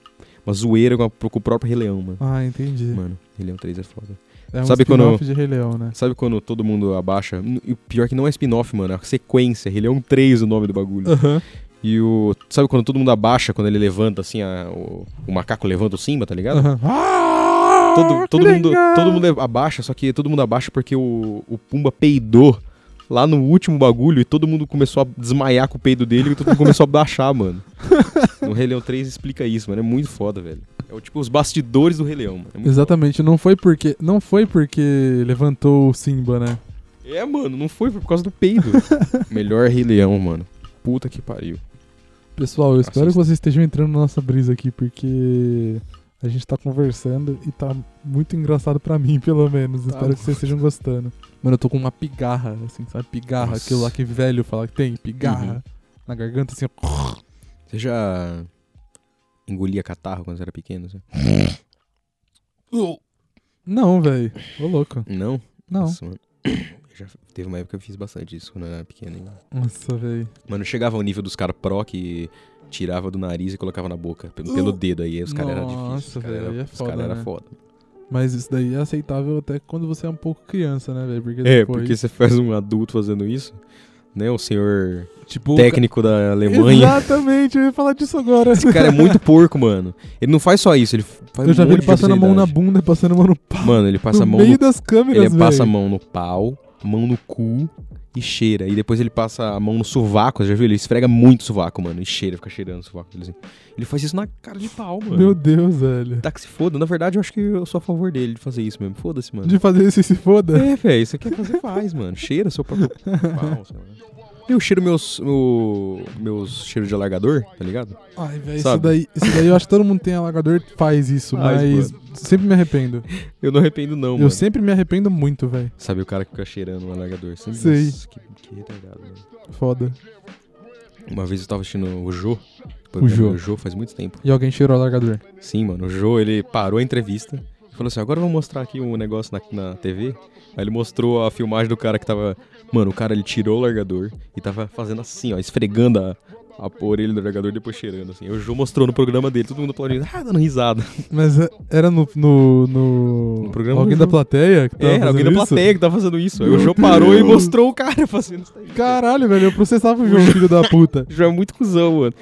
[SPEAKER 2] uma zoeira com, a- com o próprio Rei Leão, mano.
[SPEAKER 1] Ah, entendi.
[SPEAKER 2] Mano, Rei Leão 3 é foda.
[SPEAKER 1] É um
[SPEAKER 2] Sabe
[SPEAKER 1] spin-off
[SPEAKER 2] quando-
[SPEAKER 1] de Rei Leão, né?
[SPEAKER 2] Sabe quando todo mundo abaixa? E o pior que não é spin-off, mano. É a sequência. Rei Leão 3 o nome do bagulho.
[SPEAKER 1] Aham.
[SPEAKER 2] E o. Sabe quando todo mundo abaixa, quando ele levanta assim, a- o, o macaco levanta o Simba, tá ligado?
[SPEAKER 1] Aham. Ah,
[SPEAKER 2] Todo, todo,
[SPEAKER 1] que
[SPEAKER 2] mundo,
[SPEAKER 1] legal.
[SPEAKER 2] todo mundo abaixa, só que todo mundo abaixa porque o, o Pumba peidou lá no último bagulho e todo mundo começou a desmaiar com o peido dele e todo mundo começou a baixar, mano. No Rei Leão 3 explica isso, mano. É muito foda, velho. É o, tipo os bastidores do Rei Leão, mano. É muito
[SPEAKER 1] Exatamente, não foi porque. Não foi porque levantou o Simba, né?
[SPEAKER 2] foda. É, mano, não foi, foi por causa do peido. Melhor Rei Leão, mano. Puta que pariu.
[SPEAKER 1] Pessoal, eu espero
[SPEAKER 2] Assista.
[SPEAKER 1] que vocês estejam entrando na nossa brisa aqui, porque a gente tá conversando e tá muito engraçado pra mim, pelo menos. espero que vocês estejam gostando. Tá Mano, eu tô com uma pigarra, assim, sabe? Pigarra,
[SPEAKER 2] Nossa.
[SPEAKER 1] aquilo lá que velho fala que tem, pigarra. Na garganta, assim, ó.
[SPEAKER 2] Você já engolia catarro quando você era pequeno? assim? Você?
[SPEAKER 1] Não, velho. Ô, louco.
[SPEAKER 2] Não?
[SPEAKER 1] Não.
[SPEAKER 2] Nossa, mano. Eu já, teve uma época que eu fiz bastante isso quando eu era pequeno, hein?
[SPEAKER 1] Nossa, velho.
[SPEAKER 2] Mano, chegava ao nível dos caras pró que tirava do nariz e colocava na boca, pelo, pelo dedo aí. Os caras eram difíceis.
[SPEAKER 1] Nossa,
[SPEAKER 2] Os caras
[SPEAKER 1] velho, aí é
[SPEAKER 2] eram
[SPEAKER 1] foda,
[SPEAKER 2] cara
[SPEAKER 1] né?
[SPEAKER 2] era foda.
[SPEAKER 1] Mas isso daí é aceitável até quando você é um pouco criança, né, velho? Porque
[SPEAKER 2] É,
[SPEAKER 1] depois...
[SPEAKER 2] porque você faz um adulto fazendo isso, né? O senhor
[SPEAKER 1] tipo, o ca-
[SPEAKER 2] técnico da Alemanha.
[SPEAKER 1] Exatamente, eu ia falar disso agora.
[SPEAKER 2] Esse cara é muito porco, mano. Ele não faz só isso, ele faz
[SPEAKER 1] Eu
[SPEAKER 2] um
[SPEAKER 1] já vi ele
[SPEAKER 2] monte de
[SPEAKER 1] passando a mão na
[SPEAKER 2] obscenidade.
[SPEAKER 1] bunda, passando a mão no pau.
[SPEAKER 2] Mano, ele passa a
[SPEAKER 1] no
[SPEAKER 2] mão
[SPEAKER 1] meio
[SPEAKER 2] no...
[SPEAKER 1] das câmeras,
[SPEAKER 2] Ele
[SPEAKER 1] velho.
[SPEAKER 2] passa a mão no pau, mão no cu e cheira. E depois ele passa a mão no sovaco, já viu? Ele esfrega muito o sovaco, mano. E cheira, fica cheirando o sovaco dele assim. Ele faz isso na cara de pau, mano.
[SPEAKER 1] Meu Deus, velho.
[SPEAKER 2] Tá que se foda. Na verdade, eu acho que eu sou a favor dele de fazer isso mesmo. Foda-se, mano.
[SPEAKER 1] De fazer isso e se foda.
[SPEAKER 2] É, velho, você quer fazer, faz, mano. Cheira seu próprio pau, sei lá. Eu cheiro meus, meu, meus cheiro de alargador, tá ligado?
[SPEAKER 1] Ai, velho, isso
[SPEAKER 2] Sabe?
[SPEAKER 1] daí, isso daí eu acho que todo mundo que tem alagador faz isso, mas
[SPEAKER 2] Faz,
[SPEAKER 1] sempre me arrependo.
[SPEAKER 2] Eu não arrependo não,
[SPEAKER 1] eu
[SPEAKER 2] mano.
[SPEAKER 1] sempre me arrependo muito, velho.
[SPEAKER 2] Sabe o cara que fica cheirando um alargador? Sempre,
[SPEAKER 1] Sei.
[SPEAKER 2] Nossa, que, que retardado, mano.
[SPEAKER 1] Foda.
[SPEAKER 2] Uma vez eu tava assistindo o Jô.
[SPEAKER 1] O Jô.
[SPEAKER 2] O Jô faz muito tempo.
[SPEAKER 1] E alguém cheirou alargador.
[SPEAKER 2] Sim, mano. O Jô, ele parou a entrevista e falou assim: agora eu vou mostrar aqui um negócio na, na TV. Aí ele mostrou a filmagem do cara que tava. Mano, o cara ele tirou o largador e tava fazendo assim, ó, esfregando a, a orelha do largador e depois cheirando, assim. Aí o Jô mostrou no programa dele, todo mundo aplaudindo, ah, dando risada.
[SPEAKER 1] Mas é, era no. No, no...
[SPEAKER 2] No programa
[SPEAKER 1] alguém
[SPEAKER 2] do
[SPEAKER 1] da
[SPEAKER 2] jogo.
[SPEAKER 1] plateia? Que tava
[SPEAKER 2] É, era alguém da
[SPEAKER 1] fazendo
[SPEAKER 2] plateia que tava fazendo isso. Aí o Jô parou e mostrou o cara fazendo isso daí.
[SPEAKER 1] isso? Caralho, velho, eu processava o João, filho da puta.
[SPEAKER 2] O Jô é muito cuzão, mano.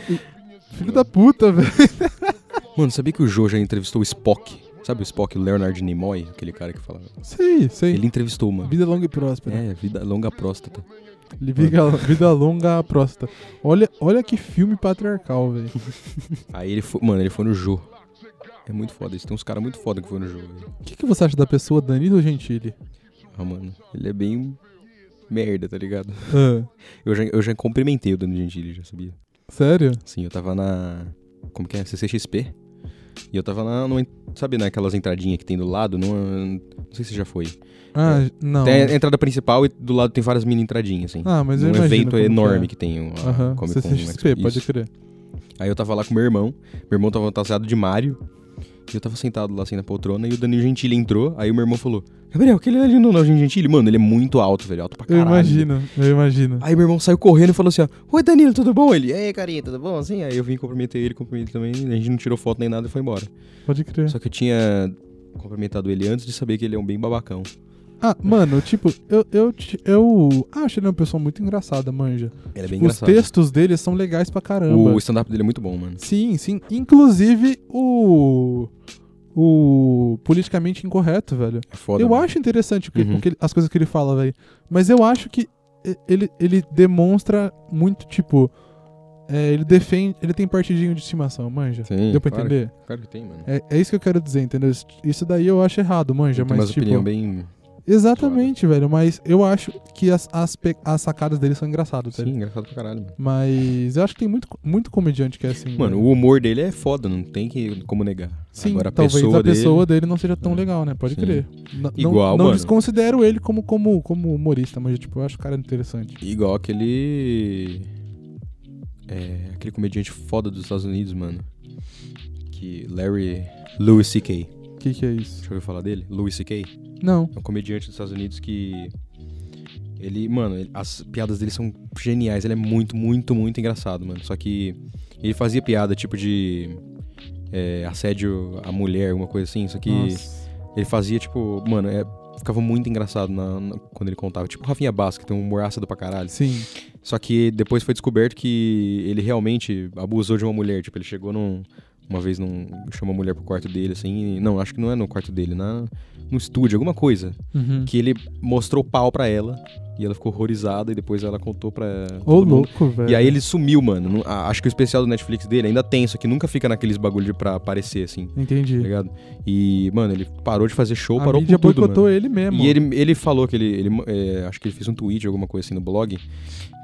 [SPEAKER 1] Filho da puta, velho.
[SPEAKER 2] Mano, sabia que o Jô já entrevistou o Spock? Sabe o Spock, o Leonard Nimoy? Aquele cara que fala.
[SPEAKER 1] Sei, sei.
[SPEAKER 2] Ele entrevistou, mano.
[SPEAKER 1] Vida longa e próspera.
[SPEAKER 2] É, vida longa próstata.
[SPEAKER 1] Ele Vida, vida longa, próstata. Olha, olha que filme patriarcal, velho.
[SPEAKER 2] Aí ele foi, mano, ele foi no Jô. É muito foda isso. Tem uns caras muito foda que foi no Jô. velho.
[SPEAKER 1] O que, que você acha da pessoa Danilo Gentili?
[SPEAKER 2] Ah, mano, ele é bem merda, tá ligado?
[SPEAKER 1] Ah.
[SPEAKER 2] Eu já, eu já cumprimentei o Danilo Gentili, já sabia.
[SPEAKER 1] sério?
[SPEAKER 2] Sim, eu tava na. Como que é? CCXP? E eu tava lá, numa, sabe, naquelas entradinhas que tem do lado? Numa, não sei se já foi.
[SPEAKER 1] Ah, não.
[SPEAKER 2] É. Tem a entrada principal e do lado tem várias mini entradinhas, assim.
[SPEAKER 1] Ah, mas eu
[SPEAKER 2] um
[SPEAKER 1] imagino
[SPEAKER 2] evento
[SPEAKER 1] como que
[SPEAKER 2] enorme
[SPEAKER 1] é.
[SPEAKER 2] que, tem. Um,
[SPEAKER 1] Aham,
[SPEAKER 2] Comic Con
[SPEAKER 1] CCXP,
[SPEAKER 2] Expo.
[SPEAKER 1] pode
[SPEAKER 2] Isso.
[SPEAKER 1] crer.
[SPEAKER 2] Aí eu tava lá com meu irmão, meu irmão tava fantasiado de Mario, e eu tava sentado lá assim na poltrona, e o Danilo Gentili entrou, aí o meu irmão falou, Gabriel, aquele ali não é o Danilo Gentili? Mano, ele é muito alto, velho, alto pra
[SPEAKER 1] Eu
[SPEAKER 2] caralho.
[SPEAKER 1] imagino, eu imagino.
[SPEAKER 2] Aí meu irmão saiu correndo e falou assim, ó, Oi Danilo, tudo bom? Ele, Ei, carinha, tudo bom? Assim, aí eu vim cumprimentei ele, cumprimentei também, a gente não tirou foto nem nada e foi embora.
[SPEAKER 1] Pode crer.
[SPEAKER 2] Só que eu tinha cumprimentado ele antes de saber que ele é um bem babacão.
[SPEAKER 1] Ah, mano, tipo, eu, eu, ti- eu acho ele uma pessoa muito engraçada, manja.
[SPEAKER 2] Ele é bem
[SPEAKER 1] Tipo, Os
[SPEAKER 2] engraçado.
[SPEAKER 1] textos né, dele são legais pra caramba.
[SPEAKER 2] O stand-up dele é muito bom, mano.
[SPEAKER 1] Sim, sim. Inclusive o. O politicamente incorreto, velho.
[SPEAKER 2] É foda.
[SPEAKER 1] eu
[SPEAKER 2] mano.
[SPEAKER 1] acho interessante o que-
[SPEAKER 2] Uhum.
[SPEAKER 1] o que ele- as coisas que ele fala, velho. Mas eu acho que e- ele, ele demonstra muito, tipo, é, ele defende. Ele tem partidinho de estimação, manja.
[SPEAKER 2] Sim,
[SPEAKER 1] Deu pra
[SPEAKER 2] claro.
[SPEAKER 1] entender?
[SPEAKER 2] Claro que tem, mano.
[SPEAKER 1] É, é isso que eu quero dizer, entendeu? Isso- Isso daí eu acho errado, manja,
[SPEAKER 2] tem
[SPEAKER 1] mas
[SPEAKER 2] umas
[SPEAKER 1] tipo.
[SPEAKER 2] opinião bem
[SPEAKER 1] Exatamente, velho. Mas eu acho que as, as, pe- as sacadas dele são engraçadas, tá
[SPEAKER 2] sim, engraçado pra caralho, mano.
[SPEAKER 1] Mas eu acho que tem muito, muito comediante que é assim.
[SPEAKER 2] Mano,
[SPEAKER 1] velho.
[SPEAKER 2] o humor dele é foda, não tem que, como negar.
[SPEAKER 1] Sim,
[SPEAKER 2] Agora a
[SPEAKER 1] talvez
[SPEAKER 2] pessoa
[SPEAKER 1] a
[SPEAKER 2] dele. É.
[SPEAKER 1] pessoa dele... não seja tão legal, né? Pode
[SPEAKER 2] Sim.
[SPEAKER 1] crer. N-
[SPEAKER 2] Igual,
[SPEAKER 1] não, não
[SPEAKER 2] mano.
[SPEAKER 1] desconsidero ele como, como, como humorista, mas tipo, eu acho o cara interessante.
[SPEAKER 2] Igual aquele. É. Aquele comediante foda dos Estados Unidos, mano. Que. Larry. Louis C.K.
[SPEAKER 1] O que, que é isso?
[SPEAKER 2] Deixa eu falar dele. Louis C.K.
[SPEAKER 1] Não.
[SPEAKER 2] É um comediante dos Estados Unidos que. Ele, mano, ele- as piadas dele são geniais. Ele é muito, muito, muito engraçado, mano. Só que ele fazia piada tipo de é, assédio à mulher, alguma coisa assim. Só que
[SPEAKER 1] Nossa.
[SPEAKER 2] ele fazia, tipo, mano, é- ficava muito engraçado na- na- quando ele contava. Tipo o Rafinha Basca, que tem um humor ácido pra caralho.
[SPEAKER 1] Sim.
[SPEAKER 2] Só que depois foi descoberto que ele realmente abusou de uma mulher. Tipo, ele chegou num. Uma vez num. chamou a mulher pro quarto dele, assim. e- não, acho que não é no quarto dele, na, no estúdio, alguma coisa.
[SPEAKER 1] Uhum.
[SPEAKER 2] Que ele mostrou o pau pra ela. E ela ficou horrorizada e depois ela contou pra.
[SPEAKER 1] Ô,
[SPEAKER 2] todo mundo.
[SPEAKER 1] louco, é. velho.
[SPEAKER 2] E aí ele sumiu, mano. Não- a- Acho que o especial do Netflix dele ainda tem, só que nunca fica naqueles bagulho de pra aparecer, assim, tá
[SPEAKER 1] Entendi.
[SPEAKER 2] ligado? E, mano, ele parou de fazer show,
[SPEAKER 1] a
[SPEAKER 2] parou
[SPEAKER 1] mídia
[SPEAKER 2] por tudo,
[SPEAKER 1] boicotou
[SPEAKER 2] mano.
[SPEAKER 1] ele né, mesmo.
[SPEAKER 2] E ele, ele falou que ele. ele, é, acho que ele fez um tweet, alguma coisa assim no blog.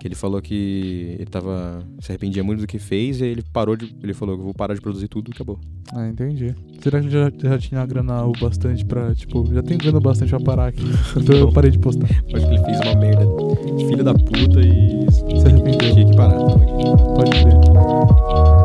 [SPEAKER 2] Que ele falou que ele tava. se arrependia muito do que fez, e aí ele parou de. Ele falou que vou parar de produzir tudo e acabou.
[SPEAKER 1] Ah, entendi. Será que já, já tinha a grana o bastante pra, tipo, já tem grana o bastante pra parar aqui. Então eu
[SPEAKER 2] Não.
[SPEAKER 1] parei de postar.
[SPEAKER 2] Acho que ele fez uma merda de filha da puta e.
[SPEAKER 1] Se arrependeu.
[SPEAKER 2] Tinha que parar.
[SPEAKER 1] Pode crer.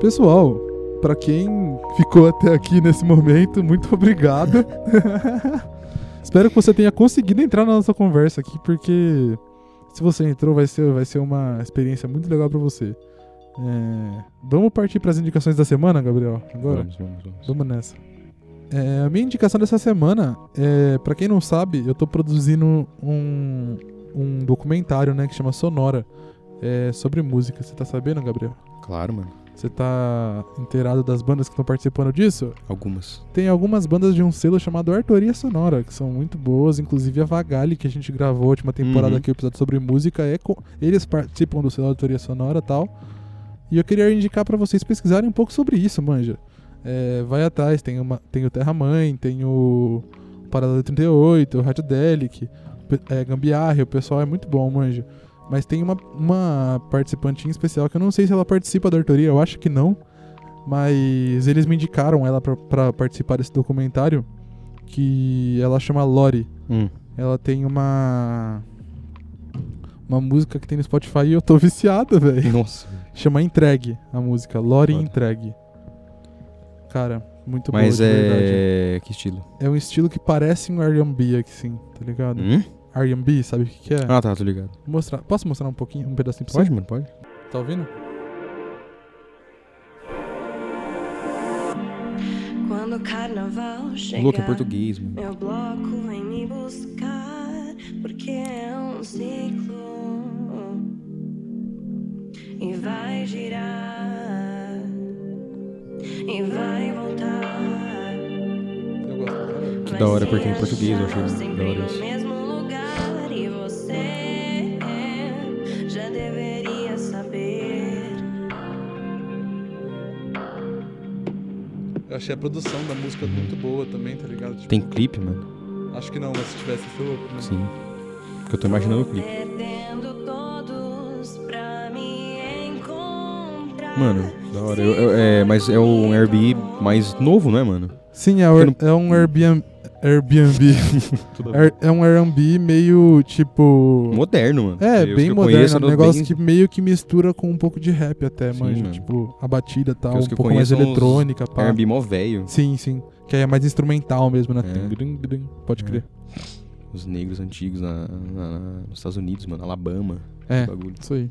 [SPEAKER 1] Pessoal, pra quem ficou até aqui nesse momento, muito obrigado. Espero que você tenha conseguido entrar na nossa conversa aqui, porque se você entrou, vai ser, vai ser uma experiência muito legal pra você. É, Vamos partir pras indicações da semana, Gabriel? Agora?
[SPEAKER 2] Vamos, vamos, vamos.
[SPEAKER 1] Vamos nessa. É, a minha indicação dessa semana, é, para quem não sabe, eu tô produzindo um, um documentário, né, que chama Sonora, é, sobre música. Você tá sabendo, Gabriel?
[SPEAKER 2] Claro, mano.
[SPEAKER 1] Você tá inteirado das bandas que estão participando disso?
[SPEAKER 2] Algumas.
[SPEAKER 1] Tem algumas bandas de um selo chamado Artoria Sonora, que são muito boas, inclusive a Vagali, que a gente gravou a última temporada
[SPEAKER 2] Uhum.
[SPEAKER 1] aqui, o episódio sobre música, é com- eles participam do selo Artoria Sonora e tal. E eu queria indicar pra vocês pesquisarem um pouco sobre isso, manja. É, vai atrás, tem, uma, tem o Terra Mãe, tem o Parada 38, o Radiodelic, pe- é, Gambiarra, o pessoal é muito bom, manja. Mas tem uma, uma participante em especial que eu não sei se ela participa da Artoria, eu acho que não. Mas eles me indicaram ela pra- pra participar desse documentário, que ela chama Lori.
[SPEAKER 2] Hum.
[SPEAKER 1] Ela tem uma. Uma música que tem no Spotify e eu tô viciado, velho.
[SPEAKER 2] Nossa.
[SPEAKER 1] Chama Entregue a música. Lori
[SPEAKER 2] Foda.
[SPEAKER 1] Entregue. Cara, muito bom
[SPEAKER 2] Mas
[SPEAKER 1] de verdade.
[SPEAKER 2] é. Que estilo?
[SPEAKER 1] É um estilo que parece um R&B, aqui, sim, tá ligado?
[SPEAKER 2] Hum?
[SPEAKER 1] R&B, sabe o que, que é?
[SPEAKER 2] Ah, tá, tô ligado.
[SPEAKER 1] Vou Mostrar. Posso mostrar um pouquinho, um pedacinho pra
[SPEAKER 2] Pode,
[SPEAKER 1] você?
[SPEAKER 2] mano, pode.
[SPEAKER 1] Tá ouvindo?
[SPEAKER 5] Quando o carnaval chegar,
[SPEAKER 2] Louco em português, mano.
[SPEAKER 5] meu bloco vem me buscar, porque é um ciclo e vai girar e vai voltar.
[SPEAKER 1] Eu gosto pra caralho.
[SPEAKER 2] Que da hora, porque é em português, eu achei da hora isso.
[SPEAKER 5] no mesmo lugar e você já deveria saber.
[SPEAKER 1] Eu achei a produção da música muito boa também, tá ligado? Tipo,
[SPEAKER 2] Tem clipe, mano?
[SPEAKER 1] Acho que não, mas se tivesse, foi louco, né?
[SPEAKER 2] Sim. Porque eu tô imaginando o clipe.
[SPEAKER 5] Perdendo todos pra me encontrar.
[SPEAKER 2] Mano, da hora. Eu- eu- é, mas é um Airbnb mais novo, né, mano?
[SPEAKER 1] Sim, é,
[SPEAKER 2] Porque
[SPEAKER 1] é um Airbnb. Airbnb.
[SPEAKER 2] Tudo
[SPEAKER 1] Air- é um R&B meio tipo
[SPEAKER 2] Moderno, mano.
[SPEAKER 1] é
[SPEAKER 2] Porque os
[SPEAKER 1] bem
[SPEAKER 2] que eu
[SPEAKER 1] moderno,
[SPEAKER 2] conheço,
[SPEAKER 1] um negócio
[SPEAKER 2] bem-
[SPEAKER 1] que meio que mistura com um pouco de rap até,
[SPEAKER 2] Sim,
[SPEAKER 1] manja,
[SPEAKER 2] mano.
[SPEAKER 1] tipo a batida e tal,
[SPEAKER 2] Porque
[SPEAKER 1] um
[SPEAKER 2] os que eu
[SPEAKER 1] pouco mais
[SPEAKER 2] conheço são os
[SPEAKER 1] eletrônica, pá.
[SPEAKER 2] Airbnb mó velho.
[SPEAKER 1] Sim, sim, que aí é mais instrumental mesmo, né?
[SPEAKER 2] É.
[SPEAKER 1] Tem grim, grim, Pode
[SPEAKER 2] É.
[SPEAKER 1] crer.
[SPEAKER 2] Os negros antigos na, na- na- nos Estados Unidos, mano. Alabama.
[SPEAKER 1] É.
[SPEAKER 2] esse Bagulho.
[SPEAKER 1] Isso aí.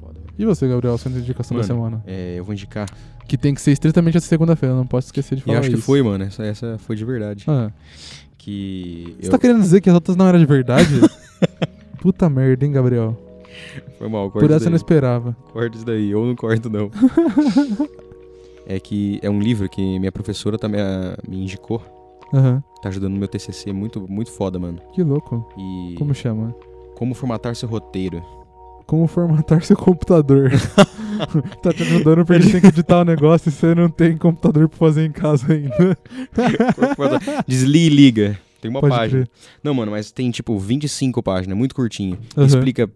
[SPEAKER 2] Foda, velho.
[SPEAKER 1] E você, Gabriel, sua indicação da
[SPEAKER 2] Mano,
[SPEAKER 1] semana?
[SPEAKER 2] É, eu vou indicar.
[SPEAKER 1] Que tem que ser estritamente essa segunda-feira, não posso esquecer de
[SPEAKER 2] E
[SPEAKER 1] falar
[SPEAKER 2] eu acho que
[SPEAKER 1] isso.
[SPEAKER 2] foi, mano. Essa, essa foi de verdade.
[SPEAKER 1] Ah,
[SPEAKER 2] Que.
[SPEAKER 1] Você
[SPEAKER 2] eu-
[SPEAKER 1] tá querendo dizer que as outras não eram de verdade? Puta merda, hein, Gabriel?
[SPEAKER 2] Foi mal, corta
[SPEAKER 1] Por
[SPEAKER 2] isso
[SPEAKER 1] essa eu não
[SPEAKER 2] daí.
[SPEAKER 1] esperava.
[SPEAKER 2] Corta isso daí, eu não corto não. é que é um livro que minha professora tá me, me indicou.
[SPEAKER 1] Aham.
[SPEAKER 2] Tá ajudando no meu TCC, muito, muito foda, mano.
[SPEAKER 1] Que louco.
[SPEAKER 2] E
[SPEAKER 1] Como chama?
[SPEAKER 2] como formatar seu roteiro.
[SPEAKER 1] Como formatar seu computador. tá te ajudando porque tem que editar o negócio e você não tem computador pra fazer em casa ainda.
[SPEAKER 2] Desliga e liga. Tem uma
[SPEAKER 1] Pode
[SPEAKER 2] página.
[SPEAKER 1] crer.
[SPEAKER 2] Não, mano, mas tem tipo 25 páginas, muito curtinho.
[SPEAKER 1] Aham.
[SPEAKER 2] Explica,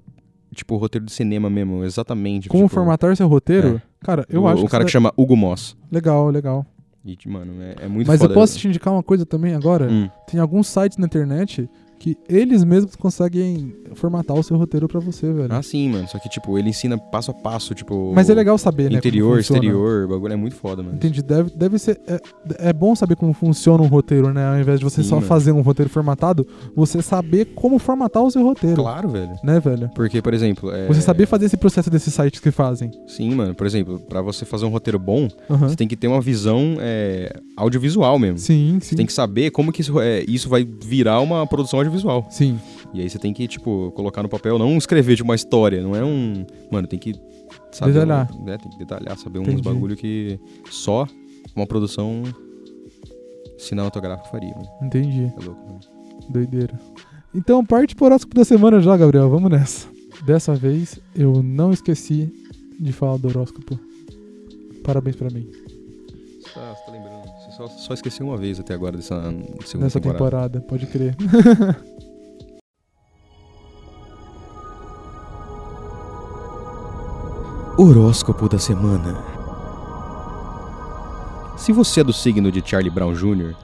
[SPEAKER 2] tipo, o roteiro de cinema mesmo, exatamente.
[SPEAKER 1] Como
[SPEAKER 2] tipo,
[SPEAKER 1] formatar seu roteiro?
[SPEAKER 2] é.
[SPEAKER 1] Cara, eu
[SPEAKER 2] o,
[SPEAKER 1] acho
[SPEAKER 2] O cara que
[SPEAKER 1] isso
[SPEAKER 2] chama Hugo Moss.
[SPEAKER 1] é- Legal, legal.
[SPEAKER 2] E, mano, é, é muito
[SPEAKER 1] Mas
[SPEAKER 2] foda.
[SPEAKER 1] eu posso te indicar uma coisa também agora?
[SPEAKER 2] Hum.
[SPEAKER 1] Tem alguns sites na internet que eles mesmos conseguem formatar o seu roteiro pra você, velho.
[SPEAKER 2] Ah, sim, mano. Só que, tipo, ele ensina passo a passo, tipo.
[SPEAKER 1] Mas é legal saber, né? como
[SPEAKER 2] Interior,
[SPEAKER 1] funciona.
[SPEAKER 2] exterior, o bagulho é muito foda, mano.
[SPEAKER 1] Entendi. Deve, deve ser. É, é bom saber como funciona um roteiro, né? Ao invés de você
[SPEAKER 2] Sim,
[SPEAKER 1] só
[SPEAKER 2] mano.
[SPEAKER 1] fazer um roteiro formatado, você saber como formatar o seu roteiro.
[SPEAKER 2] Claro, velho.
[SPEAKER 1] Né, velho?
[SPEAKER 2] Porque, por exemplo, é...
[SPEAKER 1] Você saber fazer esse processo desses sites que fazem.
[SPEAKER 2] Sim, mano. Por exemplo, pra você fazer um roteiro bom,
[SPEAKER 1] Aham.
[SPEAKER 2] você tem que ter uma visão é, audiovisual mesmo.
[SPEAKER 1] Sim,
[SPEAKER 2] Você
[SPEAKER 1] sim.
[SPEAKER 2] tem que saber como que isso, é, isso vai virar uma produção audiovisual.
[SPEAKER 1] Sim.
[SPEAKER 2] E aí você tem que, tipo, colocar no papel, não escrever tipo, uma história, não é um... Mano, tem que saber...
[SPEAKER 1] Detalhar.
[SPEAKER 2] um- né, tem que detalhar, saber
[SPEAKER 1] Entendi.
[SPEAKER 2] uns bagulho que só uma produção cinematográfica faria, mano.
[SPEAKER 1] Entendi.
[SPEAKER 2] É louco, mano.
[SPEAKER 1] Doideira. Então parte pro horóscopo da semana já, Gabriel. Vamos nessa. Dessa vez eu não esqueci de falar do horóscopo. Parabéns pra mim.
[SPEAKER 2] Você tá, você tá lembrando? Você só, só esqueceu uma vez até agora dessa segunda
[SPEAKER 1] Nessa temporada,
[SPEAKER 2] temporada.
[SPEAKER 1] pode crer.
[SPEAKER 2] Horóscopo da semana. Se você é do signo de Charlie Brown Jr.,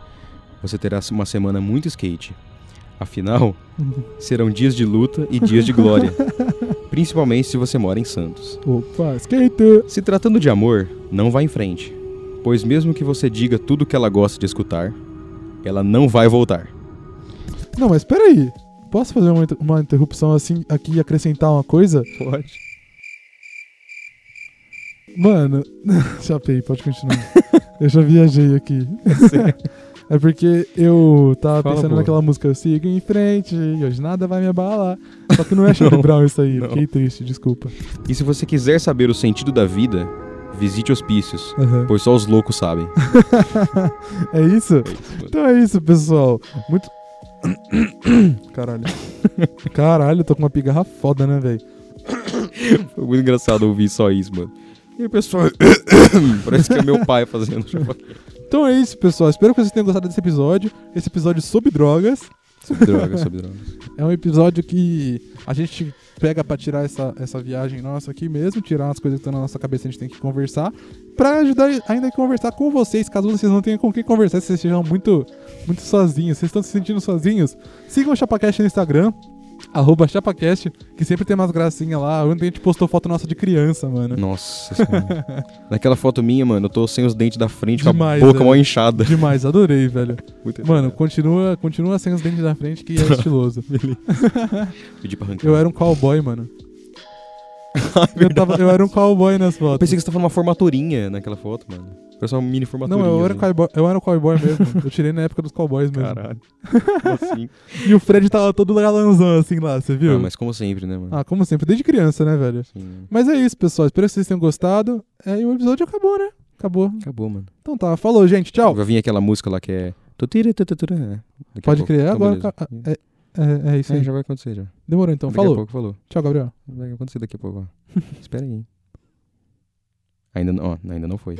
[SPEAKER 2] você terá uma semana muito skate. Afinal, serão dias de luta e dias de glória, principalmente se você mora em Santos.
[SPEAKER 1] Opa, skate!
[SPEAKER 2] Se tratando de amor, não vá em frente, pois mesmo que você diga tudo que ela gosta de escutar, ela não vai voltar.
[SPEAKER 1] Não, mas peraí. Posso fazer uma, inter- uma interrupção assim aqui e acrescentar uma coisa?
[SPEAKER 2] Pode.
[SPEAKER 1] Mano, chapei, pode continuar. eu já viajei aqui. É porque eu tava
[SPEAKER 2] Fala,
[SPEAKER 1] pensando
[SPEAKER 2] boa.
[SPEAKER 1] naquela música Eu sigo em frente, e hoje nada vai me abalar. Só que não é Charlie Brown isso aí, eu
[SPEAKER 2] não.
[SPEAKER 1] fiquei triste, desculpa.
[SPEAKER 2] E se você quiser saber o sentido da vida, visite hospícios,
[SPEAKER 1] Aham.
[SPEAKER 2] pois só os loucos sabem.
[SPEAKER 1] É isso? Então é isso, pessoal. Muito. Caralho. Caralho, eu tô com uma pigarra foda, né, velho?
[SPEAKER 2] Foi muito engraçado ouvir só isso, mano. E o pessoal. Parece que é meu pai fazendo
[SPEAKER 1] Então é isso, pessoal. Espero que vocês tenham gostado desse episódio. Esse episódio sobre drogas.
[SPEAKER 2] sobre droga, sobre droga.
[SPEAKER 1] É um episódio que a gente pega pra tirar essa, essa viagem nossa aqui mesmo, tirar as coisas que estão na nossa cabeça, a gente tem que conversar, pra ajudar ainda a conversar com vocês, caso vocês não tenham com quem conversar, se vocês estejam muito, muito sozinhos, vocês estão se sentindo sozinhos, sigam o ChapaCast no Instagram, arroba ChapaCast, que sempre tem umas gracinhas lá, ontem a gente postou foto nossa de criança, mano.
[SPEAKER 2] Nossa senhora. Naquela foto minha, mano, eu tô sem os dentes da frente,
[SPEAKER 1] Demais,
[SPEAKER 2] com a boca
[SPEAKER 1] né?
[SPEAKER 2] mal inchada.
[SPEAKER 1] Demais, adorei, velho.
[SPEAKER 2] Muito
[SPEAKER 1] Mano, continua, continua sem os dentes da frente que é estiloso.
[SPEAKER 2] pedi pra arrancar.
[SPEAKER 1] Eu era um cowboy, mano. eu, tava, eu era um cowboy nas
[SPEAKER 2] Eu
[SPEAKER 1] fotos.
[SPEAKER 2] pensei que você tá tava numa formatorinha naquela foto, mano. Foi só uma mini
[SPEAKER 1] Não,
[SPEAKER 2] formatorinha.
[SPEAKER 1] eu era,
[SPEAKER 2] assim.
[SPEAKER 1] cowboy, eu era um cowboy mesmo. Eu tirei na época dos cowboys mesmo.
[SPEAKER 2] Caralho. Como assim?
[SPEAKER 1] E o Fred tava todo galanzão assim lá, você viu?
[SPEAKER 2] Ah, mas como sempre, né, mano?
[SPEAKER 1] Ah, como sempre, desde criança, né, velho?
[SPEAKER 2] Sim, né?
[SPEAKER 1] Mas é isso, pessoal. Espero que vocês tenham gostado. É, e o episódio acabou, né? Acabou.
[SPEAKER 2] Acabou, mano.
[SPEAKER 1] Então tá, falou, gente. Tchau.
[SPEAKER 2] Vai vir aquela música lá que é. Tutira, tutira, é. Daqui a
[SPEAKER 1] Pode
[SPEAKER 2] pouco.
[SPEAKER 1] crer.
[SPEAKER 2] Então,
[SPEAKER 1] Agora
[SPEAKER 2] beleza.
[SPEAKER 1] ca- é, é, é isso
[SPEAKER 2] É,
[SPEAKER 1] aí.
[SPEAKER 2] já vai acontecer já.
[SPEAKER 1] Demorou então.
[SPEAKER 2] daqui a
[SPEAKER 1] Falou.
[SPEAKER 2] pouco falou.
[SPEAKER 1] Tchau, Gabriel.
[SPEAKER 2] Vai acontecer daqui a pouco, ó. Espera aí. hein. Ainda não, ó, ainda não foi.